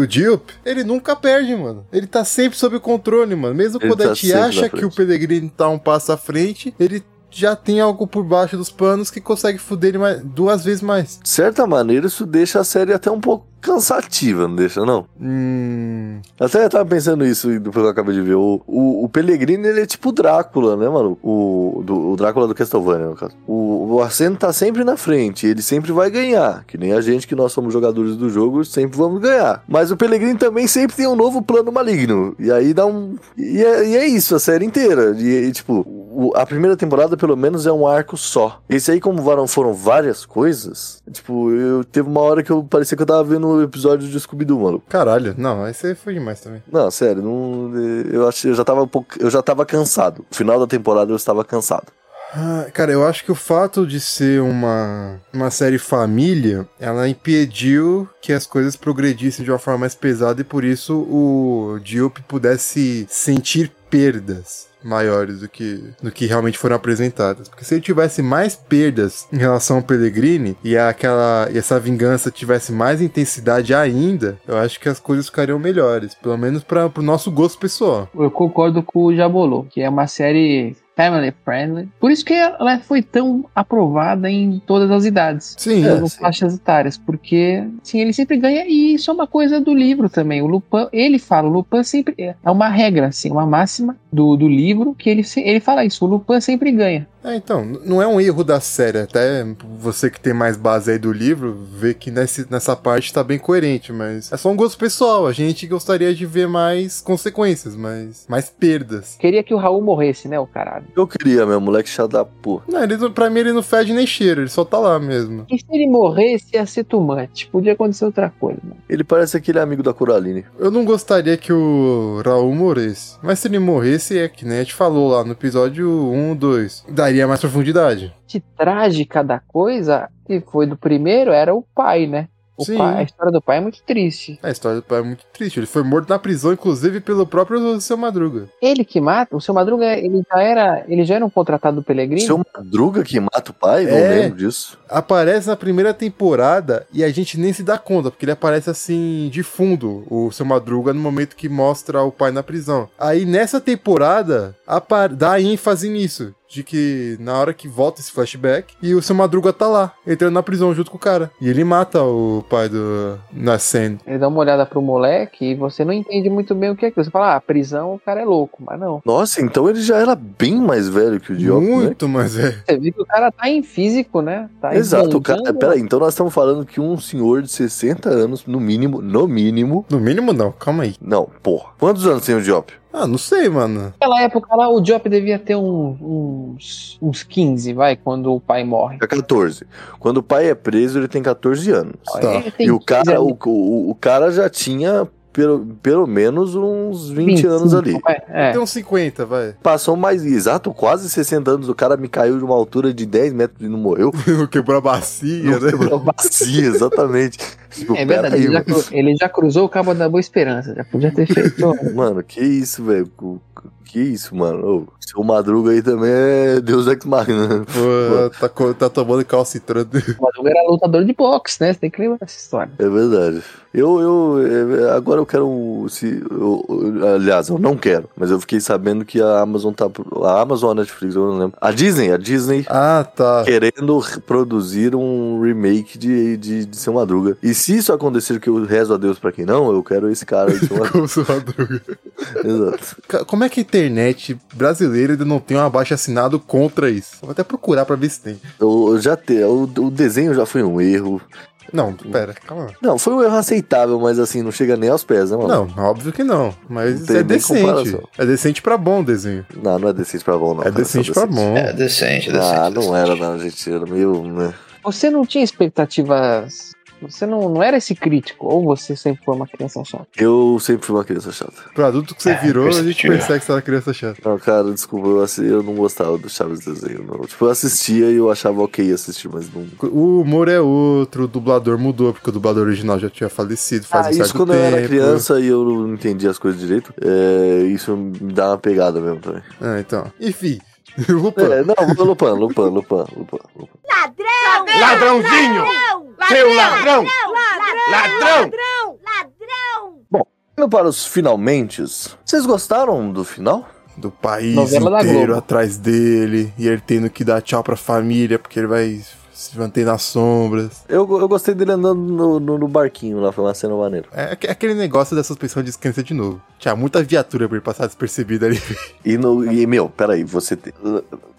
Speaker 1: o Diop, ele nunca perde, mano. Ele tá sempre sob controle, mano. Mesmo
Speaker 2: Ele
Speaker 1: quando
Speaker 2: tá
Speaker 1: a gente
Speaker 2: sempre na
Speaker 1: acha que
Speaker 2: frente.
Speaker 1: o Pellegrini tá um passo à frente, ele já tem algo por baixo dos panos que consegue foder ele mais- duas vezes mais.
Speaker 2: De certa maneira, isso deixa a série até um pouco cansativa, não deixa, não?
Speaker 1: Hum,
Speaker 2: Até Tá eu tava pensando isso e depois que eu acabei de ver. O, o, o Pellegrini, ele é tipo o Drácula, né, mano? O, do- o Drácula do Castlevania, no caso. O, o Arsene tá sempre na frente, ele sempre vai ganhar. Que nem a gente, que nós somos jogadores do jogo, sempre vamos ganhar. Mas o Pellegrini também sempre tem um novo plano maligno. E aí dá um. E é, e é isso, a série inteira. E, e, tipo, o- a primeira temporada, pelo menos, é um arco só. Esse aí, como varam- foram várias coisas, tipo, eu teve uma hora que eu parecia que eu tava vendo o episódio de Scooby-Doo, mano.
Speaker 1: caralho. Não, aí você foi demais também.
Speaker 2: Não, sério, não, eu, achei, eu, já tava um pouco- eu já tava cansado. No final da temporada eu estava cansado.
Speaker 1: Ah, Cara, eu acho que o fato de ser uma, uma série família, ela impediu que as coisas progredissem de uma forma mais pesada e por isso o Diop pudesse sentir perdas maiores do que, do que realmente foram apresentadas. Porque se ele tivesse mais perdas em relação ao Pellegrini e aquela e essa vingança tivesse mais intensidade ainda, eu acho que as coisas ficariam melhores, pelo menos para o nosso gosto pessoal.
Speaker 3: Eu concordo com o Jabolô, que é uma série family friendly. Por isso que ela foi tão aprovada em todas as idades.
Speaker 1: Sim,
Speaker 3: todas as faixas etárias, porque assim, ele sempre ganha e isso é uma coisa do livro também. O Lupin, ele fala, o Lupin sempre é uma regra, assim, uma máxima do, do livro que ele, se- ele fala isso, o Lupin sempre ganha.
Speaker 1: É, então, n- não é um erro da série. Até você que tem mais base aí do livro, vê que nesse, nessa parte tá bem coerente, mas é só um gosto pessoal. A gente gostaria de ver mais consequências, mas mais perdas.
Speaker 3: Queria que o Raul morresse, né, o caralho.
Speaker 2: Eu queria, meu moleque chato da porra.
Speaker 1: Não, ele, não- pra mim ele não fede nem cheiro, ele só tá lá mesmo.
Speaker 3: E se ele morresse, ia ser tumante. Podia acontecer outra coisa, mano.
Speaker 2: Ele parece aquele amigo da Coraline.
Speaker 1: Eu não gostaria que o Raul morresse. Mas se ele morresse, é que nem a gente falou lá no episódio 1, 2. Daria mais profundidade.
Speaker 3: parte trágica da coisa, que foi do primeiro, era o pai, né? O
Speaker 1: Sim.
Speaker 3: pai- a história do pai é muito triste.
Speaker 1: A história do pai é muito triste. Ele foi morto na prisão, inclusive, pelo próprio seu Madruga.
Speaker 3: Ele que mata, o seu Madruga, ele já era, ele já era um contratado do Pelegrino.
Speaker 2: Seu Madruga que mata o pai? Não
Speaker 1: É.
Speaker 2: lembro disso.
Speaker 1: aparece na primeira temporada e a gente nem se dá conta, porque ele aparece assim de fundo, o seu Madruga, no momento que mostra o pai na prisão. Aí nessa temporada, apa- dá ênfase nisso. De que na hora que volta esse flashback, e o seu Madruga tá lá, entrando na prisão junto com o cara. E ele mata o pai do Nascendo.
Speaker 3: Ele dá uma olhada pro moleque e você não entende muito bem o que é aquilo. Você fala, ah, prisão, o cara é louco, mas não.
Speaker 2: Nossa, então ele já era bem mais velho que o Diop, né?
Speaker 1: Muito, mas é.
Speaker 3: Você vê que o cara tá em físico, né? Tá
Speaker 2: Exato, o cara.
Speaker 3: esbanjando.
Speaker 2: Pera, então nós estamos falando que um senhor de 60 anos, no mínimo, no mínimo.
Speaker 1: No mínimo, não, calma aí.
Speaker 2: Não, porra. Quantos anos tem o Diop?
Speaker 1: Ah, não sei, mano.
Speaker 3: Naquela época lá, o Job devia ter um- uns, uns 15, vai, quando o pai morre.
Speaker 2: É 14. Quando o pai é preso, ele tem 14 anos.
Speaker 1: Tá.
Speaker 3: Ele tem
Speaker 2: E o
Speaker 3: 15
Speaker 2: cara,
Speaker 3: anos,
Speaker 2: o, o, o cara já tinha pelo, pelo menos uns 20 anos
Speaker 3: 25,
Speaker 2: ali.
Speaker 3: vai, É,
Speaker 1: Tem uns 50, vai.
Speaker 2: Passou mais exato, quase 60 anos. O cara me caiu de uma altura de 10 metros e não morreu.
Speaker 1: Quebrou a bacia, né?
Speaker 2: Não, Bacia, exatamente. Tipo,
Speaker 3: É verdade, ele
Speaker 2: peraí,
Speaker 3: já, cru- ele já cruzou o Cabo da Boa Esperança, já podia ter feito.
Speaker 2: mano. Mano, que isso, velho. Co- co- Que isso, mano. Ô, seu Madruga aí também é Deus Ex Machina. né?
Speaker 1: Pô, tá, co- tá tomando calcitrando.
Speaker 3: O Madruga era lutador de boxe, né? Você tem que lembrar dessa história.
Speaker 2: É verdade. Eu, eu, é, agora eu quero um- se, eu- eu- aliás, eu não quero, mas eu fiquei sabendo que a Amazon tá, pro- a Amazon ou a Netflix, eu não lembro. A Disney, a Disney
Speaker 1: Ah, tá.
Speaker 2: querendo produzir um remake de, de, de Seu Madruga. E se isso acontecer, que eu rezo a Deus pra quem não, eu quero esse cara de Seu Madruga.
Speaker 1: Como seu Madruga.
Speaker 2: Exato.
Speaker 1: Ca- Como é que a internet brasileira ainda não tem um abaixo assinado contra isso? Vou até procurar pra ver se tem.
Speaker 2: Eu, eu já te, o, o desenho já foi um erro.
Speaker 1: Não, pera, calma.
Speaker 2: Não, foi um erro aceitável, mas assim, não chega nem aos pés, né, mano?
Speaker 1: Não, óbvio que não. Mas
Speaker 2: Não tem
Speaker 1: é
Speaker 2: nem
Speaker 1: decente.
Speaker 2: comparação.
Speaker 1: É decente pra bom o desenho.
Speaker 2: Não, não, é decente pra bom, não.
Speaker 1: É decente pra bom.
Speaker 6: É, decente, decente.
Speaker 2: Ah, não
Speaker 6: decente.
Speaker 2: era, não, gente. Era meio. né?
Speaker 3: Você não tinha expectativas Você não, não era esse crítico, ou você sempre foi uma criança chata?
Speaker 2: Eu sempre fui uma criança chata.
Speaker 1: Pro adulto que você
Speaker 6: É,
Speaker 1: virou, a gente
Speaker 6: perspectiva.
Speaker 1: percebe que você era criança é chata.
Speaker 2: Não, cara, desculpa, eu, assi- eu não gostava do Chaves desenho, não. Tipo, eu assistia e eu achava ok assistir, mas não.
Speaker 1: O humor é outro, o dublador mudou, porque o dublador original já tinha falecido faz
Speaker 2: ah,
Speaker 1: um certo
Speaker 2: isso quando
Speaker 1: tempo.
Speaker 2: eu era criança e eu não entendia as coisas direito, é, isso me dá uma pegada mesmo também.
Speaker 1: Ah, então. Enfim, Lupa,
Speaker 2: É, não, Lupan, Lupan, Lupan, Lupan, Lupan.
Speaker 7: Ladrãozinho! Seu ladrão! Ladrão!
Speaker 2: Indo para os finalmente, vocês gostaram do final?
Speaker 1: do país
Speaker 3: Novela da
Speaker 1: inteiro
Speaker 3: Globo.
Speaker 1: atrás dele, e ele tendo que dar tchau pra família, porque ele vai se manter nas sombras.
Speaker 2: Eu, eu gostei dele andando no, no- no barquinho lá, foi uma cena maneira.
Speaker 1: É aque- aquele negócio da suspensão de descanso de novo. Tinha muita viatura pra ele passar despercebido ali.
Speaker 2: E, no, e meu, peraí, você tem.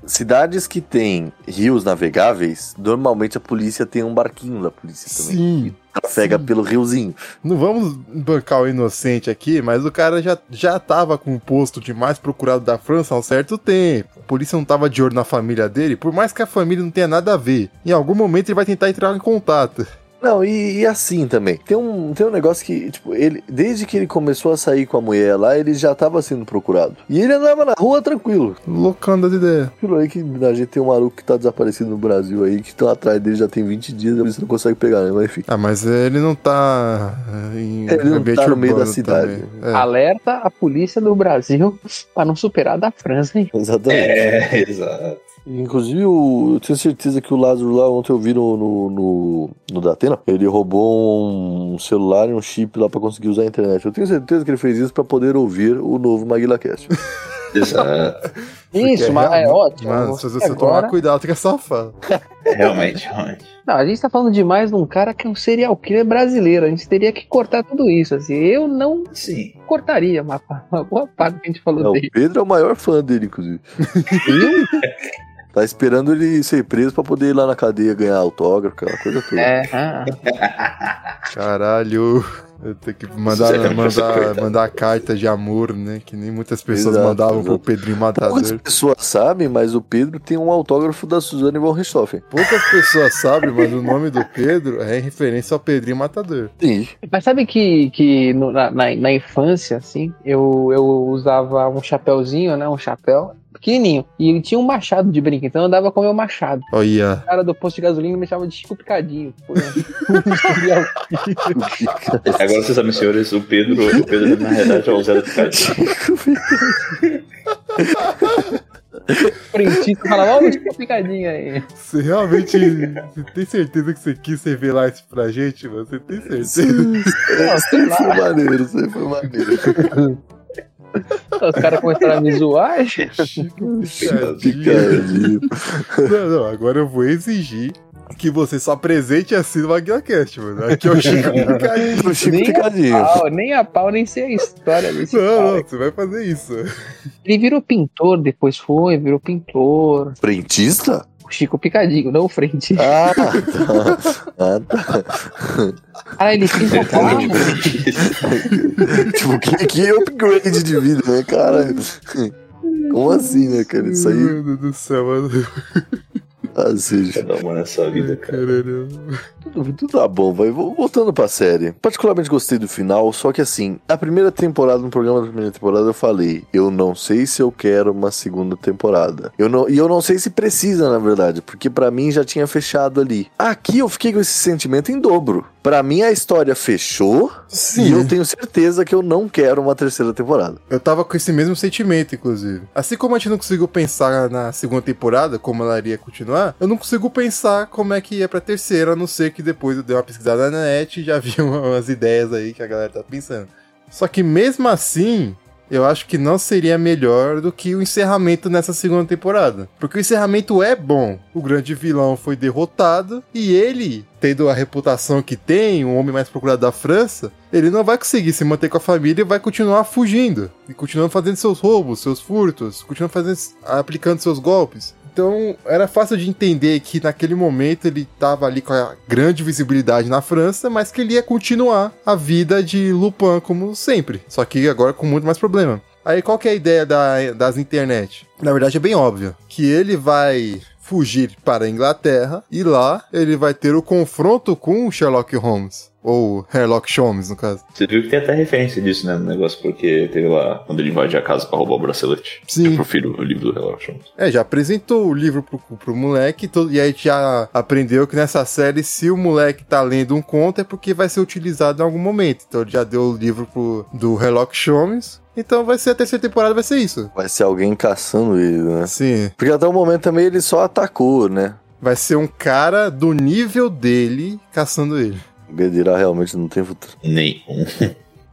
Speaker 2: Cidades que tem rios navegáveis, normalmente a polícia tem um barquinho da polícia também.
Speaker 1: Sim.
Speaker 2: Pega pelo riozinho.
Speaker 1: Não vamos bancar o inocente aqui, mas o cara já, já tava com o posto de mais procurado da França há um certo tempo. A polícia não tava de olho na família dele, por mais que a família não tenha nada a ver. Em algum momento ele vai tentar entrar em contato.
Speaker 2: Não, e, e assim também. Tem um, tem um negócio que, tipo, ele, desde que ele começou a sair com a mulher lá, ele já tava sendo procurado. E ele andava na rua tranquilo.
Speaker 1: Loucando as ideias.
Speaker 2: Tranquilo aí que a gente tem um maluco que tá desaparecido no Brasil aí, que tá atrás dele já tem 20 dias, você não consegue pegar, né? Mas enfim.
Speaker 1: Ah, mas ele não tá eh, em
Speaker 2: Ele não
Speaker 1: ambiente
Speaker 2: tá no meio da
Speaker 1: urbano
Speaker 2: cidade.
Speaker 1: também.
Speaker 3: Ah,
Speaker 1: É.
Speaker 3: Alerta a polícia do Brasil pra não superar a da França, hein?
Speaker 2: Exatamente.
Speaker 6: É, exato.
Speaker 2: Inclusive, o- eu tenho certeza que o Lázaro lá, ontem eu vi no, no, no, no Datena, ele roubou um celular e um chip lá pra conseguir usar a internet. Eu tenho certeza que ele fez isso pra poder ouvir o novo MaguilaCast.
Speaker 6: Exato.
Speaker 1: Porque
Speaker 3: Isso, mas é
Speaker 1: realmente-
Speaker 3: ótimo.
Speaker 1: Mano, se
Speaker 3: Você
Speaker 1: você tomar
Speaker 3: agora...
Speaker 1: cuidado, que é safado.
Speaker 6: Realmente, realmente.
Speaker 3: Não, a gente tá falando demais de um cara que é um serial killer brasileiro. A gente teria que cortar tudo isso. Assim, eu não
Speaker 6: Sim.
Speaker 3: cortaria uma, pa- uma boa parte que a gente falou
Speaker 2: É, o
Speaker 3: dele.
Speaker 2: Pedro é o maior fã dele, inclusive. tá esperando ele ser preso pra poder ir lá na cadeia ganhar autógrafo, aquela coisa toda.
Speaker 3: É, ah,
Speaker 1: Caralho. Eu tenho que mandar,
Speaker 6: Você também precisa
Speaker 1: mandar,
Speaker 6: cuidar.
Speaker 1: mandar carta de amor, né? Que nem muitas pessoas
Speaker 2: Exato,
Speaker 1: mandavam pro
Speaker 2: exato.
Speaker 1: Pedrinho
Speaker 2: Poucas
Speaker 1: Matador.
Speaker 2: pessoas sabem, mas o Pedro tem um autógrafo da Suzane von Richthofen.
Speaker 1: Poucas pessoas sabem, mas o nome do Pedro é em referência ao Pedrinho Matador.
Speaker 2: Sim.
Speaker 3: Mas sabe que, que no- na, na, na infância, assim, eu, eu usava um chapéuzinho, né? Um chapéu pequenininho. E ele tinha um machado de brinco, então eu andava com o meu machado.
Speaker 1: Olha.
Speaker 3: O cara do posto de gasolina me chamava de Chico Picadinho. Pô, um serial
Speaker 6: Agora vocês sabem, senhores, o Pedro, o Pedro na realidade é o Zé do Picadinho.
Speaker 3: frentista falava, ó, o Chico Picadinho aí.
Speaker 1: Você realmente você tem certeza que você quis revelar isso pra gente, mano? Você tem certeza?
Speaker 2: É,
Speaker 3: Não, sei
Speaker 2: Foi
Speaker 3: lá.
Speaker 2: maneiro, isso aí foi maneiro.
Speaker 3: Então, Os caras começaram a me zoar.
Speaker 1: Tadinho.
Speaker 2: Picadinho.
Speaker 1: Não, não, agora eu vou exigir que você só presente e assine o MaguilaCast, mano. Aqui é o Chico Picadinho.
Speaker 2: O Chico
Speaker 3: Nem a
Speaker 2: Picadinho.
Speaker 3: pau, nem a pau, nem sei a história desse
Speaker 1: assim, Não,
Speaker 3: cara.
Speaker 1: não, você vai fazer isso.
Speaker 3: Ele virou pintor, depois foi, virou pintor.
Speaker 2: Frentista?
Speaker 3: O Chico Picadinho, não o frente.
Speaker 2: Ah, tá. Ah, tá.
Speaker 3: Ah, ele pinta
Speaker 6: Ele tá
Speaker 3: carro.
Speaker 6: muito bonito.
Speaker 2: Tipo, que, que upgrade de vida, né, cara? Como assim, né, cara? Isso aí.
Speaker 1: Meu Deus do céu, mano.
Speaker 2: Ah, seja.
Speaker 6: Cada uma nessa vida, cara.
Speaker 1: Caralho.
Speaker 2: Tudo, tudo tá bom, vai. Vol- Voltando pra série. Particularmente gostei do final, só que assim, na primeira temporada, no programa da primeira temporada, eu falei: eu não sei se eu quero uma segunda temporada. Eu não, e eu não sei se precisa, na verdade, porque pra mim já tinha fechado ali. Aqui eu fiquei com esse sentimento em dobro. Pra mim a história fechou e eu
Speaker 1: Sim.
Speaker 2: tenho certeza que eu não quero uma terceira temporada.
Speaker 1: Eu tava com esse mesmo sentimento, inclusive. Assim como a gente não conseguiu pensar na segunda temporada, como ela iria continuar, eu não consigo pensar como é que ia pra terceira, a não ser que depois eu dei uma pesquisada na net e já vi umas ideias aí que a galera tá pensando. Só que mesmo assim, eu acho que não seria melhor do que o encerramento nessa segunda temporada. Porque o encerramento é bom. O grande vilão foi derrotado e ele, tendo a reputação que tem, o homem mais procurado da França, ele não vai conseguir se manter com a família e vai continuar fugindo. E continuando fazendo seus roubos, seus furtos, continuando fazendo, aplicando seus golpes. Então, era fácil de entender que naquele momento ele estava ali com a grande visibilidade na França, mas que ele ia continuar a vida de Lupin como sempre. Só que agora com muito mais problema. Aí, qual que é a ideia da- das internet? Na verdade, é bem óbvio. Que ele vai fugir para a Inglaterra e lá ele vai ter o confronto com o Sherlock Holmes. Ou Sherlock Holmes, no caso.
Speaker 6: Você viu que tem até referência disso, né? No negócio, porque teve lá quando ele invade a casa pra roubar o bracelete.
Speaker 1: Sim.
Speaker 6: Eu prefiro o livro do Relax Holmes.
Speaker 1: É, já apresentou o livro pro, pro moleque todo- e aí já aprendeu que nessa série, se o moleque tá lendo um conto, é porque vai ser utilizado em algum momento. Então ele já deu o livro pro, do Sherlock Holmes. Então vai ser a terceira temporada, vai ser isso.
Speaker 2: Vai ser alguém caçando ele, né?
Speaker 1: Sim.
Speaker 2: Porque até o momento também ele só atacou, né?
Speaker 1: Vai ser um cara do nível dele caçando ele.
Speaker 2: Bedirá realmente não tem futuro.
Speaker 6: Nenhum.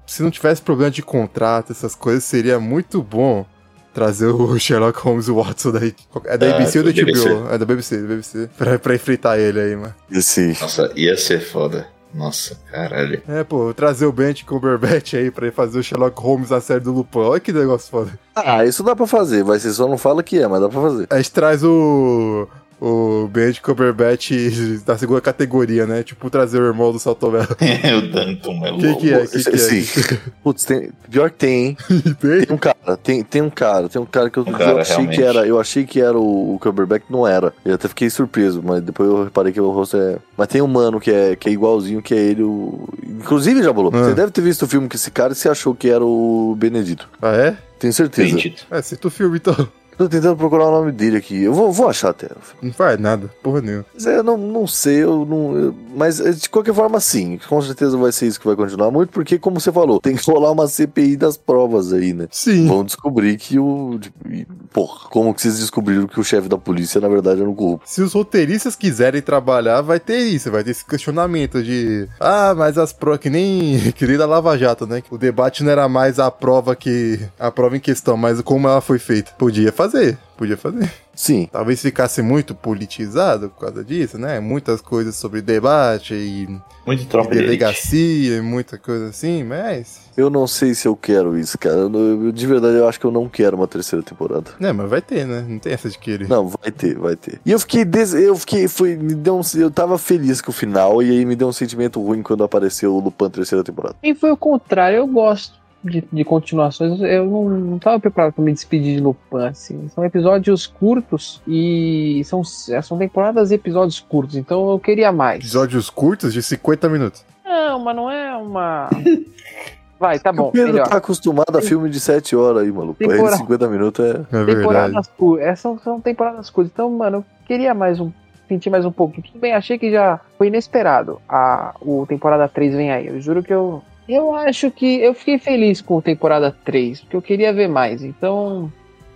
Speaker 1: Se não tivesse problema de contrato, essas coisas, seria muito bom trazer o Sherlock Holmes e o Watson daí. É da
Speaker 6: Ah,
Speaker 1: ABC ou da
Speaker 6: do BBC?
Speaker 1: HBO? É da BBC, da BBC. Pra, pra enfrentar ele aí, mano.
Speaker 2: Esse
Speaker 6: Nossa, ia ser foda. Nossa, caralho.
Speaker 1: É, pô, trazer o Bench com o Cumberbatch aí pra ele fazer o Sherlock Holmes na série do Lupin. Olha que negócio foda.
Speaker 2: Ah, isso dá pra fazer. Vai ser só não fala que é, mas dá pra fazer.
Speaker 1: A gente traz o. O Bench Cumberbatch da segunda categoria, né? Tipo, trazer o irmão do Saltomel.
Speaker 6: o Danton é
Speaker 1: O que,
Speaker 6: louco.
Speaker 1: que é? O que, que é?
Speaker 2: Sim. Putz, tem, pior que tem, hein?
Speaker 1: Tem?
Speaker 2: Tem um cara, tem, tem um cara, tem um cara que eu,
Speaker 6: Um cara,
Speaker 2: eu achei
Speaker 6: realmente.
Speaker 2: que era. Eu achei que era o, o Cumberbatch, não era. Eu até fiquei surpreso, mas depois eu reparei que o rosto é. Mas tem um mano que é, que é igualzinho, que é ele, o. Inclusive, Jabulô,
Speaker 1: Ah.
Speaker 2: você deve ter visto o filme com esse cara e você achou que era o Benedito.
Speaker 1: Ah, é?
Speaker 2: Tenho certeza.
Speaker 6: Bendito.
Speaker 1: É, cita o filme então.
Speaker 2: Tô tentando procurar o nome dele aqui. Eu vou, vou achar até.
Speaker 1: Não faz nada, porra nenhuma.
Speaker 2: Mas é, eu não, não sei, eu não. eu- mas é, de qualquer forma, sim. Com certeza vai ser isso que vai continuar muito, porque, como você falou, tem que rolar uma CPI das provas aí, né?
Speaker 1: Sim.
Speaker 2: Vão descobrir que o. tipo, e, Porra, como que vocês descobriram que o chefe da polícia, na verdade, era um corrupto?
Speaker 1: Se os roteiristas quiserem trabalhar, vai ter isso, vai ter esse questionamento de. Ah, mas as provas. Que nem, que nem da Lava Jato, né? O debate não era mais a prova que. a prova em questão, mas como ela foi feita. Podia fazer, podia fazer.
Speaker 2: Sim.
Speaker 1: Talvez ficasse muito politizado por causa disso, né? Muitas coisas sobre debate e,
Speaker 6: Muito
Speaker 1: e
Speaker 6: tropa de elite.
Speaker 1: delegacia e muita coisa assim, mas.
Speaker 2: Eu não sei se eu quero isso, cara. Eu não- eu- de verdade, eu acho que eu não quero uma terceira temporada.
Speaker 1: Né, mas vai ter, né? Não tem essa de querer.
Speaker 2: Não, vai ter, vai ter. E eu fiquei. Des... Eu fiquei. Foi... Me deu um... Eu tava feliz com o final, e aí me deu um sentimento ruim quando apareceu o Lupin terceira temporada.
Speaker 3: E foi o contrário, eu gosto de, de continuações. Eu não, não tava preparado pra me despedir de Lupin, assim. São episódios curtos e são, são temporadas e episódios curtos, então eu queria mais.
Speaker 1: Episódios curtos de 50 minutos.
Speaker 3: Não, mas não é uma. Vai, tá
Speaker 2: o
Speaker 3: bom,
Speaker 2: Pedro
Speaker 3: melhor.
Speaker 2: tá acostumado a filme de 7 horas aí, maluco. Aí
Speaker 3: Temporada.
Speaker 2: 50 minutos é.
Speaker 1: É verdade.
Speaker 3: Temporadas curtas. Essas são, são temporadas curtas. Então, mano, eu queria mais um. Sentir mais um pouquinho. Tudo bem, achei que já foi inesperado. A, o temporada 3 vem aí. Eu juro que eu. Eu acho que. Eu fiquei feliz com a temporada 3, porque eu queria ver mais. Então.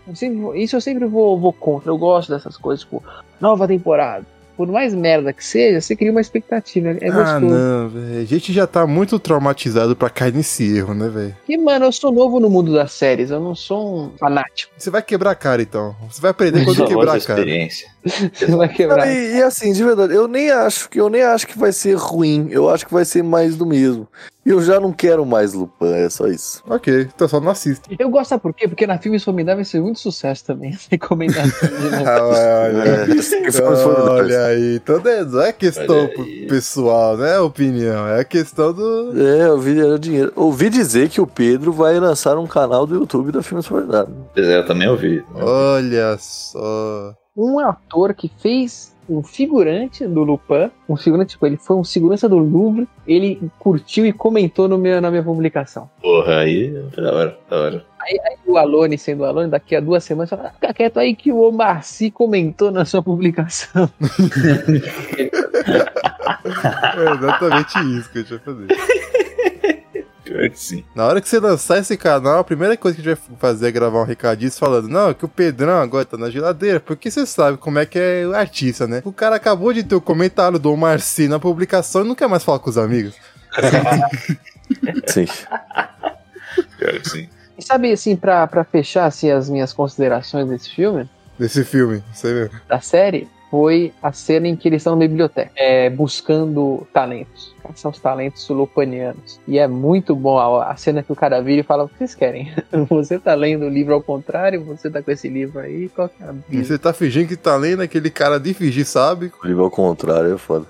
Speaker 3: eu sempre vou- isso eu sempre vou, vou contra. Eu gosto dessas coisas, tipo, nova temporada. Por mais merda que seja, você cria uma expectativa. É
Speaker 1: ah,
Speaker 3: gostoso.
Speaker 1: não, velho. A gente já tá muito traumatizado pra cair nesse erro, né, velho?
Speaker 3: Porque, mano, eu sou novo no mundo das séries, eu não sou um fanático.
Speaker 1: Você vai quebrar a cara, então. Você vai aprender
Speaker 6: Só
Speaker 1: quando
Speaker 6: voz
Speaker 1: quebrar
Speaker 6: da
Speaker 1: a cara.
Speaker 6: experiência.
Speaker 3: Você vai
Speaker 2: Não,
Speaker 3: quebrar.
Speaker 2: e, e assim, de verdade, eu nem acho que eu nem acho que vai ser ruim. Eu acho que vai ser mais do mesmo. E eu já não quero mais Lupin, é só isso.
Speaker 1: Ok, então só não assista.
Speaker 3: Eu gosto, sabe por quê? Porque na Filmes Formidáveis foi muito sucesso também. As recomendações de novo.
Speaker 1: Ah, olha,
Speaker 2: É, sempre foi os formidáveis.
Speaker 1: olha aí. Então, né, não é questão
Speaker 6: Olha aí.
Speaker 1: pessoal, né? Opinião. É a questão do.
Speaker 2: É, eu vi, era dinheiro. Ouvi dizer que o Pedro vai lançar um canal do YouTube da Filmes Formidáveis.
Speaker 6: Pois é, Eu também ouvi.
Speaker 1: Olha só.
Speaker 3: Um ator que fez um figurante do Lupin, um figurante, tipo, ele foi um segurança do Louvre, ele curtiu e comentou no meu, na minha publicação.
Speaker 1: Oh.
Speaker 6: Porra, aí foi da hora, da hora.
Speaker 3: O Alone sendo Alone, daqui a duas semanas, fala, "Ah, fica quieto aí que o Omar Sy comentou na sua publicação.
Speaker 1: É exatamente isso que eu tinha fazer.
Speaker 6: Pior que sim.
Speaker 1: Na hora que você lançar esse canal, a primeira coisa que a gente vai fazer é gravar um recadinho falando, não, que o Pedrão agora tá na geladeira, porque você sabe como é que é o artista, né? O cara acabou de ter o comentário do Marci na publicação e não quer mais falar com os amigos.
Speaker 2: Sim.
Speaker 6: Pior que sim.
Speaker 3: E sabe, assim, pra, pra fechar assim, as minhas considerações desse filme,
Speaker 1: Desse filme, você viu?
Speaker 3: da série foi a cena em que eles estão na biblioteca, é, buscando talentos. São os talentos lupanianos. E é muito bom a, a cena que o cara vira e fala: o que vocês querem? Você tá lendo o livro ao contrário, você tá com esse livro aí, qual que é a
Speaker 4: Hum.
Speaker 1: E Você tá fingindo que tá lendo aquele cara de fingir, sabe?
Speaker 2: O livro ao contrário é foda.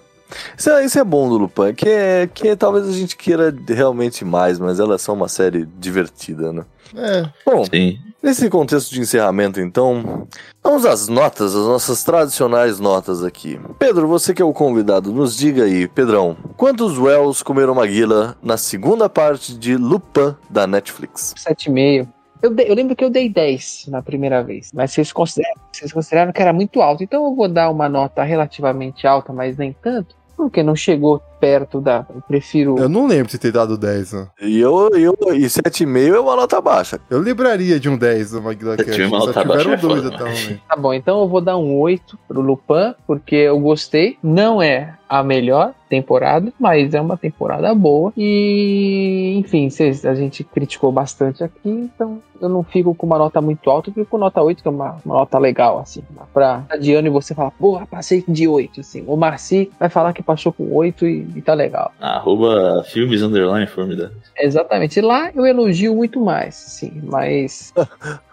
Speaker 2: Isso é, isso é bom do Lupin, que, é, que talvez a gente queira realmente mais, mas elas são uma série divertida, né?
Speaker 1: É.
Speaker 2: Bom,
Speaker 8: Sim.
Speaker 2: Nesse contexto de encerramento, então, vamos às notas, as nossas tradicionais notas aqui. Pedro, você que é o convidado, nos diga aí, Pedrão, quantos Wells comeram Maguila na segunda parte de Lupin da Netflix?
Speaker 3: 7,5. Eu, dei- eu lembro que eu dei 10 na primeira vez, mas vocês consideraram, vocês consideraram que era muito alto. Então eu vou dar uma nota relativamente alta, mas nem tanto, porque não chegou perto da. Eu prefiro.
Speaker 1: Eu não lembro de ter dado 10, né?
Speaker 2: E eu, eu e 7,5 é uma nota baixa.
Speaker 1: Eu lembraria de um 10 do Maguila
Speaker 4: Se
Speaker 1: Cash.
Speaker 4: tiver uma
Speaker 1: Só
Speaker 4: nota
Speaker 1: tiveram
Speaker 4: baixa, é
Speaker 1: dois
Speaker 4: foda,
Speaker 1: um até o
Speaker 4: né?
Speaker 1: momento.
Speaker 3: Tá bom, então eu vou dar um 8 pro Lupin, porque eu gostei. Não é a melhor temporada, mas é uma temporada boa. E, enfim, vocês- a gente criticou bastante aqui, então eu não fico com uma nota muito alta, eu fico com nota 8, que é uma, uma nota legal, assim. dá Pra Adiano e você falar, porra, passei de 8, assim. O Marci vai falar que passou com 8 e, e tá legal.
Speaker 4: Arroba filmes underline formidável.
Speaker 3: Exatamente. Lá eu elogio muito mais, sim, mas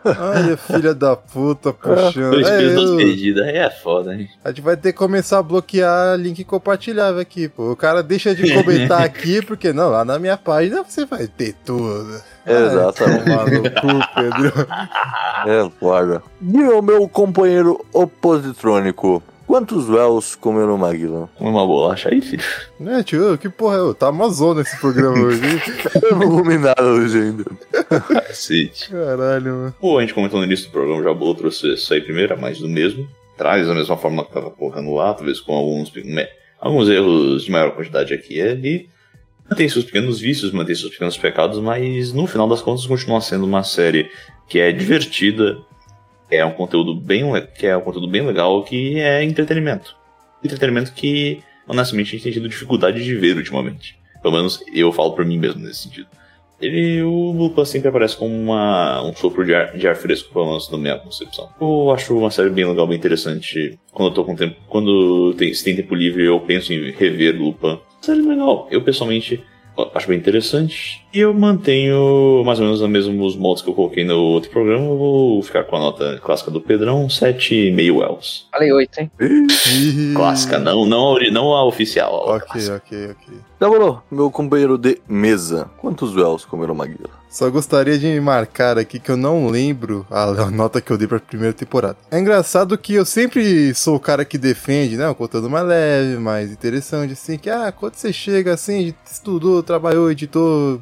Speaker 1: Ai, a filha da puta, puxando.
Speaker 4: Dois
Speaker 1: É,
Speaker 4: pesos, duas
Speaker 1: eu-
Speaker 4: medidas. Aí é foda, hein?
Speaker 1: a gente vai ter que começar a bloquear link compartilhável aqui, pô. O cara deixa de comentar aqui, porque não, lá na minha página você vai ter tudo.
Speaker 2: Exatamente.
Speaker 1: Tomar no cu, Pedro.
Speaker 2: É, guarda. Diga ao meu companheiro opositrônico, quantos Wells comeram Maguila?
Speaker 4: Come uma bolacha aí, filho.
Speaker 1: Né, tio? Que porra é? ô, Tá uma zona esse programa hoje. hein?
Speaker 2: Eu não comi nada hoje ainda.
Speaker 4: Cacete.
Speaker 1: Caralho, mano.
Speaker 4: Pô, a gente comentou no início do programa, já o Bolo trouxe isso aí primeiro, é mais do mesmo. Traz da mesma forma que tava correndo lá, talvez com alguns, pe- me- alguns erros de maior quantidade aqui e ali. Mantém seus pequenos vícios, mantém seus pequenos pecados, mas no final das contas continua sendo uma série que é divertida, é um conteúdo bem, le- que é um conteúdo bem legal, que é entretenimento. Entretenimento que, honestamente, a gente tem tido dificuldade de ver ultimamente. Pelo menos eu falo por mim mesmo nesse sentido. Ele, o Lupin sempre aparece como uma, um sopro de ar, de ar fresco, pelo menos na minha concepção. Eu acho uma série bem legal, bem interessante. Quando eu tô com tempo, quando tem, se tem tempo livre, eu penso em rever Lupin. Série legal. Eu, pessoalmente, ó, acho bem interessante. E eu mantenho mais ou menos os mesmos moldes que eu coloquei no outro programa. Eu vou ficar com a nota clássica do Pedrão, 7,5 Wells.
Speaker 3: falei 8, hein?
Speaker 1: Ih.
Speaker 4: Clássica, não, não, a ori- não a oficial. a
Speaker 1: Hum. Ok,
Speaker 4: clássica.
Speaker 1: ok, ok.
Speaker 2: Demorou, meu companheiro de mesa, quantos Wells comeram Maguila?
Speaker 1: Só gostaria de marcar aqui que eu não lembro a a nota que eu dei pra primeira temporada. É engraçado que eu sempre sou o cara que defende, né? Um conteúdo mais leve, mais interessante, assim. Que, ah, quando você chega assim, estudou, trabalhou, editou,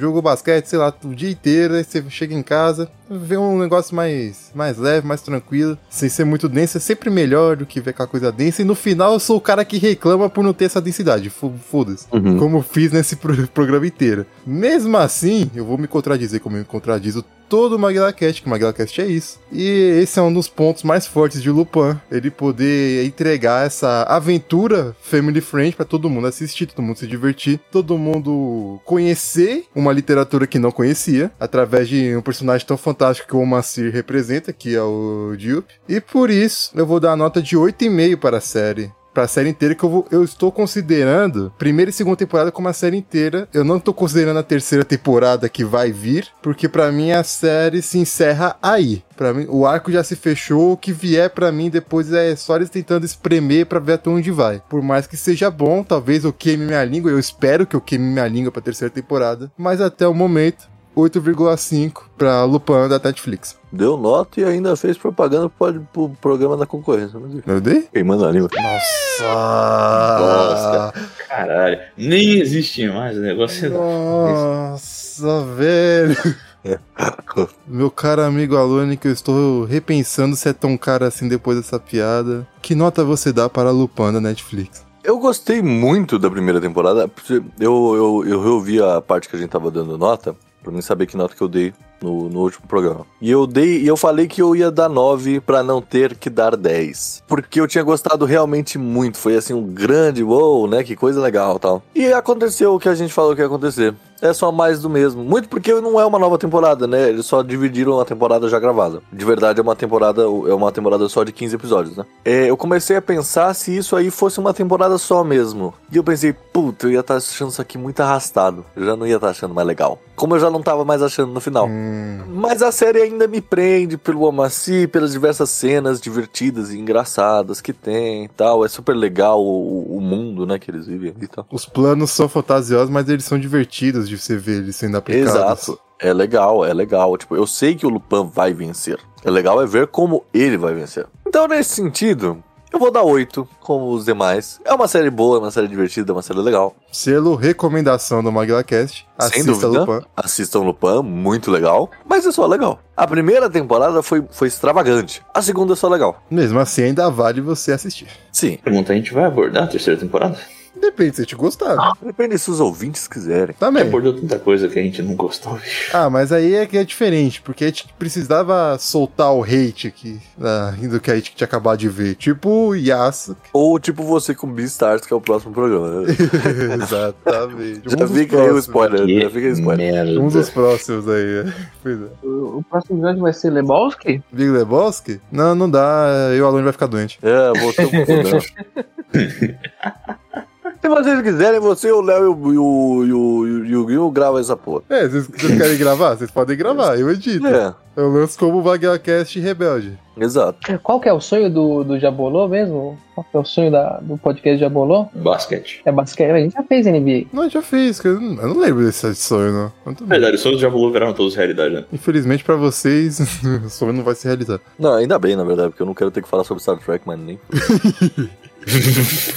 Speaker 1: jogou basquete, sei lá, o dia inteiro, aí você chega em casa, vê um negócio mais, mais leve, mais tranquilo, sem ser muito denso, é sempre melhor do que ver aquela coisa densa. E no final eu sou o cara que reclama por não ter essa densidade. Fo- Foda-se
Speaker 2: Uhum.
Speaker 1: como eu fiz nesse pro- programa inteiro. Mesmo assim, eu vou me contradizer como eu me contradizo todo o MaglaCast, que o MaglaCast é isso. E esse é um dos pontos mais fortes de Lupin, ele poder entregar essa aventura family friend pra todo mundo assistir, todo mundo se divertir, todo mundo conhecer uma literatura que não conhecia, através de um personagem tão fantástico que o Omacir representa, que é o Diop. E por isso, eu vou dar a nota de 8,5 para a série pra série inteira que eu, vou- eu estou considerando primeira e segunda temporada como a série inteira. Eu não tô considerando a terceira temporada que vai vir, porque pra mim a série se encerra aí. Para mim, o arco já se fechou, o que vier pra mim depois é só eles tentando espremer pra ver até onde vai. Por mais que seja bom, talvez eu queime minha língua, eu espero que eu queime minha língua pra terceira temporada, mas até o momento 8,5 pra Lupin da Netflix.
Speaker 2: Deu nota e ainda fez propaganda pro, pro programa da concorrência. Mas...
Speaker 1: Não dei?
Speaker 2: Queimando a língua.
Speaker 1: Nossa!
Speaker 4: Caralho, nem existe mais o negócio.
Speaker 1: Nossa, velho. Meu caro amigo Alone, que eu estou repensando se é tão cara assim depois dessa piada. Que nota você dá para Lupin da Netflix?
Speaker 2: Eu gostei muito da primeira temporada. porque Eu, eu, eu reouvi a parte que a gente tava dando nota, pra mim saber que nota que eu dei no, no último programa. E eu dei, e eu falei que eu ia dar 9 pra não ter que dar 10. Porque eu tinha gostado realmente muito. Foi assim um grande wow, né? Que coisa legal tal. E aconteceu o que a gente falou que ia acontecer. é só mais do mesmo. Muito porque não é uma nova temporada, né? Eles só dividiram a temporada já gravada. De verdade, é uma temporada, é uma temporada só de 15 episódios, né? É, eu comecei a pensar se isso aí fosse uma temporada só mesmo. E eu pensei, puta, eu ia estar achando isso aqui muito arrastado. Eu já não ia estar achando mais legal. Como eu já não tava mais achando no final.
Speaker 1: Hum,
Speaker 2: Mas a série ainda me prende pelo Amaci, pelas diversas cenas divertidas e engraçadas que tem e tal. É super legal o, o mundo, né, que eles vivem ali e tal.
Speaker 1: Os planos são fantasiosos, mas eles são divertidos de você ver eles sendo aplicados.
Speaker 2: Exato. É legal, é legal. Tipo, eu sei que o Lupin vai vencer. É legal é ver como ele vai vencer. Então, nesse sentido, eu vou dar 8, como os demais. É uma série boa, é uma série divertida, é uma série legal.
Speaker 1: Selo recomendação do MaguilaCast.
Speaker 2: Sem
Speaker 1: Assista
Speaker 2: dúvida.
Speaker 1: Lupin.
Speaker 2: Assistam Lupin, muito legal. Mas é só legal. A primeira temporada foi, foi extravagante. A segunda é só legal.
Speaker 1: Mesmo assim, ainda vale você assistir.
Speaker 2: Sim.
Speaker 6: Pergunta, a gente vai abordar a terceira temporada?
Speaker 1: Depende se você te gostar.
Speaker 2: Depende se os ouvintes quiserem.
Speaker 1: Também.
Speaker 6: Abordou tanta é coisa que a gente não gostou, bicho.
Speaker 1: Ah, mas aí é que é diferente, porque a gente precisava soltar o hate aqui ah, do que a gente tinha acabado de ver. Tipo o Yasuke.
Speaker 2: Ou tipo você com Beastars, que é o próximo programa. né?
Speaker 1: Exatamente. Um
Speaker 2: Já
Speaker 1: dos
Speaker 2: fica aí o
Speaker 1: próximos.
Speaker 2: spoiler. Já fica aí o spoiler.
Speaker 6: merda.
Speaker 1: Um dos próximos aí. é. Pois é.
Speaker 3: O, o próximo episódio vai ser Lebowski?
Speaker 1: Big Lebowski? Não, não dá. Eu, o aluno, vai ficar doente.
Speaker 2: É, voltou pro programa. Se vocês quiserem, você, o Léo e o- e o- e o e o Yuguinho gravam essa porra.
Speaker 1: É, vocês, vocês querem gravar? Vocês podem gravar, eu edito.
Speaker 2: É,
Speaker 1: Eu lanço como VagueaCast Rebelde.
Speaker 2: exato.
Speaker 3: Qual que é o sonho do, do Jabolô mesmo? Qual que é o sonho da- do podcast Jabolô?
Speaker 6: assim. Basquete.
Speaker 3: É basquete. A gente já fez NBA.
Speaker 1: Não, a gente já fez, eu não, eu não lembro desse sonho, não. Mas tudo
Speaker 6: Na
Speaker 2: É.
Speaker 1: bem.
Speaker 6: verdade, os sonhos já vão viraram todos realidade, né? é
Speaker 1: é
Speaker 2: é
Speaker 3: é
Speaker 6: né?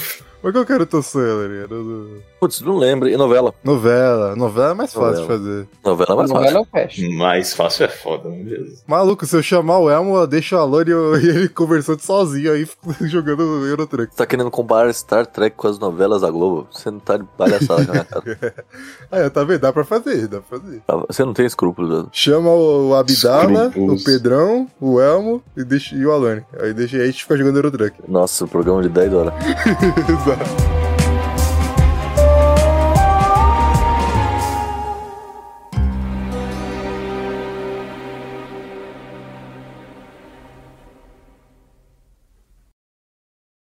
Speaker 1: Ah, é, tá
Speaker 2: tá né?